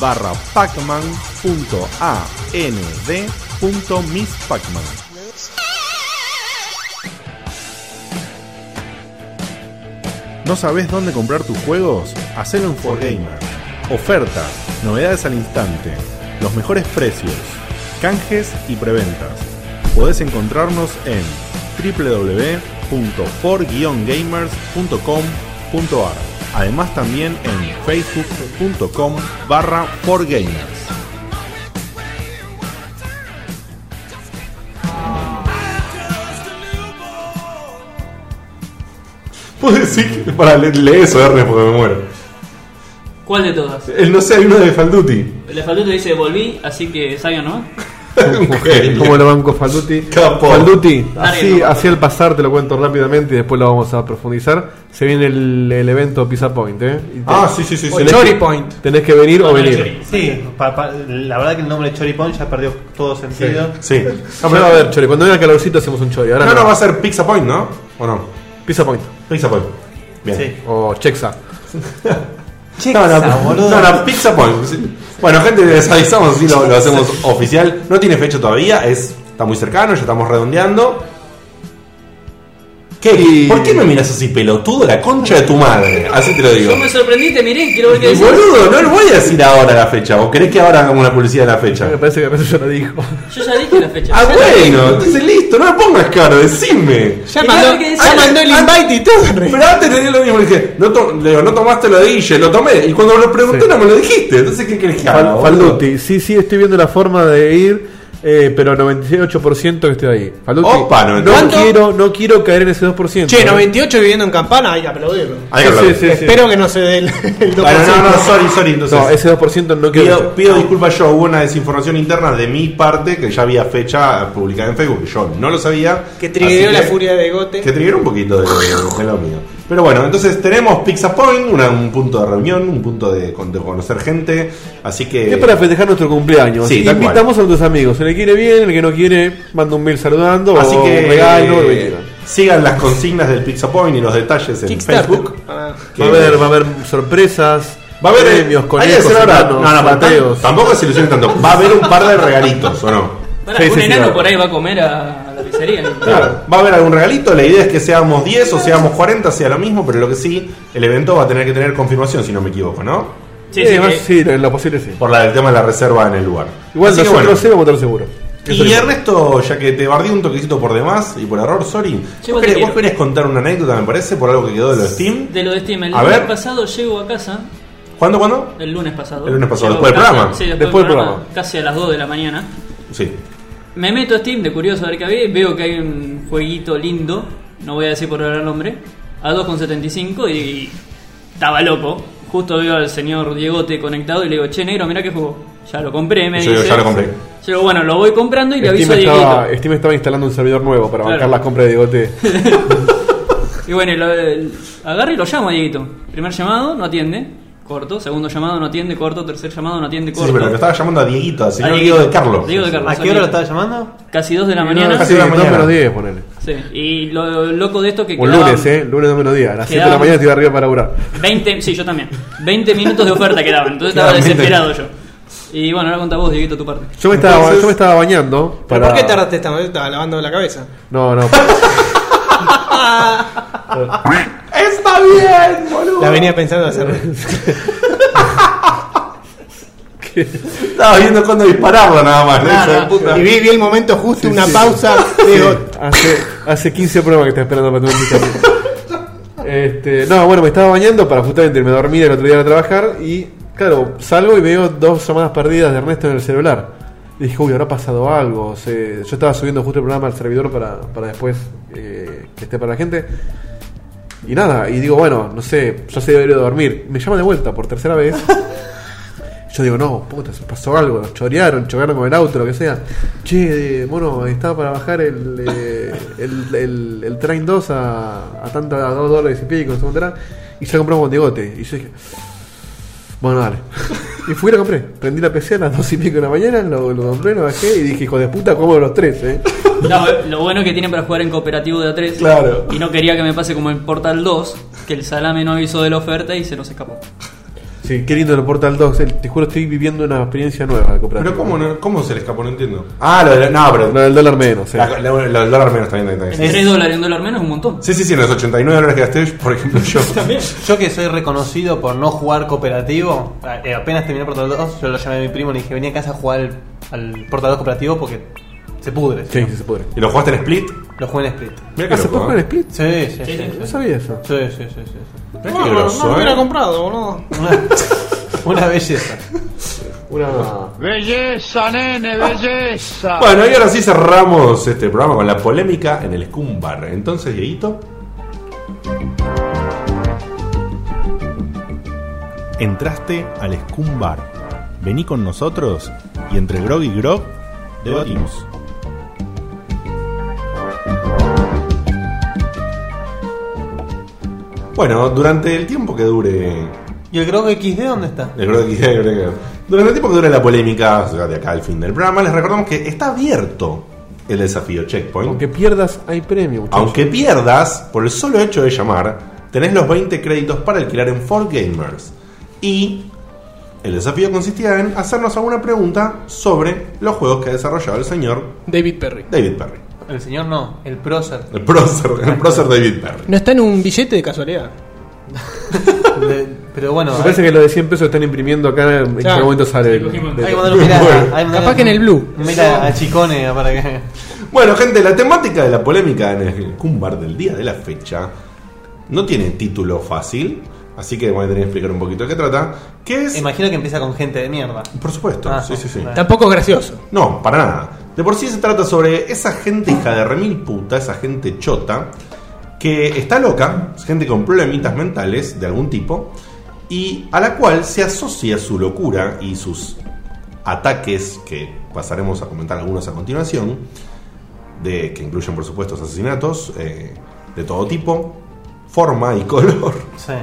Speaker 3: barra pacman.and.misspacman. ¿No sabes dónde comprar tus juegos? Hacelo en 4Gamer. Ofertas, novedades al instante, los mejores precios, canjes y preventas. Podés encontrarnos en www.for-gamers.com.ar Además también en facebook.com barra 4gamers. Puedo decir que para le- lee eso R porque me muero.
Speaker 6: ¿Cuál de todas?
Speaker 3: El no sé, hay uno de Falduti.
Speaker 6: El Falduti dice volví, así que salgan nomás.
Speaker 1: ¿Cómo lo banco Falduti?
Speaker 3: Capo.
Speaker 1: Falduti, así,
Speaker 6: Dale, no.
Speaker 1: así al pasar te lo cuento rápidamente y después lo vamos a profundizar. Se viene el, el evento Pizza Point, ¿eh? Y te-
Speaker 3: Ah, sí, sí, sí. sí.
Speaker 5: O
Speaker 1: tenés
Speaker 5: Chori
Speaker 1: que-
Speaker 5: Point.
Speaker 1: Tenés que venir o venir.
Speaker 4: Sí, pa- pa- la verdad que el nombre Choripón ya perdió todo sentido.
Speaker 3: Sí.
Speaker 1: Ah, pero a ver, Chori, cuando venga calorcito hacemos un Chori. Ahora
Speaker 3: No,
Speaker 1: no,
Speaker 3: no, va a ser Pizza Point, ¿no? ¿O no?
Speaker 1: Pizza Point
Speaker 3: Pizza Point. Bien.
Speaker 4: Sí.
Speaker 1: o Chexa.
Speaker 3: No, no,
Speaker 4: boludo.
Speaker 3: no, no, Pizza Point. sí. Bueno, gente, les avisamos si lo, lo hacemos oficial. No tiene fecha todavía, es, está muy cercano, ya estamos redondeando. ¿Qué?
Speaker 1: Y-
Speaker 3: ¿Por qué me miras así, pelotudo? La concha de tu madre. Así te lo digo.
Speaker 6: Yo me sorprendí, te miré, quiero ver qué
Speaker 3: Y,
Speaker 6: decís.
Speaker 3: Boludo, no le voy a decir ahora la fecha. ¿O querés que ahora hagamos una publicidad de la fecha?
Speaker 1: Me parece que eso ya lo dijo.
Speaker 6: Yo ya dije la fecha.
Speaker 3: Ah, bueno, entonces listo, no me pongas caro, decime. Ah,
Speaker 5: Ya
Speaker 6: Tenía
Speaker 5: mandó,
Speaker 6: que decir-
Speaker 5: ya mandó el invite y todo. re-
Speaker 3: Pero antes tenía lo mismo, le dije, no, to- le digo, no tomaste lo de Guille, lo tomé. Y cuando me lo pregunté
Speaker 1: Sí.
Speaker 3: no me lo dijiste. Entonces, ¿qué querés que haga?
Speaker 1: Fal-
Speaker 3: boludo?
Speaker 1: Falduti, sí, sí, estoy viendo la forma de ir, eh, pero 98% que estoy ahí. Falduti,
Speaker 3: Opa, no,
Speaker 1: no,
Speaker 5: ¿cuánto?
Speaker 1: quiero, no quiero caer en ese 2%.
Speaker 5: Che, 98 viviendo en campana, hay que aplaudirlo.
Speaker 3: Hay que hablar.
Speaker 1: Sí, sí, sí.
Speaker 5: Espero que no se dé el, el
Speaker 3: Bueno,
Speaker 5: 2%.
Speaker 3: no, no, sorry, sorry. Entonces,
Speaker 1: No, ese 2% no quiero.
Speaker 3: pido, pido disculpas yo, hubo una desinformación interna de mi parte que ya había fecha publicada en Facebook, que yo no lo sabía.
Speaker 5: Que trigueó
Speaker 3: Así
Speaker 5: la
Speaker 3: que-
Speaker 5: furia de Gote.
Speaker 3: Que triggeró un poquito de, de lo mío. Pero bueno, entonces tenemos Pizza Point, una- un punto de reunión, un punto de, con- de conocer gente. Así que.
Speaker 1: Es para festejar nuestro cumpleaños.
Speaker 3: Sí,
Speaker 1: Así que
Speaker 3: tal cual.
Speaker 1: invitamos a tus amigos. El que quiere bien, el que no quiere, manda un mail saludando
Speaker 3: Así
Speaker 1: o
Speaker 3: que
Speaker 1: un regalo. lo que
Speaker 3: eh,
Speaker 1: quieran.
Speaker 3: sigan las consignas del Pizza Point y los detalles en
Speaker 5: Kickstarter.
Speaker 3: Facebook.
Speaker 5: Ah.
Speaker 3: Que-
Speaker 1: Va a haber, va a haber sorpresas.
Speaker 3: Va a haber eh,
Speaker 1: premios,
Speaker 3: hay que
Speaker 1: conejos,
Speaker 3: hacer ahora-
Speaker 1: enanos,
Speaker 3: no, no, para-
Speaker 1: sorteos.
Speaker 3: Tampoco se ilusionen tanto. Va a haber un par de regalitos, ¿o no?
Speaker 6: Pará,
Speaker 1: Sí, sí,
Speaker 6: un
Speaker 1: sí,
Speaker 6: enano
Speaker 1: claro.
Speaker 6: por ahí va a comer a, a la pizzería. ¿no?
Speaker 3: Claro, va a haber algún regalito, la idea es que seamos 10 o seamos 40, sea lo mismo, pero lo que sí, el evento va a tener que tener confirmación, si no me equivoco, ¿no?
Speaker 6: Sí,
Speaker 1: Eh,
Speaker 6: sí,
Speaker 1: más-
Speaker 6: que-
Speaker 1: sí, en lo posible sí.
Speaker 3: Por la del tema de la reserva en el lugar.
Speaker 1: Igual
Speaker 3: Así que
Speaker 1: nosotros
Speaker 3: bueno.
Speaker 1: sí vamos a estar seguros. Eso
Speaker 3: Y Ernesto, ya que te bardí un toquecito por demás y por error, sorry,
Speaker 6: Sí,
Speaker 3: vos
Speaker 6: vos te
Speaker 3: querés, vos
Speaker 6: quiero.
Speaker 3: querés contar una anécdota, me parece, por algo que quedó de lo de Steam.
Speaker 6: De lo de Steam. El
Speaker 3: A
Speaker 6: lunes
Speaker 3: ver.
Speaker 6: pasado llego a casa,
Speaker 3: ¿Cuándo, cuándo?
Speaker 6: el lunes pasado.
Speaker 3: El lunes pasado,
Speaker 6: Llego
Speaker 3: después
Speaker 6: a
Speaker 3: del
Speaker 6: casa,
Speaker 3: programa.
Speaker 6: Sí, después,
Speaker 1: Después
Speaker 6: del
Speaker 1: del
Speaker 6: programa,
Speaker 1: programa.
Speaker 6: Casi a las 2 de la mañana.
Speaker 3: Sí.
Speaker 6: Me meto a Steam de curioso a ver qué había y veo que hay un jueguito lindo, no voy a decir por ahora el nombre, a 2,75 y estaba loco. Justo veo al señor Diegote conectado y le digo, che, negro, mirá que juego. Ya lo compré, me
Speaker 3: Yo digo,
Speaker 6: dice.
Speaker 3: "Ya lo compré".
Speaker 6: Yo digo, bueno, lo voy comprando y le
Speaker 1: Steam
Speaker 6: aviso a Dieguito.
Speaker 1: estaba, Steam estaba instalando un servidor nuevo para
Speaker 6: Claro.
Speaker 1: bancar las compras de Diegote.
Speaker 6: Y bueno, y lo, el- agarro y lo llamo a Dieguito. Primer llamado, no atiende, corto. Segundo llamado, no atiende, corto. Tercer llamado, no atiende,
Speaker 3: Sí,
Speaker 6: corto.
Speaker 3: pero lo estaba llamando a Dieguito, al señor
Speaker 6: A
Speaker 3: Diego
Speaker 6: Dieguito.
Speaker 3: de Carlos.
Speaker 6: Diego de Carlos.
Speaker 4: ¿A qué hora lo estaba llamando?
Speaker 6: Casi 2 de la
Speaker 1: No,
Speaker 6: mañana.
Speaker 1: casi
Speaker 3: Sí,
Speaker 1: dos
Speaker 3: mañana.
Speaker 1: menos 10, ponele.
Speaker 6: Sí. Y lo loco de esto que
Speaker 1: O el
Speaker 6: quedaban-
Speaker 1: lunes, ¿eh? Lunes 2 menos 10. A las 7 de la
Speaker 6: Quedaban-
Speaker 1: mañana estoy arriba para laburar.
Speaker 6: 20, sí, yo también. 20 minutos de oferta quedaban, entonces estaba
Speaker 3: Claramente.
Speaker 6: desesperado yo. Y bueno, ahora contá vos, Dieguito, tu parte.
Speaker 1: Yo me estaba,
Speaker 3: Entonces-
Speaker 1: yo me estaba bañando.
Speaker 5: ¿Pero
Speaker 1: Para...
Speaker 5: por qué tardaste esta mañana? Estaba lavando la cabeza.
Speaker 1: No, no.
Speaker 3: ¡Está bien, boludo!
Speaker 5: La venía pensando hacer.
Speaker 3: Estaba viendo cuándo dispararlo nada más. ¿no? Hijo de puta.
Speaker 5: Y vi, vi el momento justo, una pausa. Digo,
Speaker 1: hace, hace 15 pruebas que está esperando para tomar mi café. Este, no, bueno, me estaba bañando para justamente me dormí el otro día a trabajar y, claro, salgo y veo dos llamadas perdidas de Ernesto en el celular. Y dije, uy, habrá pasado algo. o sea, yo estaba subiendo justo el programa al servidor para, para después eh, que esté para la gente. Y nada, y digo, bueno, no sé, ya se debe ir a dormir. Me llama de vuelta por tercera vez. Yo digo, no, puta, se pasó algo, nos chorearon, chocaron con el auto, lo que sea. Che, eh, mono, estaba para bajar el, eh, el, el- el Train 2 a, a tanto, a 2 dólares y pico, no sé cuánto era, y ya compramos bondigote. Y yo dije, bueno, dale. Y fui y lo compré. Prendí la PC a las 2 y pico de la mañana, lo, lo compré, lo bajé y dije, hijo de puta, como los tres, eh.
Speaker 6: No, lo bueno que tienen para jugar en cooperativo de A3.
Speaker 1: Claro.
Speaker 6: Y no quería que me pase como en Portal 2, que el salame no avisó de la oferta y se nos escapó.
Speaker 1: Sí, qué lindo el Portal 2. el- Te juro, estoy viviendo una experiencia nueva de cooperativo.
Speaker 3: Pero ¿cómo, no- cómo se le escapó? No entiendo. Ah, lo del. No, pero.
Speaker 1: Lo del dólar menos, eh. sí.
Speaker 3: la- la- lo del dólar menos también. también, también.
Speaker 6: 3 dólares, un dólar menos es un montón.
Speaker 3: Sí, sí, sí, en los 89 dólares que gasté, por ejemplo, yo.
Speaker 6: También.
Speaker 4: Yo que soy reconocido por no jugar cooperativo, eh, apenas terminé Portal 2, yo lo llamé a mi primo y le dije, vení a casa a jugar al, al Portal 2 cooperativo porque se pudre.
Speaker 1: Sí, sí, se pudre.
Speaker 3: ¿Y lo jugaste en Split?
Speaker 4: Lo jugué en Split.
Speaker 3: Mira
Speaker 1: ¿Hace poco en Split?
Speaker 4: Sí, sí, sí. sí,
Speaker 1: No
Speaker 4: sí.
Speaker 1: sabía eso.
Speaker 4: Sí, sí, sí, sí.
Speaker 3: Mirá qué grosso, eh.
Speaker 5: comprado, boludo.
Speaker 4: Una, una belleza.
Speaker 1: Una.
Speaker 8: Belleza, nene, belleza.
Speaker 3: Bueno, y ahora sí cerramos este programa con la polémica en el Scumbar. Entonces, Dieguito.
Speaker 9: Entraste al Scumbar. Vení con nosotros y entre Grog y Grog debatimos.
Speaker 3: Bueno, durante el tiempo que dure.
Speaker 4: ¿Y el Grog XD dónde está?
Speaker 3: el Grog y el Grog- Durante el tiempo que dure la polémica, o sea, de acá al fin del programa, les recordamos que está abierto el desafío Checkpoint.
Speaker 1: Aunque pierdas, hay premio, muchachos.
Speaker 3: Aunque pierdas, por el solo hecho de llamar, tenés los 20 créditos para alquilar en 4Gamers. Y el desafío consistía en hacernos alguna pregunta sobre los juegos que ha desarrollado el señor
Speaker 5: David Perry.
Speaker 3: David Perry.
Speaker 4: El señor no, el prócer.
Speaker 3: El prócer, el prócer David Perry.
Speaker 5: No está en un billete de casualidad.
Speaker 4: De- pero bueno,
Speaker 1: Me
Speaker 4: hay,
Speaker 1: parece que lo de 100 pesos están imprimiendo acá. En qué
Speaker 5: Claro.
Speaker 1: momento sale el.
Speaker 4: hay que
Speaker 1: el-
Speaker 4: mandarlo mirar.
Speaker 3: Bueno.
Speaker 4: hay que mandarlo-
Speaker 5: Capaz que en el Blue.
Speaker 4: Mira a Chicone para que.
Speaker 3: Bueno, gente, la temática de la polémica en el Cumbar del día de la fecha no tiene título fácil, así que voy a tener que explicar un poquito de qué trata. Que es.
Speaker 4: Imagino que empieza con gente de mierda.
Speaker 3: Por supuesto,
Speaker 4: Ah,
Speaker 3: sí, sí, sí.
Speaker 4: bueno.
Speaker 5: Tampoco es gracioso.
Speaker 3: No, para nada. De por sí se trata sobre esa gente hija de remil puta, esa gente chota, que está loca, gente con problemitas mentales de algún tipo, y a la cual se asocia su locura y sus ataques, que pasaremos a comentar algunos a continuación, de, que incluyen por supuesto asesinatos eh, de todo tipo, forma y color.
Speaker 4: Sí.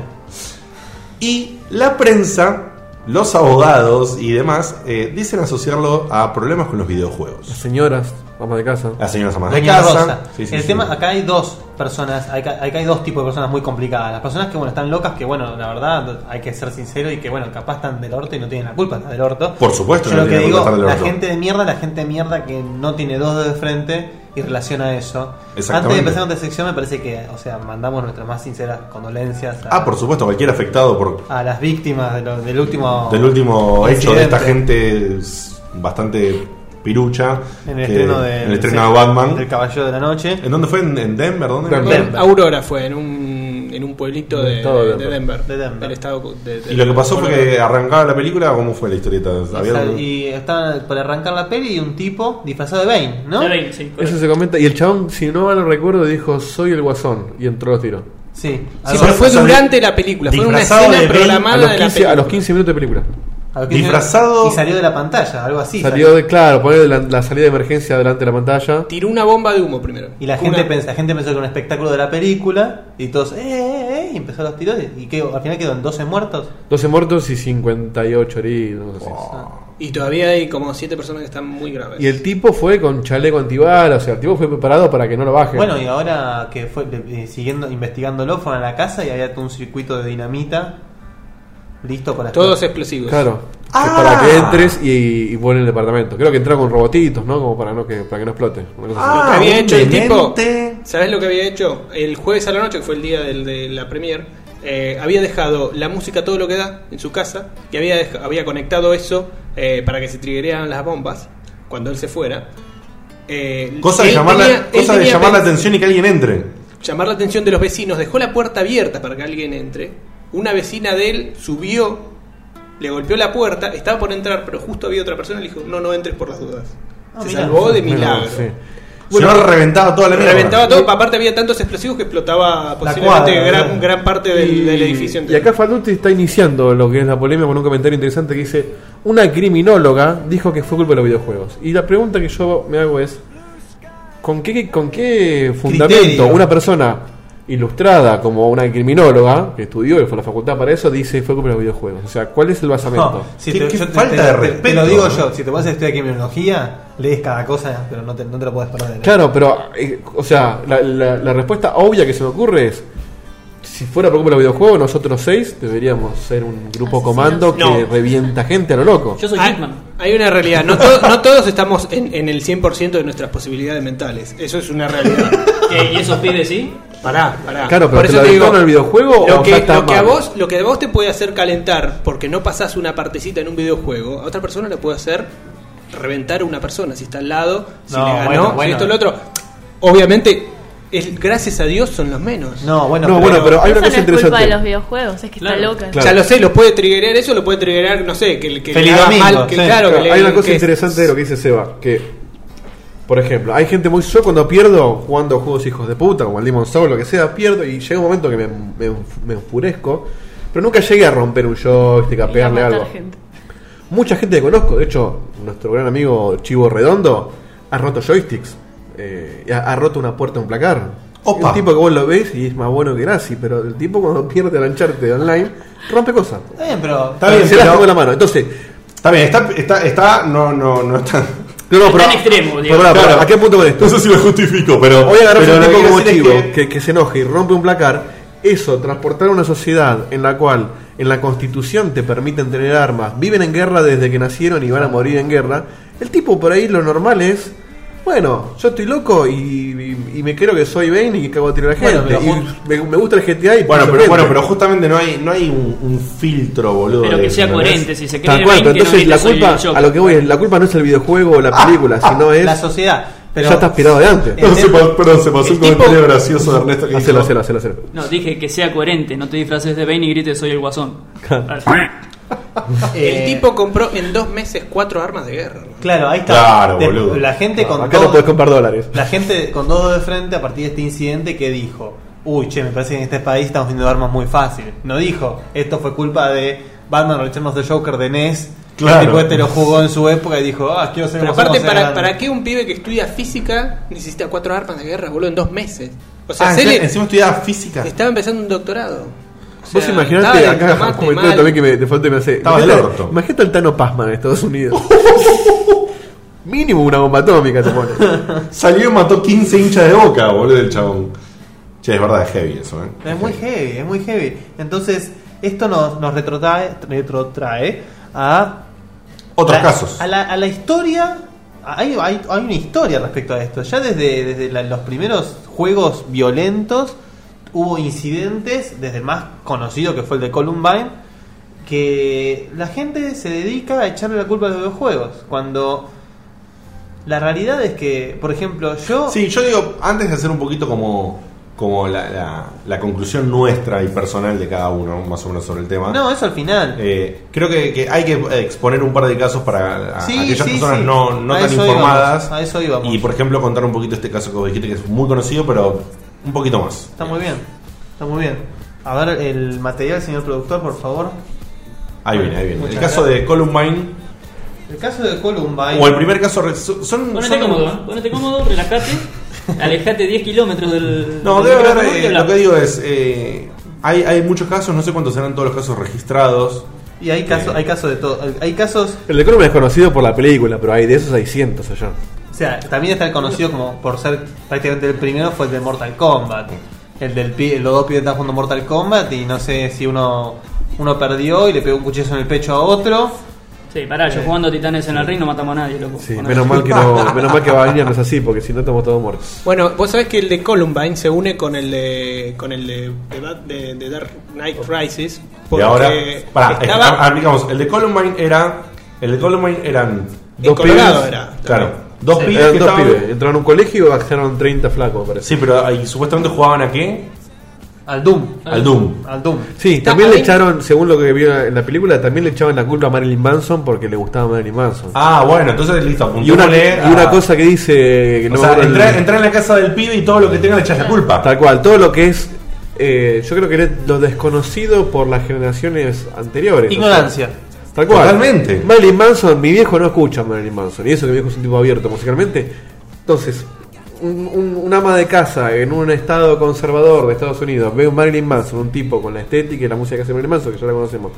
Speaker 3: Y la prensa, los abogados y demás eh, dicen asociarlo a problemas con los
Speaker 1: Las
Speaker 3: videojuegos.
Speaker 1: señoras, vamos de casa.
Speaker 3: Las señoras amas de
Speaker 4: Doña
Speaker 3: casa.
Speaker 4: Rosa.
Speaker 3: Sí, sí,
Speaker 4: el
Speaker 3: sí.
Speaker 4: tema, acá hay dos personas, hay, ca- acá hay dos tipos de personas muy complicadas. Las personas que bueno están locas, que bueno, la verdad, hay que ser sincero y que bueno, capaz están del orto y no tienen la culpa, están del orto.
Speaker 3: Por supuesto,
Speaker 4: Yo
Speaker 3: no
Speaker 4: lo que
Speaker 3: tienen la
Speaker 4: digo,
Speaker 3: culpa estar del
Speaker 4: la
Speaker 3: orto.
Speaker 4: gente de mierda, la gente de mierda que no tiene dos dedos de frente y relaciona eso. Antes de
Speaker 3: Exactamente.
Speaker 4: empezar nuestra sección, me parece que, o sea, mandamos nuestras más sinceras condolencias a,
Speaker 3: Ah, por supuesto, cualquier afectado por
Speaker 4: a las víctimas de lo- del último
Speaker 3: del último hecho de esta
Speaker 4: incidente
Speaker 3: gente es bastante pirucha.
Speaker 4: en el
Speaker 3: que-
Speaker 4: estreno de,
Speaker 3: en el estreno de Batman.
Speaker 4: del Caballero de la Noche.
Speaker 3: ¿En dónde fue? ¿En, en Denver? ¿Dónde?
Speaker 1: Denver.
Speaker 4: Denver.
Speaker 5: Aurora fue en un, en un pueblito de,
Speaker 1: Estado de
Speaker 5: de Denver.
Speaker 4: De Denver.
Speaker 5: Del estado de- de-
Speaker 3: Y lo que pasó fue que arrancaba la película, ¿cómo fue la historieta?
Speaker 4: Y,
Speaker 3: ¿Había
Speaker 4: sal-
Speaker 3: un-
Speaker 4: y estaban por arrancar la peli y un tipo disfrazado de Bane, ¿no?
Speaker 6: Ya ven, sí,
Speaker 1: Eso
Speaker 6: correcto.
Speaker 1: se comenta. Y el chabón, si no mal recuerdo, dijo: Soy el guasón. Y entró los tiros.
Speaker 4: Sí.
Speaker 5: Sí,
Speaker 4: algo-
Speaker 5: pero fue
Speaker 3: Sobre-
Speaker 5: durante la película. Fue una
Speaker 3: disfrazado
Speaker 5: escena
Speaker 3: de Bane
Speaker 1: A
Speaker 5: programada
Speaker 1: los,
Speaker 5: de la
Speaker 1: 15,
Speaker 5: película.
Speaker 1: a los 15 minutos de película.
Speaker 4: algo que-
Speaker 3: disfrazado-
Speaker 4: Y salió de la pantalla, algo así.
Speaker 1: Salió de, claro, poner la, la salida de emergencia delante de la pantalla.
Speaker 5: Tiró una bomba de humo primero.
Speaker 4: Y la
Speaker 5: Una-
Speaker 4: gente, pensó, la gente pensó que era un espectáculo de la película y todos, ¡eh, eh, eh! Y empezó los tiros y que al final quedó en 12 muertos.
Speaker 1: 12 muertos y 58 heridos. así.
Speaker 5: Y todavía hay como siete personas que están muy graves.
Speaker 1: Y el tipo fue con chaleco antibalas. O sea, el tipo fue preparado para que no lo bajen.
Speaker 4: Bueno, y ahora que fue eh, siguiendo investigándolo, fueron a la casa y había todo un circuito de dinamita listo para
Speaker 5: Todos explosivos.
Speaker 1: Claro. Ah. Es Para que entres y, y vuelve el departamento. Creo que entra con robotitos, ¿no? Como para no que para que no explote. Una cosa así.
Speaker 5: Lo que
Speaker 3: Ah,
Speaker 5: había
Speaker 3: un
Speaker 5: hecho el tipo.
Speaker 3: demente.
Speaker 5: ¿Sabes lo que había hecho? El jueves a la noche, que fue el día del- de la premier, eh, había dejado la música a todo lo que da en su casa y había, dej- había conectado eso eh, para que se triggerearan las bombas cuando él se fuera. Eh,
Speaker 3: Cosa de,
Speaker 5: él
Speaker 3: llamar,
Speaker 5: tenía-
Speaker 3: la,
Speaker 5: él
Speaker 3: cosa de
Speaker 5: tenía
Speaker 3: llamar la
Speaker 5: pens-
Speaker 3: atención y que alguien entre.
Speaker 5: llamar la atención de los vecinos, dejó la puerta abierta para que alguien entre. Una vecina de él subió, le golpeó la puerta, estaba por entrar, pero justo había otra persona y le dijo, no, no entres por las dudas.
Speaker 4: Ah,
Speaker 5: se
Speaker 4: mirá.
Speaker 5: salvó de
Speaker 1: Bueno,
Speaker 5: milagro.
Speaker 1: sí.
Speaker 3: Se
Speaker 5: Bueno,
Speaker 3: va reventado toda la mierda.
Speaker 5: Reventaba todo, aparte había tantos explosivos que explotaba posiblemente
Speaker 3: cuadra,
Speaker 5: gran,
Speaker 3: ¿no?
Speaker 5: gran parte del,
Speaker 1: Y-
Speaker 5: del edificio.
Speaker 1: Y
Speaker 5: entero.
Speaker 1: acá Falduti está iniciando lo que es la polémica con un comentario interesante que dice: Una criminóloga dijo que fue culpa de los videojuegos. Y la pregunta que yo me hago es: ¿con qué, con qué fundamento
Speaker 3: Criterio.
Speaker 1: una persona ilustrada como una criminóloga que estudió y fue a la facultad para eso dice fue culpa de los videojuegos? O sea, ¿cuál es el basamento?
Speaker 5: Ah.
Speaker 4: No, si
Speaker 3: Qué-
Speaker 4: te-
Speaker 3: qué
Speaker 4: yo te-
Speaker 3: falta
Speaker 4: te-
Speaker 3: de
Speaker 4: te- Te
Speaker 3: respeto,
Speaker 4: lo digo
Speaker 3: ¿no?
Speaker 4: yo, si te vas a estudiar criminología, lees cada cosa, pero no te, no te lo podés perder.
Speaker 1: Claro, pero, eh, o sea, la, la- la respuesta obvia que se me ocurre es. Si fuera por culpa de los videojuegos, nosotros seis deberíamos ser un grupo comando que
Speaker 5: No.
Speaker 1: revienta gente a lo loco.
Speaker 6: Yo soy
Speaker 5: hay,
Speaker 6: Hitman.
Speaker 5: Ah, hay una realidad, no, to- no todos estamos en, en el 100% de nuestras posibilidades mentales. Eso es una realidad.
Speaker 6: ¿Qué? ¿Y esos pibes sí?
Speaker 5: Pará, pará.
Speaker 1: Claro, pero
Speaker 5: Por
Speaker 1: ¿te
Speaker 5: eso
Speaker 1: la
Speaker 5: te digo,
Speaker 1: aventaron al videojuego
Speaker 5: lo
Speaker 1: o
Speaker 5: que,
Speaker 1: ya está
Speaker 5: lo que a
Speaker 1: mal?
Speaker 5: vos, lo que a vos te puede hacer calentar porque no pasás una partecita en un videojuego, a otra persona le puede hacer reventar a una persona si está al lado, si
Speaker 4: No,
Speaker 5: le ganó,
Speaker 4: bueno,
Speaker 5: si
Speaker 4: bueno.
Speaker 5: esto lo otro. Obviamente, es, gracias a Dios son los menos.
Speaker 4: No, bueno,
Speaker 1: No, bueno, pero hay
Speaker 7: Eso
Speaker 1: una cosa
Speaker 7: no es culpa de
Speaker 1: interesante.
Speaker 7: los videojuegos, es que
Speaker 6: Claro.
Speaker 7: está loca.
Speaker 1: Claro.
Speaker 5: Ya lo sé, lo puede triggerear eso, lo puede triggerear, no sé, que el que
Speaker 4: Feliz
Speaker 5: haga
Speaker 4: domingo,
Speaker 5: mal, que
Speaker 4: sí.
Speaker 5: claro, que
Speaker 1: Claro,
Speaker 5: le-
Speaker 1: hay una cosa
Speaker 5: que-
Speaker 1: interesante de lo que dice Seba, que por ejemplo, hay gente muy yo cuando pierdo jugando juegos hijos de puta, como el Demon Soul, lo que sea, pierdo y llega un momento que me, me- me enfurezco, pero nunca llegué a romper un joystick, a
Speaker 7: Y
Speaker 1: pegarle
Speaker 7: matar
Speaker 1: algo.
Speaker 7: gente.
Speaker 1: Mucha gente que conozco, de hecho, nuestro gran amigo Chivo Redondo ha roto joysticks, eh, y ha, ha roto una puerta en un placar.
Speaker 3: Opa.
Speaker 1: Un tipo que vos lo ves y es más bueno que nazi, pero el tipo cuando pierde al Uncharted online rompe cosas.
Speaker 4: Está bien, pero.
Speaker 3: Está bien,
Speaker 1: se las
Speaker 3: pero-
Speaker 1: con la mano. Entonces,
Speaker 3: Está bien, está, está, está, no, no, no está.
Speaker 1: no, no,
Speaker 6: Está
Speaker 1: pero,
Speaker 6: en extremo,
Speaker 1: pero,
Speaker 6: digamos.
Speaker 1: pará, pará,
Speaker 3: Claro.
Speaker 1: ¿a qué punto con esto?
Speaker 3: No sé si lo justifico, pero.
Speaker 1: Voy a agarrar
Speaker 3: pero
Speaker 1: un
Speaker 3: lo
Speaker 1: tipo
Speaker 3: que
Speaker 1: como
Speaker 3: quiero
Speaker 1: chivo
Speaker 3: decir es
Speaker 1: que... que se enoje y rompe un placar. Eso, transportar a una sociedad en la cual en la constitución te permiten tener armas, viven en guerra desde que nacieron y van a morir en guerra. El tipo por ahí lo normal es. Bueno, yo estoy loco y, y- y me creo que soy Bane y que cago a tirar a la gente.
Speaker 4: Bueno, pero
Speaker 1: Y me, me gusta el GTA y
Speaker 3: Bueno,
Speaker 1: paso
Speaker 3: pero, bueno,
Speaker 1: gente.
Speaker 3: pero justamente no hay, no hay un, un filtro, boludo.
Speaker 6: Pero que
Speaker 3: de-
Speaker 6: sea
Speaker 3: ¿entendés?
Speaker 6: coherente, si se cree
Speaker 1: Tal cual,
Speaker 6: Bane,
Speaker 1: pero
Speaker 6: que no
Speaker 1: entonces
Speaker 6: grite,
Speaker 1: la
Speaker 6: soy
Speaker 1: culpa,
Speaker 6: el Joker.
Speaker 1: a lo que voy, es- la culpa no es el videojuego o la película, sino es.
Speaker 4: La sociedad. Pero
Speaker 1: ya está aspirado de antes.
Speaker 4: Eh,
Speaker 3: No, se pa- perdón, se pasó
Speaker 5: El
Speaker 3: un comentario
Speaker 5: tipo-
Speaker 3: gracioso de Ernesto. que
Speaker 1: Hacelo,
Speaker 3: dijo-
Speaker 1: hacelo, hacelo, hacelo.
Speaker 6: No, dije que sea coherente, no te disfraces de Bane y grites soy el guasón.
Speaker 5: El tipo compró en dos meses cuatro armas de guerra.
Speaker 4: eh, Claro, ahí está.
Speaker 3: Claro,
Speaker 4: De-
Speaker 3: boludo.
Speaker 4: La gente con
Speaker 1: Acá
Speaker 4: todo-
Speaker 1: no podés comprar dólares.
Speaker 4: La gente con dos dedos de frente a partir de este incidente que dijo, uy, che, me parece que en este país estamos viendo armas muy fácil. No dijo, esto fue culpa de Batman Return of the Joker de NES.
Speaker 3: Claro.
Speaker 4: El tipo este lo jugó en su época y dijo, ah, quiero ser
Speaker 5: Pero
Speaker 4: como
Speaker 5: aparte,
Speaker 4: somos,
Speaker 5: ¿para,
Speaker 4: eh,
Speaker 5: ¿para qué un pibe que estudia física necesita cuatro armas de guerra, boludo, en dos meses? O sea,
Speaker 3: Ah,
Speaker 5: se
Speaker 3: encima-
Speaker 5: le-
Speaker 3: encima estudiaba física.
Speaker 5: estaba empezando un doctorado. O
Speaker 1: Vos
Speaker 5: sea,
Speaker 1: imaginate
Speaker 5: estaba de
Speaker 1: acá un
Speaker 5: tomate
Speaker 1: comentario
Speaker 5: mal.
Speaker 1: también que me, te faltó y me hace.
Speaker 3: Estaba del
Speaker 1: imagínate-
Speaker 3: orto.
Speaker 1: Imagínate al Tano Pasman en Estados Unidos. Mínimo una bomba atómica te pone.
Speaker 3: Salió y mató 15 hinchas de boca, boludo, el chabón. Che, es verdad, es heavy eso, ¿eh?
Speaker 4: Es muy heavy, es muy heavy. Entonces, esto nos, nos retrotrae, retrotrae a...
Speaker 3: Otros
Speaker 4: la-
Speaker 3: casos.
Speaker 4: A la, a la historia... Hay, hay, hay una historia respecto a esto. Ya desde, desde la- los primeros juegos violentos hubo incidentes, desde el más conocido que fue el de Columbine, que la gente se dedica a echarle la culpa a los videojuegos. Cuando la realidad es que, por ejemplo, yo...
Speaker 3: Sí, yo digo, antes de hacer un poquito como, como la, la- la conclusión nuestra y personal de cada uno, más o menos sobre el tema.
Speaker 4: No, eso al final.
Speaker 3: eh, creo que, que hay que exponer un par de casos para a-
Speaker 4: Sí,
Speaker 3: aquellas
Speaker 4: sí,
Speaker 3: personas
Speaker 4: sí.
Speaker 3: no, no
Speaker 4: A
Speaker 3: tan
Speaker 4: eso
Speaker 3: informadas.
Speaker 4: íbamos, a eso íbamos.
Speaker 3: Y por ejemplo, contar un poquito este caso que vos dijiste que es muy conocido, pero un poquito más.
Speaker 4: Está muy bien, está muy bien. A ver el material, señor productor, por favor.
Speaker 3: Ahí viene, ahí viene. El
Speaker 4: Muchas
Speaker 3: caso de Columbine,
Speaker 4: El caso de Columbine.
Speaker 3: o el primer caso, re- son, son-
Speaker 6: Ponete cómodo, ¿eh? ponete cómodo, relajate, alejate 10 kilómetros del.
Speaker 3: No,
Speaker 6: del
Speaker 3: debe haber,
Speaker 6: micrófono y
Speaker 3: eh,
Speaker 6: habla.
Speaker 3: lo que digo es, eh, hay, hay muchos casos, no sé cuántos serán todos los casos registrados.
Speaker 4: Y hay casos, hay casos de todo. Hay casos,
Speaker 1: El de Columbine es conocido por la película, pero hay de esos hay cientos allá.
Speaker 4: o sea, también está el conocido como por ser prácticamente el primero fue el de Mortal Kombat. El del pi- los dos pibes están jugando Mortal Kombat y no sé si uno uno perdió y le pegó un cuchillazo en el pecho a otro.
Speaker 6: Sí, pará, yo jugando titanes en el ring no matamos a nadie, loco.
Speaker 1: Eh. Sí,
Speaker 6: Ponete.
Speaker 1: menos mal que no, menos mal que Bahía no es así, porque si no estamos todos muertos.
Speaker 5: Bueno, vos sabés que el de Columbine se une con el de, con el de, de Bat- de- de Dark Knight Rises.
Speaker 3: Y
Speaker 5: Porque
Speaker 3: ahora, pará,
Speaker 5: estaba
Speaker 3: eh, aplicamos, el de Columbine era, el de Columbine eran,
Speaker 5: en
Speaker 1: dos
Speaker 5: Colorado
Speaker 1: pibes,
Speaker 5: era.
Speaker 3: claro, dos pibes
Speaker 4: Eh,
Speaker 1: Eran
Speaker 3: que
Speaker 1: dos
Speaker 3: estaban-
Speaker 1: pibes, entraron a un colegio y bajaron 30 flacos, me parece.
Speaker 3: Sí, pero ahí supuestamente jugaban a qué?
Speaker 4: Al Doom.
Speaker 3: Al Doom.
Speaker 4: Al Doom.
Speaker 1: Sí,
Speaker 6: Está
Speaker 1: también le
Speaker 6: ahí.
Speaker 1: echaron, según lo que vio en la película, también le echaban la culpa a Marilyn Manson porque le gustaba Marilyn Manson.
Speaker 3: Ah, bueno, entonces listo,
Speaker 1: y, una,
Speaker 3: apuntémosle
Speaker 1: y una
Speaker 3: a-
Speaker 1: cosa que dice que
Speaker 3: O sea,
Speaker 1: me acuerdo
Speaker 3: entra,
Speaker 1: el-
Speaker 3: entra en la casa del pibe y todo lo que tenga le echas la culpa.
Speaker 1: Tal cual, todo lo que es. eh, yo creo que era lo desconocido por las generaciones anteriores.
Speaker 4: Ignorancia.
Speaker 1: O sea, tal cual.
Speaker 3: Totalmente.
Speaker 1: Marilyn Manson, mi viejo no escucha a Marilyn Manson. Y eso que mi viejo es un tipo abierto musicalmente. Entonces, un, un- un ama de casa en un estado conservador de Estados Unidos ve un Marilyn Manson, un tipo con la estética y la música que hace Marilyn Manson, que ya la conocemos.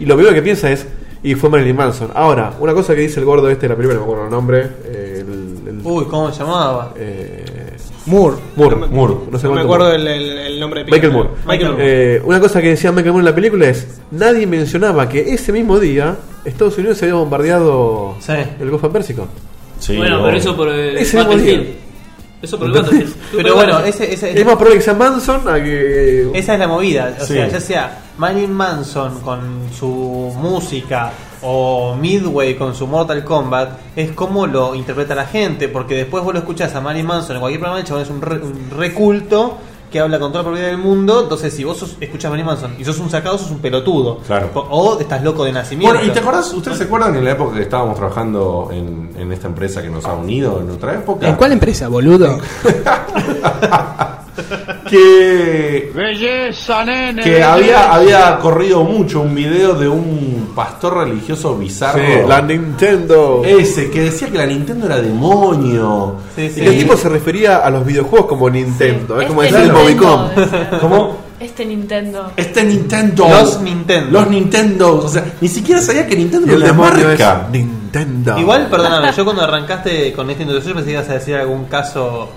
Speaker 1: Y lo primero que piensa es. Y fue Marilyn Manson. Ahora, una cosa que dice el gordo este de la película, no me acuerdo el nombre. eh, el- el-
Speaker 4: Uy, ¿cómo se llamaba?
Speaker 1: eh,
Speaker 5: Moore.
Speaker 1: Moore,
Speaker 5: No me-
Speaker 1: Moore, no sé
Speaker 5: No me
Speaker 1: cuánto
Speaker 5: acuerdo
Speaker 1: Moore.
Speaker 5: el, el- el nombre de
Speaker 1: Michael Moore.
Speaker 5: película. Michael Moore.
Speaker 1: Eh, una cosa que decía Michael Moore en la película es: nadie mencionaba que ese mismo día Estados Unidos se había bombardeado
Speaker 4: Sí.
Speaker 1: el Golfo Pérsico.
Speaker 3: Sí,
Speaker 6: bueno,
Speaker 3: no.
Speaker 6: pero eso por el
Speaker 1: Ese mismo
Speaker 6: Battlefield.
Speaker 1: día.
Speaker 6: Eso por el Battlefield.
Speaker 4: Pero bueno, ese, ese-
Speaker 1: Es más probable que sea Manson a que.
Speaker 4: esa es la movida. O
Speaker 3: Sí.
Speaker 4: sea, ya sea Marilyn Manson con su música o Midway con su Mortal Kombat, es como lo interpreta la gente. Porque después vos lo escuchás a Marilyn Manson en cualquier programa, el chabón es un, re- un reculto que habla con toda la propiedad del mundo. Entonces, si vos sos- escuchás a Marilyn Manson y sos un sacado, sos un pelotudo.
Speaker 3: Claro.
Speaker 4: O estás loco de nacimiento.
Speaker 3: Bueno, ¿y te acordás? ¿Ustedes se acuerdan en la época que estábamos trabajando en, en esta empresa que nos ha unido en otra época?
Speaker 5: ¿En cuál empresa, boludo?
Speaker 3: Que,
Speaker 8: Belleza, nene.
Speaker 3: que
Speaker 8: belleza.
Speaker 3: había, había corrido mucho un video de un pastor religioso bizarro.
Speaker 1: Sí, la Nintendo.
Speaker 3: Ese, que decía que la Nintendo era demonio.
Speaker 4: Sí,
Speaker 1: Y
Speaker 4: sí.
Speaker 1: el tipo se refería a los videojuegos como Nintendo. Es como decir el Bobicom.
Speaker 3: ¿Cómo?
Speaker 7: Este Nintendo.
Speaker 3: Este Nintendo.
Speaker 4: Los Nintendo.
Speaker 3: Los Nintendo. O sea, ni siquiera sabía que Nintendo
Speaker 1: Y el
Speaker 3: era una
Speaker 1: demonio es
Speaker 3: marca.
Speaker 1: Nintendo.
Speaker 4: Igual, perdóname, yo cuando arrancaste con esta introducción pensé que ibas a decir algún caso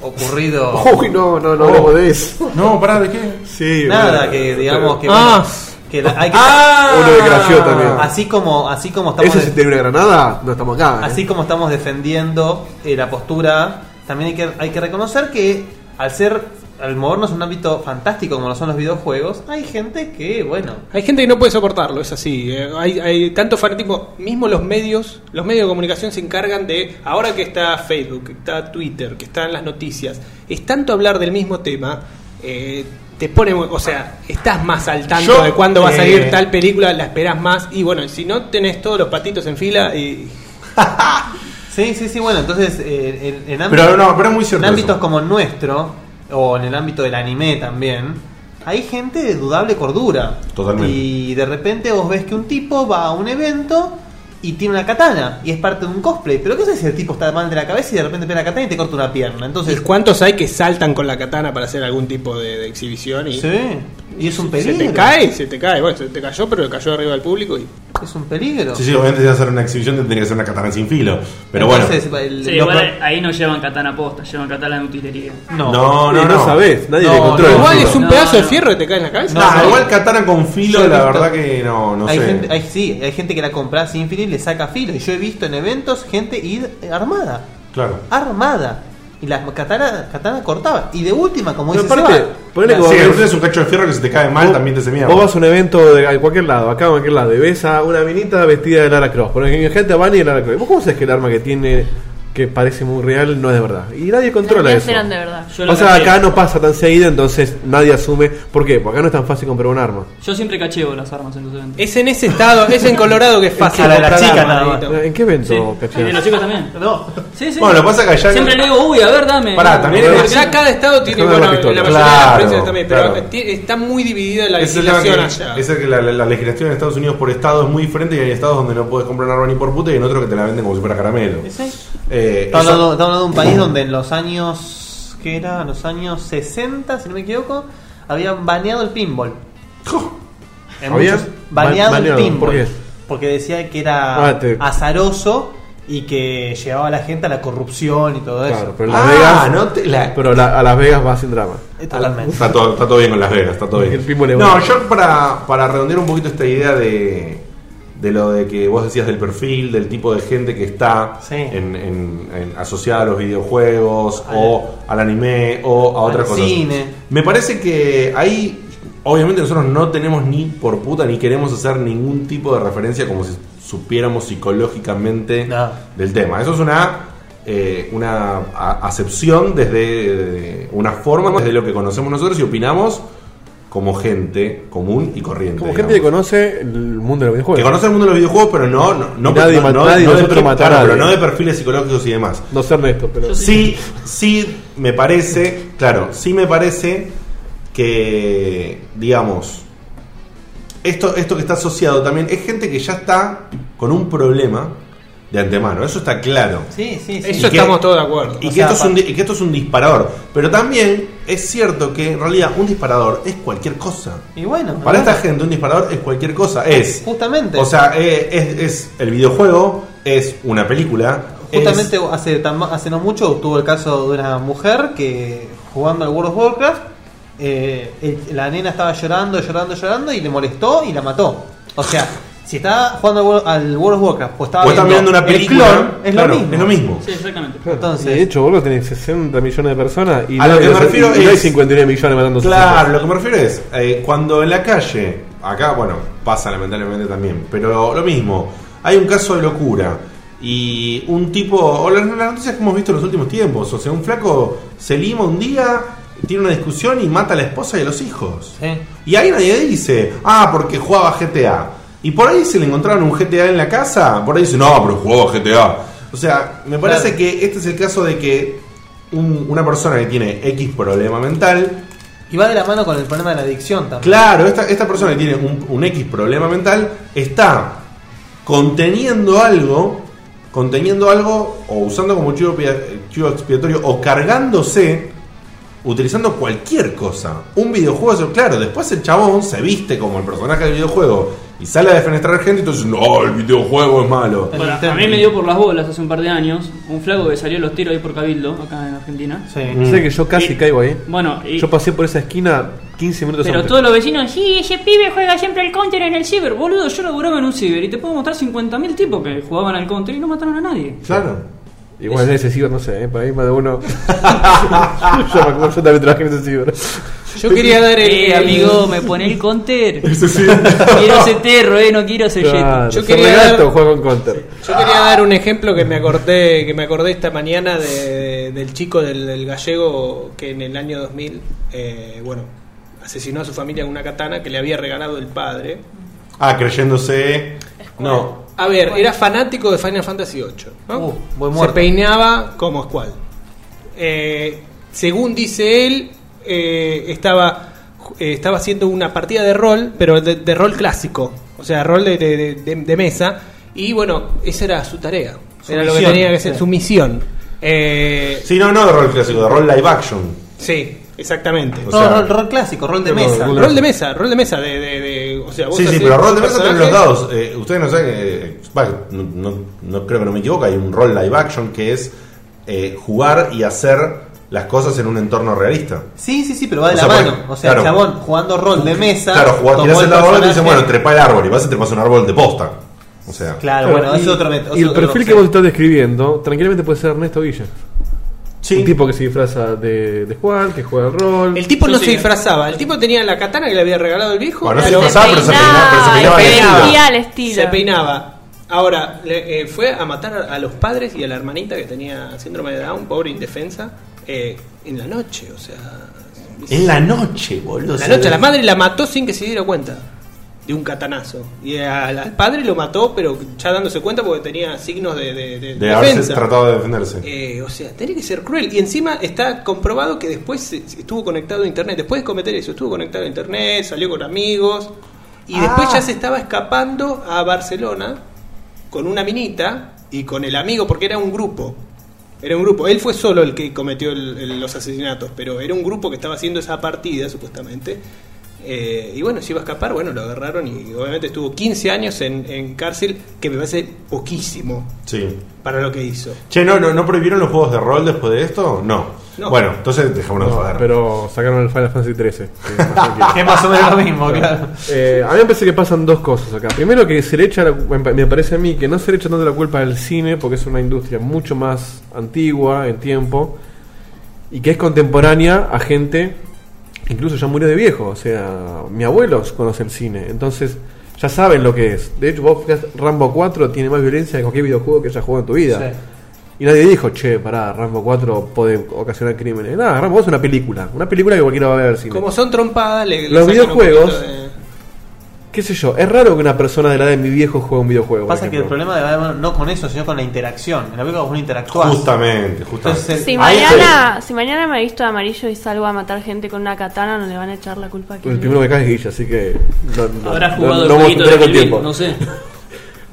Speaker 4: ocurrido.
Speaker 1: Uy, no, no, no hablemos de eso.
Speaker 3: No, pará, ¿de qué?
Speaker 1: Sí,
Speaker 4: Nada,
Speaker 1: bueno. Ah.
Speaker 4: que digamos que.
Speaker 5: Ah.
Speaker 4: bueno, que la- hay que-
Speaker 1: Uno de Gració también.
Speaker 4: Así como, así como estamos.
Speaker 1: Eso si
Speaker 4: de-
Speaker 1: tiene una granada, no estamos acá. ¿eh?
Speaker 4: Así como estamos defendiendo eh, la postura, también hay que, hay que reconocer que al ser, al movernos en un ámbito fantástico como lo son los videojuegos, hay gente que, bueno,
Speaker 5: Hay gente que no puede soportarlo, es así. eh, Hay, hay tanto fanatismo. Mismo los medios, los medios de comunicación se encargan de. Ahora que está Facebook, que está Twitter, que están las noticias, es tanto hablar del mismo tema. eh, te pone. muy- O sea, estás más al tanto
Speaker 3: Yo,
Speaker 5: de cuándo va a salir
Speaker 4: eh,
Speaker 5: tal película, la esperás más. Y bueno, si no tenés todos los patitos en fila. Y,
Speaker 4: Sí, sí, sí, bueno, entonces eh, en, en ámbi-
Speaker 3: Pero no, pero es muy
Speaker 4: en
Speaker 3: cierto
Speaker 4: ámbitos
Speaker 3: eso.
Speaker 4: como el nuestro, o en el ámbito del anime también, hay gente de dudable cordura.
Speaker 3: Totalmente.
Speaker 4: Y de repente vos ves que un tipo va a un evento y tiene una katana y es parte de un cosplay. Pero ¿qué sé si el tipo está mal de la cabeza y de repente pega la katana y te corta una pierna?
Speaker 5: ¿y
Speaker 4: Entonces,
Speaker 5: cuántos hay que saltan con la katana para hacer algún tipo de, de exhibición? Y,
Speaker 4: sí, y es un
Speaker 5: Se
Speaker 4: peligro.
Speaker 5: te cae, se te cae. Bueno, se te cayó, pero le cayó arriba al público. Y,
Speaker 4: Es un peligro.
Speaker 3: Sí, sí, obviamente si vas a hacer una exhibición tendría que ser una katana sin filo. Pero
Speaker 4: Entonces,
Speaker 3: bueno.
Speaker 4: el-
Speaker 6: Sí,
Speaker 4: lo-
Speaker 6: igual ahí no llevan katana posta, llevan katana de utilería.
Speaker 4: no.
Speaker 3: No,
Speaker 1: Y
Speaker 3: no, no.
Speaker 1: sabés, nadie
Speaker 4: No,
Speaker 1: le controla. el
Speaker 5: Igual
Speaker 1: filo.
Speaker 5: es un
Speaker 6: No,
Speaker 5: pedazo de
Speaker 6: no.
Speaker 5: fierro que te cae en la cabeza.
Speaker 4: No,
Speaker 3: Nah,
Speaker 4: no.
Speaker 3: igual katana con filo,
Speaker 4: Yo he
Speaker 3: la
Speaker 4: visto-
Speaker 3: verdad que no, no
Speaker 4: hay
Speaker 3: sé.
Speaker 4: gente, hay, sí, hay gente que la compra sin filo y le saca filo. Y yo he visto en eventos gente ir armada.
Speaker 3: Claro.
Speaker 4: Armada. Y las katana, katana cortaba. Y de última, como
Speaker 1: Pero
Speaker 4: dice
Speaker 1: aparte,
Speaker 4: Seba,
Speaker 1: ponele
Speaker 4: la-
Speaker 1: como-
Speaker 3: Sí,
Speaker 1: vos-
Speaker 3: es un cacho de fierro que si te cae mal
Speaker 1: Vos-
Speaker 3: Ah, también te se mierda.
Speaker 1: Vos vas a un evento de a cualquier lado, acá o cualquier lado, y ves a una minita vestida de Lara Croft. Porque mi gente van y de Lara Croft. ¿Vos cómo sabés que el arma que tiene, que parece muy real, no es de verdad? Y nadie controla
Speaker 7: Las
Speaker 1: eso.
Speaker 7: eran de verdad.
Speaker 6: Yo, la
Speaker 1: O sea,
Speaker 6: caché.
Speaker 1: acá no pasa tan seguido, entonces nadie asume. ¿Por qué? Porque acá no es tan fácil comprar un arma.
Speaker 6: Yo siempre cacheo las armas en los eventos.
Speaker 5: Es en ese estado, es en Colorado que es fácil.
Speaker 4: Para la
Speaker 5: comprar
Speaker 4: chica
Speaker 5: armas,
Speaker 4: nada más.
Speaker 5: Dieguito.
Speaker 1: ¿En qué evento,
Speaker 6: Sí,
Speaker 1: Cacho?
Speaker 6: y Ah, de los chicos también.
Speaker 4: No.
Speaker 6: Sí, sí.
Speaker 3: Bueno, lo que pasa es que allá-
Speaker 6: Siempre le digo, uy, a ver, dame.
Speaker 3: Pará, también
Speaker 6: ¿Por
Speaker 3: es-
Speaker 6: qué?
Speaker 5: Ya cada estado tiene,
Speaker 1: Déjame ver la
Speaker 5: bueno,
Speaker 1: pistola.
Speaker 5: la mayoría de las
Speaker 3: Claro,
Speaker 5: provincias también, pero
Speaker 3: claro.
Speaker 5: ti- está muy dividida la
Speaker 3: Ese es el tema
Speaker 5: legislación
Speaker 3: que-
Speaker 5: allá.
Speaker 3: ese es que la, la- la legislación en Estados Unidos por estado es muy diferente y hay estados donde no puedes comprar un arma ni por puta y en otros que te la venden como si fuera caramelo. Eh,
Speaker 4: Estamos
Speaker 3: eso-
Speaker 4: hablando, estamos hablando de un país donde en los años. ¿Qué era? En los años 60, si no me equivoco, habían baneado el pinball. En
Speaker 1: ¿Habían?
Speaker 4: muchos- baneado,
Speaker 1: Ba- baneado,
Speaker 4: el pinball.
Speaker 1: ¿por qué?
Speaker 4: Porque decía que era
Speaker 1: Ah, te-
Speaker 4: azaroso y que llevaba a la gente a la corrupción y todo
Speaker 1: Claro,
Speaker 4: eso.
Speaker 1: pero en Las
Speaker 3: Ah,
Speaker 1: Vegas.
Speaker 3: no te- la-
Speaker 1: Pero la- a Las Vegas va sin drama.
Speaker 4: Eh, Totalmente.
Speaker 3: Está todo, está todo bien con Las Vegas, está todo bien.
Speaker 1: El primo le va.
Speaker 3: No, yo para, para redondear un poquito esta idea de, de lo de que vos decías del perfil, del tipo de gente que está
Speaker 4: Sí.
Speaker 3: en, en- en- asociada a los videojuegos o al anime o a
Speaker 4: al
Speaker 3: otras cosas.
Speaker 4: cine.
Speaker 3: Me parece que ahí, obviamente nosotros no tenemos ni por puta ni queremos hacer ningún tipo de referencia como si supiéramos psicológicamente
Speaker 4: No.
Speaker 3: del tema. Eso es una eh, una a- acepción desde eh, una forma, desde lo que conocemos nosotros y opinamos como gente común y corriente.
Speaker 1: Como
Speaker 3: digamos.
Speaker 1: gente que conoce el mundo de los videojuegos.
Speaker 3: Que conoce el mundo de los videojuegos, pero no, no, no,
Speaker 1: Y nadie
Speaker 3: no-
Speaker 1: ma-
Speaker 3: no-
Speaker 1: nadie
Speaker 3: no de
Speaker 1: nosotros eh.
Speaker 3: perfil-
Speaker 1: mata a
Speaker 3: claro,
Speaker 1: nadie.
Speaker 3: pero no de perfiles psicológicos y demás.
Speaker 1: No sé Ernesto, pero.
Speaker 3: Sí, sí me parece, claro, sí me parece que, digamos, esto, esto que está asociado también es gente que ya está con un problema de antemano, eso está claro.
Speaker 4: Sí, sí, sí.
Speaker 5: Eso
Speaker 3: Y que-
Speaker 5: estamos todos de acuerdo.
Speaker 3: Y
Speaker 4: O
Speaker 3: que,
Speaker 4: sea,
Speaker 3: esto es
Speaker 4: pa-
Speaker 3: un, di- y que esto es un disparador. Pero también es cierto que en realidad un disparador es cualquier cosa.
Speaker 4: Y bueno,
Speaker 3: Para
Speaker 4: bueno,
Speaker 3: esta gente un disparador es cualquier cosa. Es
Speaker 4: justamente.
Speaker 3: o sea, eh, es, es el videojuego, es una película. es-
Speaker 4: Justamente hace, tan- hace no mucho tuvo el caso de una mujer que jugando al World of Warcraft, eh, el- la nena estaba llorando, llorando, llorando y le molestó y la mató. O sea, si estaba jugando al, World- al World of Warcraft o estaba
Speaker 3: o está viendo
Speaker 4: viendo
Speaker 3: una
Speaker 4: el
Speaker 3: película.
Speaker 4: clon, es,
Speaker 3: claro,
Speaker 4: lo mismo.
Speaker 3: es lo mismo.
Speaker 6: Sí, exactamente.
Speaker 4: Entonces,
Speaker 1: de hecho, vos tenés 60 millones de personas y,
Speaker 3: A
Speaker 1: no,
Speaker 3: lo que
Speaker 1: hay-
Speaker 3: me refiero
Speaker 1: y no hay
Speaker 3: es-
Speaker 1: 59 millones matando
Speaker 3: Claro, lo que me refiero es, eh, cuando en la calle, acá, bueno, pasa lamentablemente también, pero lo mismo, hay un caso de locura y un tipo, o las, las noticias que hemos visto en los últimos tiempos, o sea, un flaco se lima un día, tiene una discusión y mata a la esposa y a los hijos.
Speaker 4: eh,
Speaker 3: Y ahí nadie dice, ah, porque jugaba GTA. Y por ahí se le encontraron un GTA en la casa, por ahí dice, no, pero jugaba GTA. O sea, me parece
Speaker 4: Claro.
Speaker 3: que este es el caso de que un- una persona que tiene X problema mental
Speaker 4: y va de la mano con el problema de la adicción también.
Speaker 3: Claro, esta, esta persona que tiene un, un X problema mental está conteniendo algo, conteniendo algo o usando como chivo, pia- chivo expiatorio o cargándose, utilizando cualquier cosa. Un videojuego, eso, claro, después el chabón se viste como el personaje del videojuego y sale a defenestrar gente, entonces, no, el videojuego es malo.
Speaker 4: El
Speaker 6: Bueno, a
Speaker 4: Nintendo.
Speaker 6: mí me dio por las bolas hace un par de años un flaco que salió a los tiros ahí por Cabildo, acá en Argentina.
Speaker 4: Sí.
Speaker 3: mm,
Speaker 1: Sé que yo casi
Speaker 6: Y-
Speaker 1: caigo ahí.
Speaker 6: Bueno, y-
Speaker 1: Yo pasé por esa esquina 15 minutos
Speaker 6: pero
Speaker 1: antes.
Speaker 6: todos los vecinos, sí, ese pibe juega siempre al counter en el ciber. Boludo, yo laburaba en un ciber y te puedo mostrar 50.000 tipos que jugaban al counter y no mataron a nadie.
Speaker 3: Claro.
Speaker 1: Igual en ese ciber, no sé, ¿eh? para mí más de uno. yo, me acuerdo, yo también trabajé en ese ciber.
Speaker 5: Yo quería dar el,
Speaker 6: Eh, amigo, me pone el counter.
Speaker 3: sí.
Speaker 6: Quiero ser terro, eh, no quiero ser
Speaker 1: Claro,
Speaker 5: Yo
Speaker 1: yo
Speaker 5: quería
Speaker 1: quería
Speaker 5: dar-
Speaker 1: o juego en Counter.
Speaker 5: Yo quería dar un ejemplo que me acordé, que me acordé esta mañana de- del chico del, del gallego que en el año 2000, eh, bueno, asesinó a su familia con una katana que le había regalado el padre.
Speaker 3: Ah, creyéndose... No.
Speaker 5: A ver, era fanático de Final Fantasy VIII. ¿no?
Speaker 4: Uh, buen
Speaker 5: Se
Speaker 4: muerto.
Speaker 5: peinaba como Squall. Eh, según dice él, eh, estaba, eh, estaba haciendo una partida de rol, pero de, de rol clásico, o sea, rol de, de- de- de- de mesa. Y bueno, esa era su tarea.
Speaker 4: Su
Speaker 5: era lo que
Speaker 4: misión,
Speaker 5: tenía que hacer,
Speaker 4: sí.
Speaker 5: su misión. Eh, sí.
Speaker 3: Sí, no, no de rol clásico, de rol live action.
Speaker 5: exactamente.
Speaker 3: O
Speaker 4: Rol-
Speaker 3: sea-
Speaker 4: rol, rol clásico, rol de mesa.
Speaker 5: Rol de mesa, rol de mesa. De, de- de- o sea, vos
Speaker 3: Sí, sí,
Speaker 5: haces
Speaker 3: pero rol
Speaker 5: tu
Speaker 3: de mesa tiene los
Speaker 5: personaje.
Speaker 3: dados. Eh, ustedes no saben, eh, bueno, no, no- no creo que no me equivoco, hay un rol live action que es eh, jugar y hacer las cosas en un entorno realista.
Speaker 4: Sí, sí, sí, pero va de
Speaker 3: O
Speaker 4: la
Speaker 3: sea,
Speaker 4: mano.
Speaker 3: porque-
Speaker 4: o sea, el
Speaker 3: claro.
Speaker 4: chabón jugando rol de mesa.
Speaker 3: claro, jugar,
Speaker 4: tomó
Speaker 3: tirás
Speaker 4: el
Speaker 3: el árbol y te dicen,
Speaker 4: personaje-
Speaker 3: bueno, trepa el árbol y vas y trepas un árbol de posta. O sea,
Speaker 4: Claro, Ah, bueno,
Speaker 1: y,
Speaker 4: es otro met-
Speaker 1: y el
Speaker 4: otro-
Speaker 1: perfil que
Speaker 4: sí.
Speaker 1: vos estás describiendo, tranquilamente puede ser Ernesto Villa.
Speaker 3: sí.
Speaker 1: Un tipo que se disfraza de, de Juan, que juega el rol.
Speaker 5: El tipo
Speaker 6: Yo
Speaker 5: no
Speaker 6: sí.
Speaker 5: se disfrazaba, el tipo tenía la katana que le había regalado el viejo.
Speaker 3: Bueno, no se
Speaker 5: pero-
Speaker 3: disfrazaba, pero se peinaba, pero se peinaba.
Speaker 7: y
Speaker 5: peinaba.
Speaker 7: vestía al estilo.
Speaker 5: Se peinaba. Ahora, le- eh, fue a matar a, a los padres y a la hermanita que tenía síndrome de Down, pobre indefensa, eh, en la noche, o sea...
Speaker 3: En la noche, ¿eh? boludo. o
Speaker 5: en la
Speaker 3: sea,
Speaker 5: noche, la madre la mató sin que se diera cuenta de un catanazo. Y al, al padre lo mató, pero ya dándose cuenta porque tenía signos de, de- de
Speaker 3: De haberse
Speaker 5: defensa.
Speaker 3: tratado de defenderse.
Speaker 5: Eh, o sea, tiene que ser cruel. Y encima está comprobado que después se- se estuvo conectado a internet. Después de cometer eso, estuvo conectado a internet, salió con amigos. Y después ya se estaba escapando a Barcelona con una minita y con el amigo, porque era un grupo. Era un grupo. Él fue solo el que cometió el- el- los asesinatos, pero era un grupo que estaba haciendo esa partida, supuestamente. Eh, y bueno, se iba a escapar, bueno, lo agarraron y obviamente estuvo 15 años en, en cárcel, que me parece poquísimo
Speaker 3: Sí.
Speaker 5: para lo que hizo.
Speaker 3: Che, ¿no, no, ¿no prohibieron los juegos de rol después de esto? No.
Speaker 5: No.
Speaker 3: Bueno, entonces dejémonos de
Speaker 1: No,
Speaker 3: joder.
Speaker 1: pero sacaron el Final Fantasy 13. que es más tranquilo.
Speaker 4: Que es más o menos lo mismo, claro.
Speaker 1: Eh, a mí me parece que pasan dos cosas acá. Primero que se le echa, la- me parece a mí, que no se le echa tanto la culpa al cine porque es una industria mucho más antigua en tiempo y que es contemporánea a gente que incluso ya murió de viejo. O sea, mi abuelo conoce el cine, entonces ya saben lo que es. De hecho, vos fijás, Rambo 4 tiene más violencia que cualquier videojuego que hayas jugado en tu vida. Y nadie dijo, che, pará, Rambo 4 puede ocasionar crímenes. Nada, Rambo 4 es una película. Una película que cualquiera va a ver al cine.
Speaker 5: Como son trompadas, le, le
Speaker 1: Los
Speaker 5: sacan un
Speaker 1: videojuegos-
Speaker 5: poquito de-
Speaker 1: ¿Qué sé yo? Es raro que una persona de la edad de mi viejo juegue un videojuego. por
Speaker 4: Pasa que el
Speaker 1: ejemplo.
Speaker 4: problema de Batman no con eso, sino con la interacción. En la película vos no interactuás.
Speaker 3: Justamente, justamente.
Speaker 4: Entonces,
Speaker 7: Si
Speaker 4: el- ah,
Speaker 7: mañana, si mañana me visto de amarillo y salgo a matar gente con una katana, no le van a echar la culpa a
Speaker 1: El
Speaker 7: Killer.
Speaker 1: primero que cae es Guilla, así que. No, no,
Speaker 6: Habrá
Speaker 1: no-
Speaker 6: jugado
Speaker 1: no
Speaker 6: el
Speaker 1: vamos a
Speaker 6: jueguito de
Speaker 1: entrar con
Speaker 6: Bill,
Speaker 1: tiempo.
Speaker 6: no sé.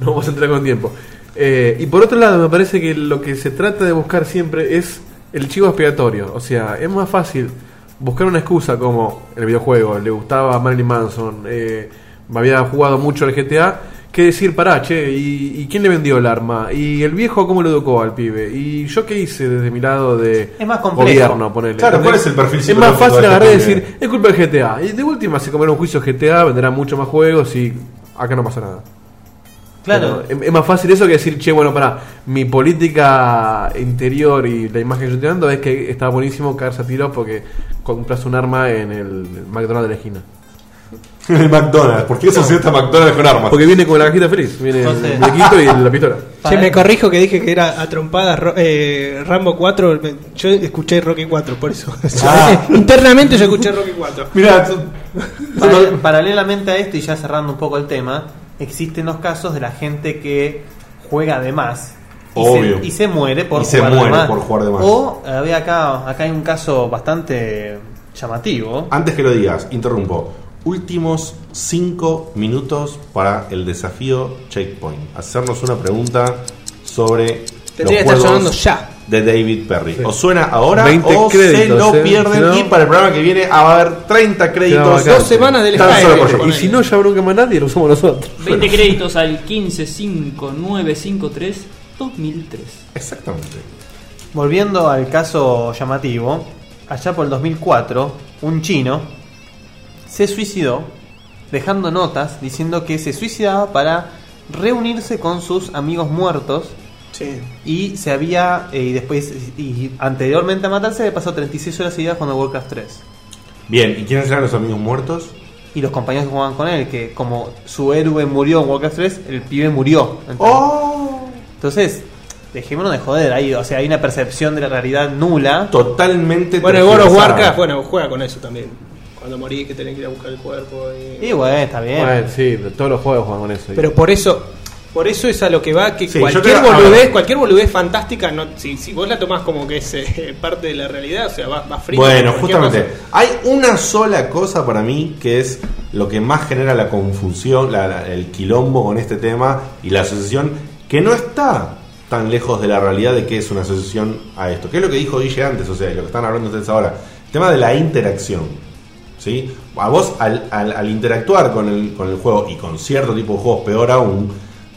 Speaker 1: No vamos a entrar con tiempo. Eh, y por otro lado, me parece que lo que se trata de buscar siempre es el chivo expiatorio. O sea, es más fácil buscar una excusa como el videojuego, le gustaba a Marilyn Manson, eh, me había jugado mucho el GTA, que decir, pará, che, ¿y, y quién le vendió el arma? ¿Y el viejo cómo lo educó al pibe? ¿Y yo qué hice desde mi lado de
Speaker 4: Es más complejo.
Speaker 1: gobierno, ponele?
Speaker 3: Claro,
Speaker 1: ¿entendés?
Speaker 3: ¿cuál es el perfil
Speaker 1: Es más
Speaker 3: psicológico de
Speaker 1: fácil
Speaker 3: este
Speaker 1: agarrar y
Speaker 3: pibe?
Speaker 1: decir, es culpa del GTA. Y de última se comerá un juicio GTA, vendrá mucho más juegos y acá no pasa nada.
Speaker 4: Claro.
Speaker 1: Pero Es, es más fácil eso que decir, che, bueno, pará, mi política interior y la imagen que yo estoy dando es que está buenísimo caerse a tiros porque compras un arma en el McDonald's de la esquina.
Speaker 3: El McDonald's, ¿por qué asociaste a McDonald's con armas?
Speaker 1: Porque viene con la cajita feliz, viene
Speaker 4: Entonces-
Speaker 1: el muñequito y la pistola.
Speaker 5: Che, me corrijo que dije que era a trompadas Ro- eh, Rambo 4. me- Yo escuché Rocky 4, por eso.
Speaker 3: Ah.
Speaker 5: Internamente yo escuché Rocky 4.
Speaker 3: Mira, tú-
Speaker 4: Paral- paralelamente a esto, y ya cerrando un poco el tema, existen los casos de la gente que juega de más. Y,
Speaker 3: Obvio.
Speaker 4: Se, y se muere por
Speaker 3: Y se muere por jugar de más.
Speaker 4: O eh, había acá, acá hay un caso bastante llamativo.
Speaker 3: antes que lo digas, interrumpo. Últimos 5 minutos para el desafío Checkpoint. Hacernos una pregunta sobre
Speaker 5: Tendría que
Speaker 3: los
Speaker 5: estar
Speaker 3: juegos
Speaker 5: sonando ya.
Speaker 3: de David Perry. O suena ahora
Speaker 1: 20
Speaker 3: o se
Speaker 1: créditos,
Speaker 3: lo
Speaker 1: eh.
Speaker 3: pierden
Speaker 1: Si no-
Speaker 3: y para el programa que viene va a haber 30
Speaker 1: Queda
Speaker 3: créditos.
Speaker 1: vacante. Dos
Speaker 5: semanas del
Speaker 3: Tan
Speaker 5: Skype.
Speaker 3: solo por
Speaker 1: Y
Speaker 3: llamar.
Speaker 1: si no, ya bronca más nadie, lo usamos nosotros.
Speaker 6: 20 créditos al 155953 2003.
Speaker 3: Exactamente.
Speaker 4: Volviendo al caso llamativo, allá por el 2004, un chino se suicidó dejando notas diciendo que se suicidaba para reunirse con sus amigos muertos
Speaker 5: Sí.
Speaker 4: y se había eh, y después y anteriormente a matarse había pasado 36 horas seguidas jugando Warcraft 3
Speaker 3: Bien, ¿y quiénes eran los amigos muertos?
Speaker 4: y los compañeros que jugaban con él que como su héroe murió en Warcraft 3 el pibe murió ¿entendés?
Speaker 3: ¡Oh!
Speaker 4: entonces dejémonos de joder ahí o sea hay una percepción de la realidad nula
Speaker 3: Totalmente.
Speaker 5: Bueno, el World of
Speaker 3: tergiversada.
Speaker 5: Warcraft, bueno, juega con eso también. Cuando morís que tenés que ir a buscar el cuerpo. y-
Speaker 4: y bueno está bien
Speaker 1: Bueno, sí, pero todos los juegos juegan con eso. y-
Speaker 5: Pero por eso, por eso es a lo que va que
Speaker 3: Sí, yo
Speaker 5: cualquier
Speaker 3: creo-
Speaker 5: boludez,
Speaker 3: ahora-
Speaker 5: cualquier boludez fantástica, no, si, si vos la tomás como que es eh, parte de la realidad, o sea, va, va frito.
Speaker 3: Bueno,
Speaker 5: con cualquier
Speaker 3: justamente,
Speaker 5: cosa.
Speaker 3: hay una sola cosa para mí que es lo que más genera la confusión, la- la- el quilombo con este tema y la asociación que no está tan lejos de la realidad de que es una asociación a esto. Que es lo que dijo Guille antes, o sea, lo que están hablando ustedes ahora? El tema de la interacción. ¿sí? A vos, al, al- al interactuar con el, con el juego y con cierto tipo de juegos, peor aún,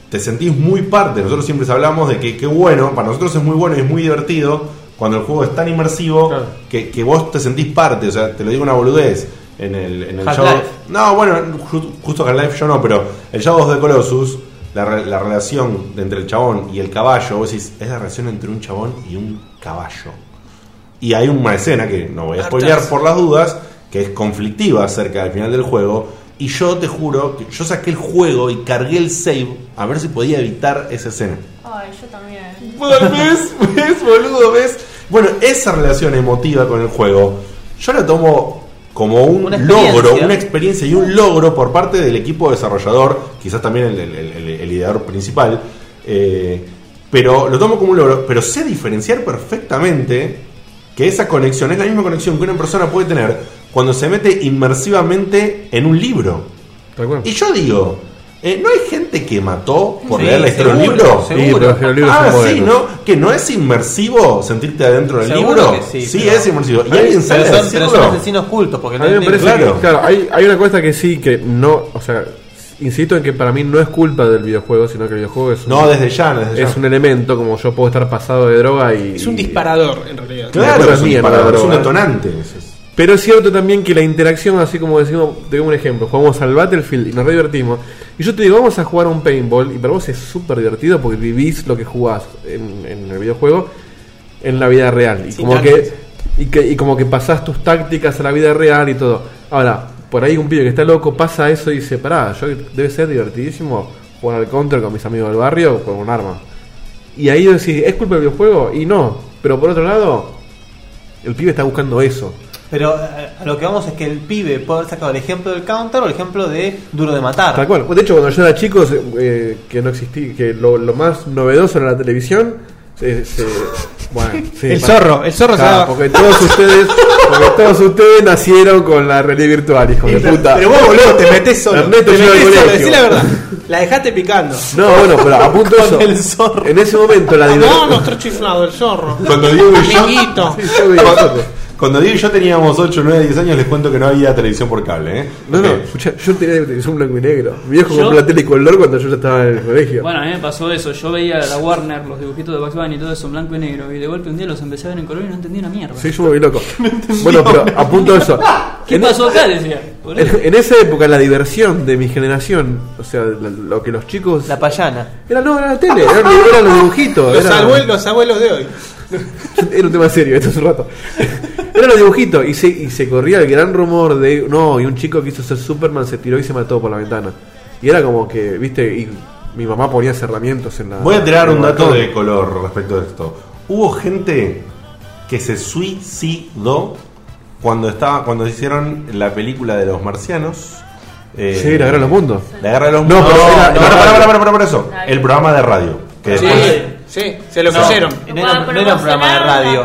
Speaker 3: te sentís muy parte. Nosotros siempre hablamos de que, qué bueno, para nosotros es muy bueno y es muy divertido cuando el juego es tan inmersivo
Speaker 4: Claro.
Speaker 3: que, que vos te sentís parte. O sea, te lo digo una boludez. En el, en el
Speaker 4: Half-Life.
Speaker 3: No, bueno, ju- justo Half-Life yo no, pero el Shadow of the Colossus, la, re- la relación de entre el chabón y el caballo, vos decís, es la relación entre un chabón y un caballo. Y hay una escena que no voy a spoilear por las dudas, que es conflictiva acerca del final del juego. Y yo te juro que yo saqué el juego y cargué el save a ver si podía evitar esa escena.
Speaker 7: Ay, yo también.
Speaker 3: ¿Ves? ¿Ves, boludo? ¿Ves? Bueno, esa relación emotiva con el juego, yo la tomo como un
Speaker 4: Una experiencia.
Speaker 3: logro, una experiencia y un logro por parte del equipo desarrollador, quizás también el, el- el- el ideador principal. eh, pero lo tomo como un logro, pero sé diferenciar perfectamente que esa conexión es la misma conexión que una persona puede tener cuando se mete inmersivamente en un libro.
Speaker 1: Tal cual.
Speaker 3: Y yo digo, eh, ¿no hay gente que mató por
Speaker 4: Sí,
Speaker 3: leer la historia de un
Speaker 4: seguro,
Speaker 3: libro?
Speaker 4: seguro.
Speaker 1: Sí, pero es que los libros
Speaker 3: Ah,
Speaker 1: son
Speaker 3: sí,
Speaker 1: buenos.
Speaker 3: ¿no? Que no es inmersivo sentirte adentro del
Speaker 4: Seguro
Speaker 3: libro.
Speaker 4: que
Speaker 3: Sí,
Speaker 4: sí, pero-
Speaker 3: es inmersivo. Y
Speaker 4: Pero-
Speaker 3: alguien sale
Speaker 4: pero
Speaker 3: del
Speaker 4: son, pero
Speaker 3: círculo.
Speaker 4: son asesinos cultos porque
Speaker 1: A mí me
Speaker 4: no-
Speaker 1: parece
Speaker 3: claro.
Speaker 1: que, claro, hay, hay una cosa que sí, que no, o sea, insisto en que para mí no es culpa del videojuego, sino que el videojuego es un,
Speaker 3: No, desde ya, no, desde ya.
Speaker 1: es un elemento, como yo puedo estar pasado de droga y...
Speaker 5: Es un disparador, en realidad.
Speaker 1: Claro.
Speaker 3: Claro,
Speaker 1: La
Speaker 3: es un,
Speaker 1: mierda,
Speaker 3: disparador, es
Speaker 1: bro,
Speaker 3: un
Speaker 1: eh.
Speaker 3: detonante. Es- es-
Speaker 1: Pero es cierto también que la interacción, así como decimos, te digo un ejemplo, jugamos al Battlefield y nos re divertimos. Y yo te digo, vamos a jugar a un paintball, y para vos es súper divertido porque vivís lo que jugás en, en el videojuego en la vida real. Y
Speaker 5: Sin
Speaker 1: como
Speaker 5: antes.
Speaker 1: que, y que y como que pasás tus tácticas a la vida real y todo. Ahora, por ahí un pibe que está loco pasa eso y dice, pará, yo debe ser divertidísimo jugar al counter con mis amigos del barrio con un arma. Y ahí decís, ¿es culpa del videojuego? Y no. Pero por otro lado, el pibe está buscando eso.
Speaker 4: Pero eh, a lo que vamos es que el pibe puede haber sacado el ejemplo del counter o el ejemplo de duro de matar.
Speaker 1: Tal cual. De hecho, cuando yo era chico, se- eh, que no existía, que lo, lo más novedoso era la televisión. se- se- bueno, sí,
Speaker 5: El
Speaker 1: para-
Speaker 5: zorro, el zorro se
Speaker 1: Claro,
Speaker 5: daba-
Speaker 1: porque todos ustedes, porque todos ustedes nacieron con la realidad virtual, hijo de puta.
Speaker 5: Pero vos, boludo, te metés solo.
Speaker 1: Me meto
Speaker 5: te
Speaker 1: yo al
Speaker 5: metés solo,
Speaker 1: colegio.
Speaker 5: decí la verdad. La dejaste picando.
Speaker 1: No, bueno, pero apunto eso.
Speaker 4: el zorro.
Speaker 1: En ese momento la
Speaker 5: No,
Speaker 1: diversión.
Speaker 5: no, estoy chiflado, el zorro.
Speaker 3: Cuando Diego y yo.
Speaker 5: Amiguito.
Speaker 1: Sí, yo vi el zorro.
Speaker 3: Cuando Diego y yo teníamos 8, 9, 10 años, les cuento que no había televisión por cable, ¿eh?
Speaker 1: No, no,
Speaker 3: Ok.
Speaker 1: escuchá, yo tenía televisión blanco y negro. Mi viejo
Speaker 6: Yo-
Speaker 1: compró la tele color cuando yo ya estaba en el colegio.
Speaker 6: Bueno, a mí me pasó eso. Yo veía la Warner, los dibujitos de Bugs Bunny y todo eso en blanco y negro. Y de golpe un día los empecé a ver en color y no entendí una mierda.
Speaker 1: Sí, yo me vi loco. bueno, pero apunto eso.
Speaker 6: ¿Qué
Speaker 1: En-
Speaker 6: pasó acá? Decía. boludo?
Speaker 1: En, en esa época la diversión de mi generación, o sea, la- lo que los chicos...
Speaker 4: La payana.
Speaker 1: Era, no, era la tele, eran, eran los dibujitos.
Speaker 5: Los
Speaker 1: era,
Speaker 5: abuelos, los abuelos de hoy.
Speaker 1: Era un tema serio, esto es un rato. Eran los dibujitos y se, y se corría el gran rumor de, no, y un chico que hizo ser Superman se tiró y se mató por la ventana. Y era como que, viste, y mi mamá ponía cerramientos en la...
Speaker 3: Voy a tirar
Speaker 1: en
Speaker 3: un
Speaker 1: el
Speaker 3: dato
Speaker 1: balcón.
Speaker 3: de color respecto a esto. Hubo gente que se suicidó cuando estaba cuando hicieron la película de los marcianos. eh,
Speaker 1: Sí, la guerra de los mundos.
Speaker 3: La guerra de los
Speaker 1: No,
Speaker 3: mundos.
Speaker 1: pero era-
Speaker 3: no,
Speaker 1: era-
Speaker 3: para, para, para, para, para eso. El programa de radio. Que
Speaker 5: Sí,
Speaker 3: después-
Speaker 5: sí, se lo
Speaker 4: No.
Speaker 5: cayeron.
Speaker 4: No era- no era un programa de radio.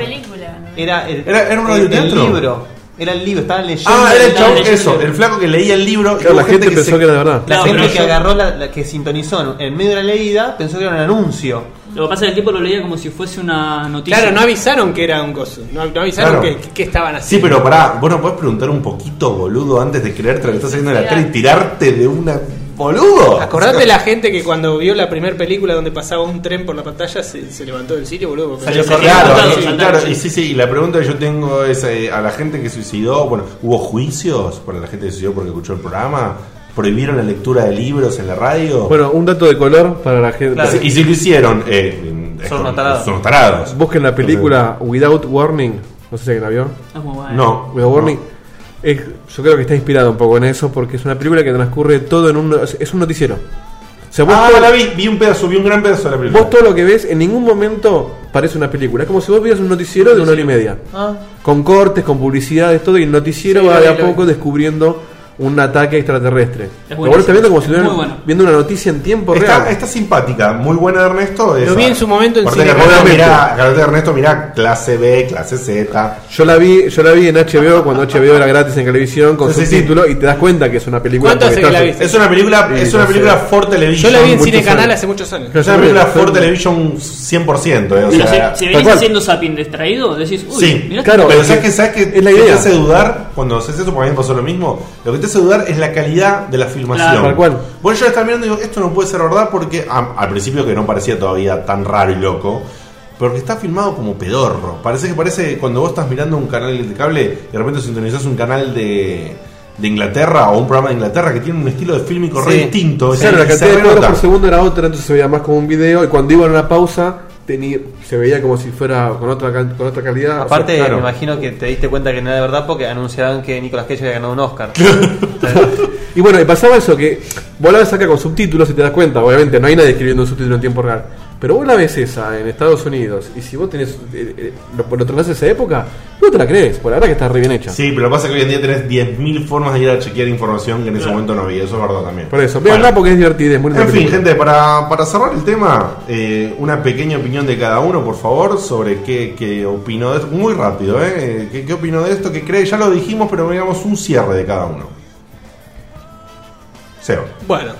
Speaker 4: Era el,
Speaker 3: Era- era un
Speaker 4: el-
Speaker 3: radioteatro.
Speaker 4: el libro. Era el libro, estaban leyendo.
Speaker 3: Ah, era el chabón,
Speaker 4: estaban
Speaker 3: eso,
Speaker 4: leyendo.
Speaker 3: el flaco que leía el libro. y
Speaker 1: Claro,
Speaker 3: hubo
Speaker 1: la gente
Speaker 3: que
Speaker 1: pensó
Speaker 3: se-
Speaker 1: que era de verdad.
Speaker 4: La
Speaker 6: No,
Speaker 4: gente
Speaker 6: pero
Speaker 4: que
Speaker 6: yo-
Speaker 4: agarró, la, la que sintonizó en medio de la leída, pensó que era un anuncio.
Speaker 6: Lo que pasa es que el tipo lo leía como si fuese una noticia.
Speaker 5: Claro, no avisaron que era un gozo. No, no avisaron
Speaker 3: Claro.
Speaker 5: que, que estaban
Speaker 3: Sí,
Speaker 5: haciendo.
Speaker 3: pero pará, vos no podés preguntar un poquito, boludo, antes de creerte lo que estás haciendo en la tele y tirarte de una. ¡Boludo!
Speaker 5: Acordate la gente que cuando vio la primera película donde pasaba un tren por la pantalla se, se levantó del sitio, boludo. porque-
Speaker 3: Salió
Speaker 6: Sí,
Speaker 3: corriendo,
Speaker 6: claro,
Speaker 3: claro,
Speaker 6: sí,
Speaker 3: y,
Speaker 6: claro,
Speaker 3: claro, y sí, sí, y la pregunta que yo tengo es eh, a la gente que suicidó, bueno, ¿hubo juicios para la gente que suicidó porque escuchó el programa? ¿Prohibieron la lectura de libros en la radio?
Speaker 1: Bueno, un dato de color para la gente.
Speaker 3: Y si- y si lo hicieron, eh, es
Speaker 4: Son
Speaker 3: con-
Speaker 4: unos tarados.
Speaker 3: son unos tarados.
Speaker 1: Busquen la película Without Warning. No sé si alguien la vio.
Speaker 6: Es muy bueno.
Speaker 3: No,
Speaker 1: Without Warning.
Speaker 3: no.
Speaker 1: Es- yo creo que está inspirado un poco en eso porque es una película que transcurre todo en un. Es un noticiero. O sea, vos,
Speaker 3: Ah,
Speaker 1: todo,
Speaker 3: la vi, vi un pedazo, vi un gran pedazo de la película.
Speaker 1: vos todo lo que ves en ningún momento parece una película. Es como si vos vieras un noticiero de una hora y media.
Speaker 4: Ah.
Speaker 1: Con cortes, con publicidades, todo. Y el noticiero
Speaker 5: Sí,
Speaker 1: va
Speaker 5: lo
Speaker 1: de
Speaker 5: vi,
Speaker 1: a
Speaker 5: lo vi.
Speaker 1: poco descubriendo un ataque extraterrestre. Pero vos
Speaker 6: buenísimo,
Speaker 1: lo estás viendo como si
Speaker 6: es
Speaker 1: estuvieras
Speaker 6: muy bueno.
Speaker 1: viendo una noticia en tiempo
Speaker 3: Está,
Speaker 1: real.
Speaker 3: está simpática, muy buena de Ernesto. esa.
Speaker 5: vi en su momento en
Speaker 3: Aparte que
Speaker 5: cine.
Speaker 3: Ernesto,
Speaker 1: Obviamente.
Speaker 3: mirá, aparte de Ernesto, mirá, clase B, clase Z.
Speaker 1: Yo la vi, yo la vi en HBO cuando HBO era gratis en televisión con
Speaker 3: Sí, sí,
Speaker 1: subtítulos y te das cuenta que es una película.
Speaker 5: ¿Cuánto
Speaker 1: porque
Speaker 5: hace que la
Speaker 1: estás-
Speaker 5: viste?
Speaker 3: Es una película,
Speaker 1: Sí,
Speaker 3: es una
Speaker 1: no sé.
Speaker 3: película for
Speaker 5: Yo
Speaker 3: television.
Speaker 5: la vi en
Speaker 3: mucho
Speaker 5: Cine Canal
Speaker 3: suerte.
Speaker 5: hace muchos años.
Speaker 1: Pero
Speaker 3: Es una película for
Speaker 1: Pero-
Speaker 3: television 100%, eh, o
Speaker 6: Pero
Speaker 3: sea,
Speaker 6: si, si
Speaker 1: tal
Speaker 6: venís
Speaker 1: cual.
Speaker 6: haciendo zapping distraído, decís, uy,
Speaker 3: Sí,
Speaker 6: mirá este
Speaker 1: claro.
Speaker 3: Pero
Speaker 1: porque
Speaker 3: sabes que, sabes que
Speaker 1: es la
Speaker 3: qué te
Speaker 1: idea.
Speaker 3: hace dudar cuando haces eso, porque a mí me pasó lo mismo. Lo que te hace dudar es la calidad de la filmación.
Speaker 6: Claro.
Speaker 1: Tal cual.
Speaker 3: Bueno, yo la estaba mirando y digo, esto no puede ser verdad porque a- al principio que no parecía todavía tan raro y loco. Porque está filmado como pedorro. Parece que parece cuando vos estás mirando un canal de cable y de repente sintonizás un canal de, de Inglaterra o un programa de Inglaterra que tiene un estilo de fílmico re
Speaker 4: Sí.
Speaker 3: distinto.
Speaker 1: Pues Claro, la
Speaker 3: se- se
Speaker 1: cantidad de cuadros
Speaker 3: renota.
Speaker 1: por segundo era otra, entonces se veía más como un video. Y cuando iban a una pausa, tenía, se veía como si fuera con otra, can- con otra calidad.
Speaker 4: Aparte,
Speaker 1: O sea, claro.
Speaker 4: me imagino que te diste cuenta que no era de verdad porque anunciaron que Nicolas Cage había ganado un Oscar.
Speaker 1: Y bueno, y pasaba eso que vos la ves acá con subtítulos y te das cuenta, obviamente, no hay nadie escribiendo un subtítulo en tiempo real. Pero vos la ves esa en Estados Unidos, y si vos tenés. eh, eh, lo, lo tratás de esa época, no te la crees, por la verdad que está re bien hecha.
Speaker 3: Sí, pero lo que pasa es que hoy en día tenés 10.000 formas de ir a chequear información que en ese momento no había. Eso es verdad también.
Speaker 1: Por eso,
Speaker 3: Bueno.
Speaker 1: veanla porque es divertida, es muy linda
Speaker 3: En fin,
Speaker 1: película.
Speaker 3: gente, para, para cerrar el tema, eh, una pequeña opinión de cada uno, por favor, sobre qué, qué opinó de esto. Muy rápido, ¿eh? ¿Qué, qué opinó de esto? ¿Qué cree? Ya lo dijimos, pero digamos un cierre de cada uno. Seba.
Speaker 5: Bueno,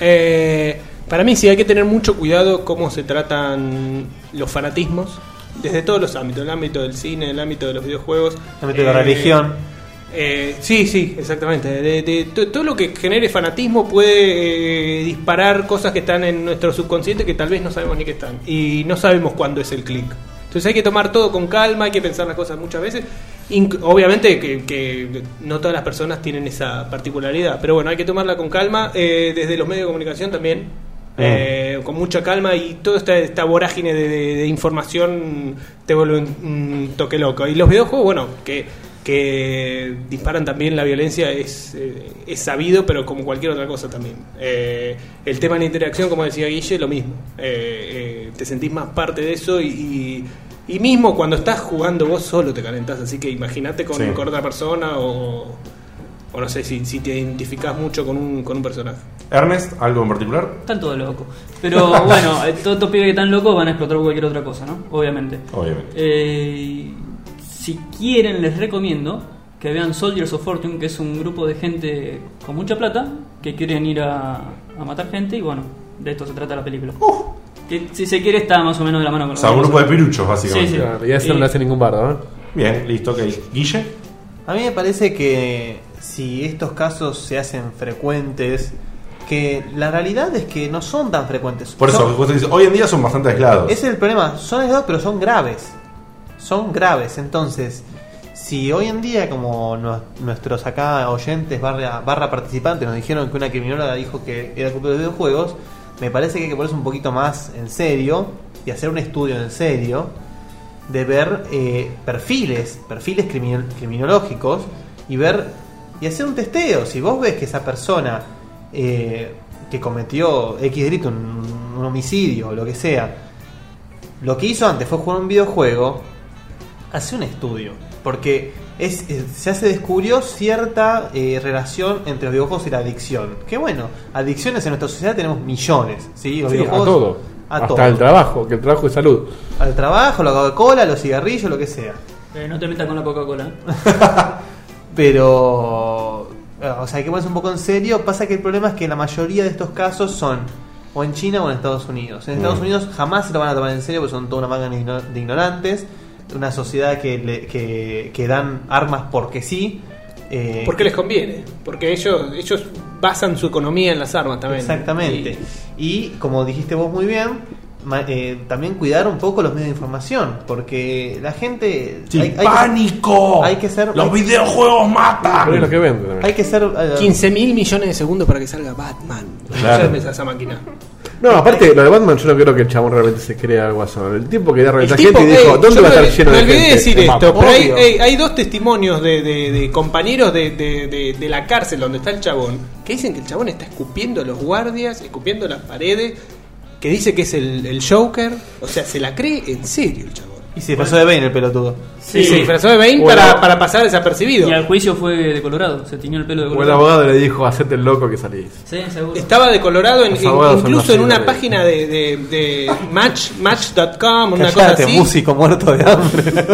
Speaker 5: eh, para mí sí hay que tener mucho cuidado cómo se tratan los fanatismos desde todos los ámbitos, el ámbito del cine, el ámbito de los videojuegos,
Speaker 4: El ámbito de la religión.
Speaker 5: eh, sí, sí, exactamente. De- de- to- todo lo que genere fanatismo puede eh, disparar cosas que están en nuestro subconsciente que tal vez no sabemos ni que están y no sabemos cuándo es el clic. Entonces hay que tomar todo con calma, hay que pensar las cosas muchas veces. Inc- obviamente que, que no todas las personas tienen esa particularidad, pero bueno, hay que tomarla con calma eh, desde los medios de comunicación también. Eh, con mucha calma y toda esta, esta vorágine de, de- de información te vuelve un, un toque loco. Y los videojuegos, bueno, que que disparan también la violencia es, eh, es sabido, pero como cualquier otra cosa también. Eh, el tema de la interacción, como decía Guille, lo mismo. Eh, eh, te sentís más parte de eso y, y- y mismo cuando estás jugando vos solo te calentás, así que imagínate con,
Speaker 3: Sí.
Speaker 5: con otra persona o, o no sé si, si te identificás mucho con un, con un personaje.
Speaker 3: Ernest, algo en particular.
Speaker 6: Están todos locos. Pero bueno, eh, todos estos pibes que están locos van a explotar cualquier otra cosa, ¿no? Obviamente.
Speaker 3: Obviamente.
Speaker 6: Eh, si quieren, les recomiendo que vean Soldiers of Fortune, que es un grupo de gente con mucha plata que quieren ir a, a matar gente y bueno, de esto se trata la película. Que, si se quiere, está más o menos de la mano con
Speaker 3: O
Speaker 6: lo
Speaker 3: sea,
Speaker 6: que
Speaker 3: un
Speaker 6: vamos
Speaker 3: grupo
Speaker 6: a
Speaker 3: de
Speaker 6: hablar.
Speaker 3: piruchos, básicamente.
Speaker 6: Eh, Sí, sí.
Speaker 1: Claro, y eso no
Speaker 6: Y-
Speaker 1: le hace ningún bardo, ¿eh?
Speaker 3: Bien, listo, ok. Guille,
Speaker 4: A mí me parece que si estos casos se hacen frecuentes, que la realidad es que no son tan frecuentes.
Speaker 3: por eso,
Speaker 4: Son-
Speaker 3: justo dice, hoy en día son bastante aislados.
Speaker 4: Ese es el problema. Son aislados, pero son graves. Son graves. Entonces, si hoy en día, como nu- nuestros acá oyentes barra, barra participantes nos dijeron que una criminóloga dijo que era culpa de los videojuegos, me parece que hay que ponerse un poquito más en serio y hacer un estudio en serio de ver eh, perfiles, perfiles criminal- criminológicos y ver y hacer un testeo. Si vos ves que esa persona eh, que cometió X delito, un, un homicidio, lo que sea, lo que hizo antes fue jugar un videojuego, hace un estudio. Porque es, es- ya se descubrió cierta eh, relación entre los videojuegos y la adicción. Que bueno, adicciones en nuestra sociedad tenemos millones. ¿sí? Los
Speaker 1: Sí, a
Speaker 4: videojuegos-
Speaker 1: todo.
Speaker 4: a
Speaker 1: Hasta
Speaker 4: todo.
Speaker 1: el trabajo, que el trabajo es salud.
Speaker 4: Al trabajo, la Coca-Cola, los cigarrillos, lo que sea.
Speaker 6: Eh, no te metas con la Coca-Cola. ¿eh?
Speaker 4: Pero. eh, O sea, hay que ponerse un poco en serio. Pasa que el problema es que la mayoría de estos casos son o en China o en Estados Unidos. En Estados
Speaker 3: Mm.
Speaker 4: Unidos jamás se lo van a tomar en serio porque son toda una manga de igno- de ignorantes. Una sociedad que, le- que, que dan armas porque sí. eh,
Speaker 5: Porque les conviene, porque ellos, ellos basan su economía en las armas también.
Speaker 4: Exactamente. Y, como dijiste vos muy bien, ma- eh, también cuidar un poco los medios de información. Porque la gente.
Speaker 3: Sí,
Speaker 4: hay- hay que-
Speaker 3: ¡Pánico!
Speaker 4: hay que ser-
Speaker 3: ¡Los videojuegos matan!
Speaker 1: Pero es lo que vende también.
Speaker 4: hay que ser. eh,
Speaker 5: 15 mil millones de segundos para que salga Batman.
Speaker 3: Claro.
Speaker 5: Ya empezó esa máquina.
Speaker 1: No, aparte, lo de Batman, yo no creo que el chabón realmente se crea algo así. El tipo que da
Speaker 5: El
Speaker 1: realmente
Speaker 5: tipo,
Speaker 1: gente y
Speaker 5: ey,
Speaker 1: dijo, ¿dónde
Speaker 5: yo
Speaker 1: va a
Speaker 5: me-
Speaker 1: estar lleno
Speaker 5: me
Speaker 1: de
Speaker 5: olvidé
Speaker 1: gente?
Speaker 5: decir
Speaker 1: Es más,
Speaker 5: esto, pero hay,
Speaker 4: obvio.
Speaker 5: hay- hay dos testimonios de, de- de compañeros de, de- de- de la cárcel donde está el chabón, que dicen que el chabón está escupiendo a los guardias, escupiendo las paredes, que dice que es el, el Joker. O sea, se la cree en serio el chabón.
Speaker 4: Y se pasó de Bane el pelotudo.
Speaker 5: Y se disfrazó de Bane
Speaker 1: Bueno.
Speaker 5: para, para pasar desapercibido.
Speaker 6: Y al juicio fue de Colorado, se tiñó el pelo de
Speaker 1: O el
Speaker 6: Colorado.
Speaker 1: abogado le dijo, hacete el loco que salís.
Speaker 6: Sí, seguro.
Speaker 5: Estaba decolorado en,
Speaker 1: Los
Speaker 5: en-
Speaker 1: abogados son
Speaker 5: incluso
Speaker 1: más
Speaker 5: en una
Speaker 1: libres.
Speaker 5: página de, de- de match, match.com, una cosa
Speaker 4: Cállate,
Speaker 5: así.
Speaker 4: músico muerto de hambre.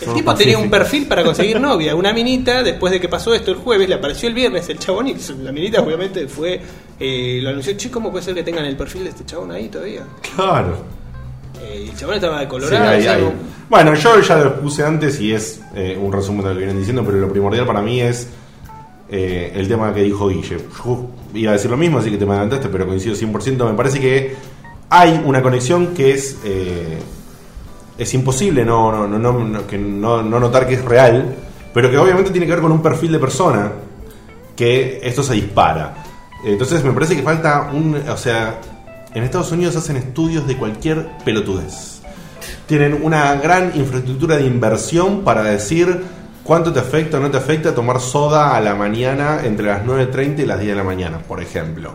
Speaker 5: El tipo tenía un perfil para conseguir novia. Una minita, después de que pasó esto el jueves, le apareció el viernes el chabón y la minita obviamente fue, eh, lo anunció, che, ¿cómo puede ser que tengan el perfil de este chabón ahí todavía?
Speaker 3: Claro.
Speaker 5: Eh, y el chabón estaba de
Speaker 3: Sí,
Speaker 5: colorado.
Speaker 3: hay-
Speaker 5: o sea,
Speaker 3: hay-
Speaker 5: como-
Speaker 3: Bueno, yo ya lo puse antes y es eh, un resumen de lo que vienen diciendo, pero lo primordial para mí es eh, el tema que dijo Guille. Yo iba a decir lo mismo, así que te me adelantaste, pero coincido 100%. Me parece que hay una conexión que es... eh, es imposible no, no, no, no, no- que no, no notar que es real, pero que obviamente tiene que ver con un perfil de persona que esto se dispara. Entonces me parece que falta un... O sea, en Estados Unidos hacen estudios de cualquier pelotudez. Tienen una gran infraestructura de inversión para decir cuánto te afecta o no te afecta tomar soda a la mañana entre las 9.30 y las 10 de la mañana, por ejemplo.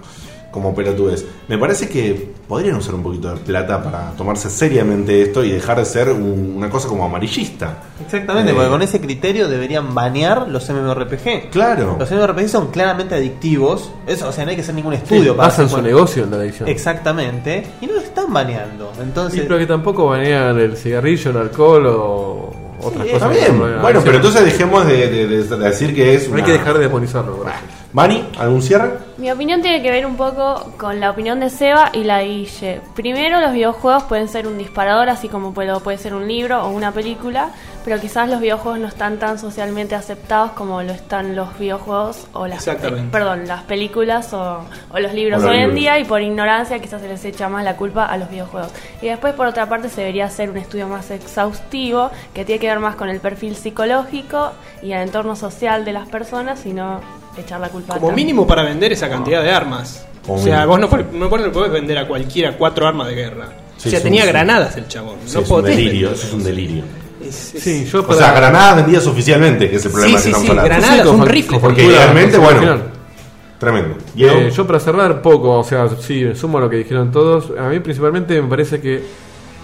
Speaker 3: Como pelotudez. Me parece que podrían usar un poquito de plata para tomarse seriamente esto y dejar de ser un- una cosa como amarillista.
Speaker 4: Exactamente,
Speaker 3: Eh.
Speaker 4: porque con ese criterio deberían banear los MMORPG.
Speaker 3: Claro.
Speaker 4: Los MMORPG son claramente adictivos. Eso, o sea, no hay que hacer ningún estudio para
Speaker 1: Basan
Speaker 4: hacer-
Speaker 1: su negocio en la adicción.
Speaker 4: Exactamente. Y no lo están baneando.
Speaker 1: Sí,
Speaker 4: Entonces,
Speaker 1: pero que tampoco banean el cigarrillo, el alcohol o otras
Speaker 4: Sí,
Speaker 1: cosas.
Speaker 3: Está
Speaker 1: que
Speaker 3: bien.
Speaker 1: no banean.
Speaker 3: Bueno, pero entonces dejemos de, de- de- de decir que es...
Speaker 1: No hay
Speaker 3: una-
Speaker 1: que dejar de demonizarlo. por ejemplo.
Speaker 3: Mani, ¿algún cierre?
Speaker 7: Mi opinión tiene que ver un poco con la opinión de Seba y la de Guille. Primero, los videojuegos pueden ser un disparador, así como puede, puede ser un libro o una película, pero quizás los videojuegos no están tan socialmente aceptados como lo están los videojuegos o las,
Speaker 5: Exactamente.
Speaker 7: eh, perdón, las películas o, o los libros
Speaker 3: O los
Speaker 7: hoy en
Speaker 3: libros.
Speaker 7: día y por ignorancia quizás se les echa más la culpa a los videojuegos. Y después, por otra parte, se debería hacer un estudio más exhaustivo que tiene que ver más con el perfil psicológico y el entorno social de las personas y no echar la culpa a
Speaker 5: como
Speaker 7: tanto.
Speaker 5: mínimo para vender esa cantidad de armas.
Speaker 3: Como
Speaker 5: O sea,
Speaker 3: mínimo.
Speaker 5: vos no, podés- no podés- no podés vender a cualquiera cuatro armas de guerra.
Speaker 3: Sí,
Speaker 5: o sea,
Speaker 3: es
Speaker 5: tenía
Speaker 3: un-
Speaker 5: granadas el chabón.
Speaker 3: Sí,
Speaker 5: no
Speaker 3: es un
Speaker 5: podés
Speaker 3: delirio,
Speaker 5: vender.
Speaker 3: eso es un delirio.
Speaker 5: Es- es-
Speaker 1: Sí, yo
Speaker 3: O sea, granadas vendidas oficialmente, es el problema
Speaker 5: Sí,
Speaker 3: que
Speaker 5: sí,
Speaker 3: estamos
Speaker 5: sí,
Speaker 3: hablando.
Speaker 5: granadas
Speaker 1: Sí, con
Speaker 5: son
Speaker 1: fac-
Speaker 5: rifles.
Speaker 1: con
Speaker 3: Porque
Speaker 1: factura,
Speaker 3: realmente,
Speaker 1: con
Speaker 3: bueno,
Speaker 1: original.
Speaker 3: Tremendo. Diego,
Speaker 1: Eh, yo para cerrar poco, o sea, sí, sumo lo que dijeron todos. A mí principalmente me parece que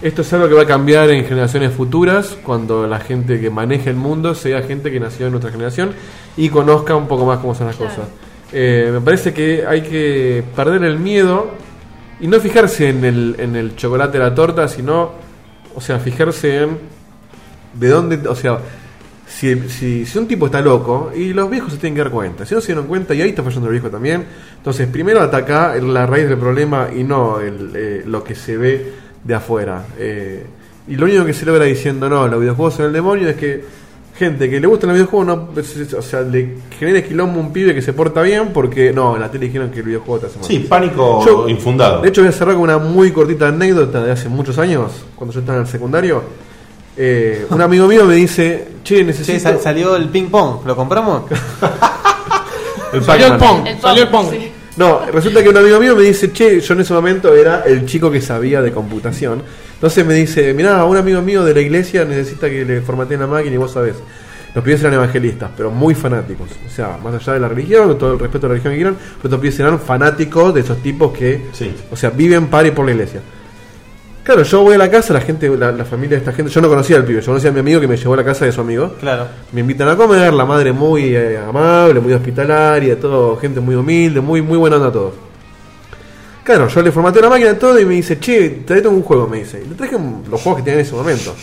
Speaker 1: esto es algo que va a cambiar en generaciones futuras, cuando la gente que maneje el mundo sea gente que nació en nuestra generación y conozca un poco más cómo son las
Speaker 7: Claro.
Speaker 1: cosas. Eh, me parece que hay que perder el miedo y no fijarse en el, en el chocolate de la torta, sino, o sea, fijarse en de dónde, o sea, si, si, si un tipo está loco, y los viejos se tienen que dar cuenta. Si no se dieron cuenta, y ahí está fallando el viejo también. Entonces, primero ataca la raíz del problema y no el, eh, lo que se ve de afuera. Eh, y lo único que se logra diciendo, no, los videojuegos son el demonio, es que gente que le gustan los videojuegos, no, es- es- o sea, le genera quilombo a un pibe que se porta bien porque, no, en la tele dijeron que el videojuego te hace mal.
Speaker 3: sí, pánico
Speaker 1: Yo-
Speaker 3: infundado.
Speaker 1: De hecho, voy a cerrar con una muy cortita anécdota de hace muchos años, cuando yo estaba en el secundario. Eh, un amigo mío me dice, che, necesito...
Speaker 4: Che, sal- salió el ping pong, ¿lo compramos?
Speaker 1: El
Speaker 5: Salió el
Speaker 1: Pac-Man.
Speaker 5: Pong.
Speaker 7: El
Speaker 5: Salió el
Speaker 7: Pong,
Speaker 5: Pong.
Speaker 7: sí.
Speaker 1: No, resulta que un amigo mío me dice, che, yo en ese momento era el chico que sabía de computación. Entonces me dice, mirá, un amigo mío de la iglesia necesita que le formateen la máquina y vos sabés. Los pibes eran evangelistas, pero muy fanáticos. O sea, más allá de la religión, con todo el respeto a la religión que quieran, pero estos pibes eran fanáticos de esos tipos que,
Speaker 3: Sí.
Speaker 1: o sea, viven para y por la iglesia. Claro, yo voy a la casa, la gente, la, la familia de esta gente, yo no conocía al pibe, yo conocía a mi amigo que me llevó a la casa de su amigo.
Speaker 4: Claro.
Speaker 1: Me invitan a comer, la madre muy eh, amable, muy hospitalaria, todo, gente muy humilde, muy, muy buena onda todos. Claro, yo le formateo la máquina y todo y me dice, che, traete un juego, me dice. Y le traje un- los juegos que tenía en ese momento.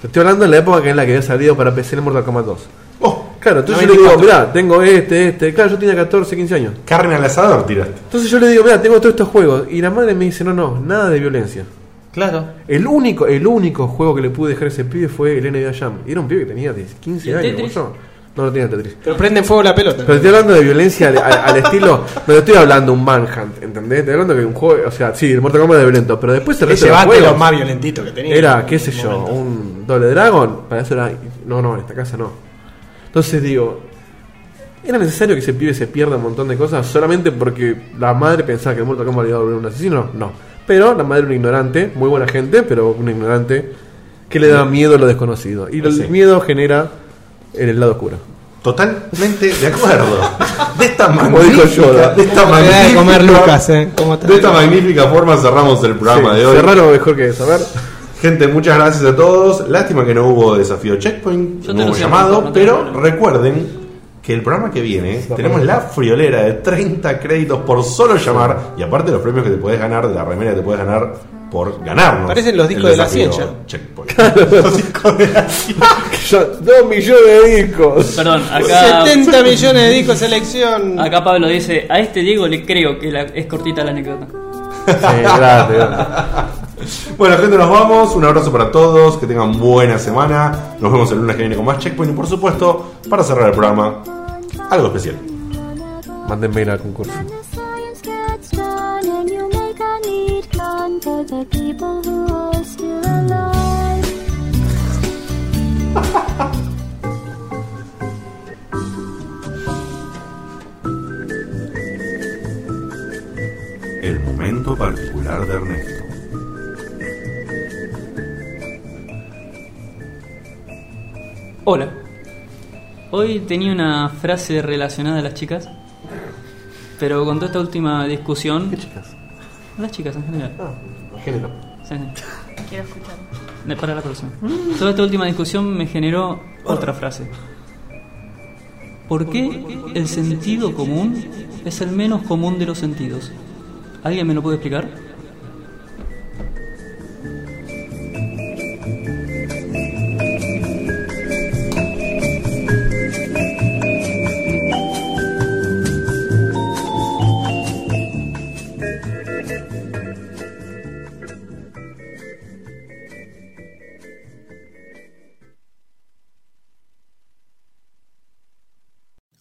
Speaker 1: Te estoy hablando en la época que en la que había salido para PC el Mortal Kombat 2.
Speaker 3: Oh,
Speaker 1: Claro, entonces yo le digo, mirá, tengo este, este. Claro, yo tenía 14, 15 años.
Speaker 3: carne al asador tiraste.
Speaker 1: Entonces yo le digo, mirá, tengo todos estos juegos. Y la madre me dice, no, no, nada de violencia.
Speaker 4: Claro.
Speaker 1: El único, el único juego que le pude dejar a ese pibe fue el NBA Jam. Y era un pibe que tenía 10, 15
Speaker 6: ¿Y el
Speaker 1: años,
Speaker 6: Tetris?
Speaker 1: como yo. No, no tenía Tetris.
Speaker 5: Pero prenden fuego la pelota.
Speaker 1: Pero estoy hablando de violencia al, al- al estilo. No te estoy hablando de un manhunt, ¿entendés? Estoy hablando que un juego. O sea, sí, el Mortal Kombat es violento, pero después el resto
Speaker 5: Ese
Speaker 1: de los
Speaker 5: bate
Speaker 1: juegos
Speaker 5: lo más violentito que tenía.
Speaker 1: Era, qué sé yo, un doble dragón. Para eso era. No, no, en esta casa no. Entonces digo. ¿Era necesario que ese pibe se pierda un montón de cosas solamente porque la madre pensaba que el Mortal Kombat le iba a volver un asesino? No. Pero la madre era un ignorante, muy buena gente, pero un ignorante que le da miedo a lo desconocido. Y el
Speaker 3: Sí.
Speaker 1: miedo genera el lado oscuro.
Speaker 3: Totalmente de acuerdo. De esta
Speaker 1: Como dijo Yoda.
Speaker 3: magnífica, de esta
Speaker 5: Te da de
Speaker 3: magnífica,
Speaker 5: comer Lucas, eh. ¿Cómo te-
Speaker 3: de esta magnífica forma cerramos el programa
Speaker 1: Sí,
Speaker 3: de hoy.
Speaker 1: cerrar o mejor que eso. A ver.
Speaker 3: Gente, muchas gracias a todos. Lástima que no hubo desafío checkpoint,
Speaker 6: Yo te
Speaker 3: no
Speaker 6: lo
Speaker 3: hubo
Speaker 6: siento,
Speaker 3: llamado,
Speaker 6: no te
Speaker 3: pero
Speaker 6: lo siento.
Speaker 3: recuerden que el programa que viene tenemos la friolera de 30 créditos por solo llamar y aparte los premios que te podés ganar de la remera que te podés ganar por ganarnos.
Speaker 5: Parecen los discos
Speaker 3: el
Speaker 5: de la
Speaker 3: desafío
Speaker 5: 100 ya.
Speaker 3: Checkpoint. los discos de la 100.
Speaker 1: Yo- dos millones de discos.
Speaker 6: Perdón, acá,
Speaker 5: 70 millones de discos selección.
Speaker 6: acá Pablo dice, a este Diego le creo que la- es cortita la anécdota.
Speaker 1: Sí, gracias, gracias.
Speaker 3: Bueno, gente, nos vamos. Un abrazo para todos. Que tengan buena semana. Nos vemos el lunes que viene con más Checkpoint. Y por supuesto, para cerrar el programa, algo especial.
Speaker 1: Mándenme al concurso.
Speaker 3: El momento particular de Ernesto.
Speaker 6: Hola. Hoy tenía una frase relacionada a las chicas, pero con toda esta última discusión... ¿Qué chicas? Ah, Las chicas en general.
Speaker 1: Género.
Speaker 6: Sí, sí.
Speaker 7: Quiero escuchar.
Speaker 6: De- Para la próxima. Toda esta última discusión me generó otra frase. ¿Por qué el sentido común es el menos común de los sentidos? ¿Alguien me lo puede explicar?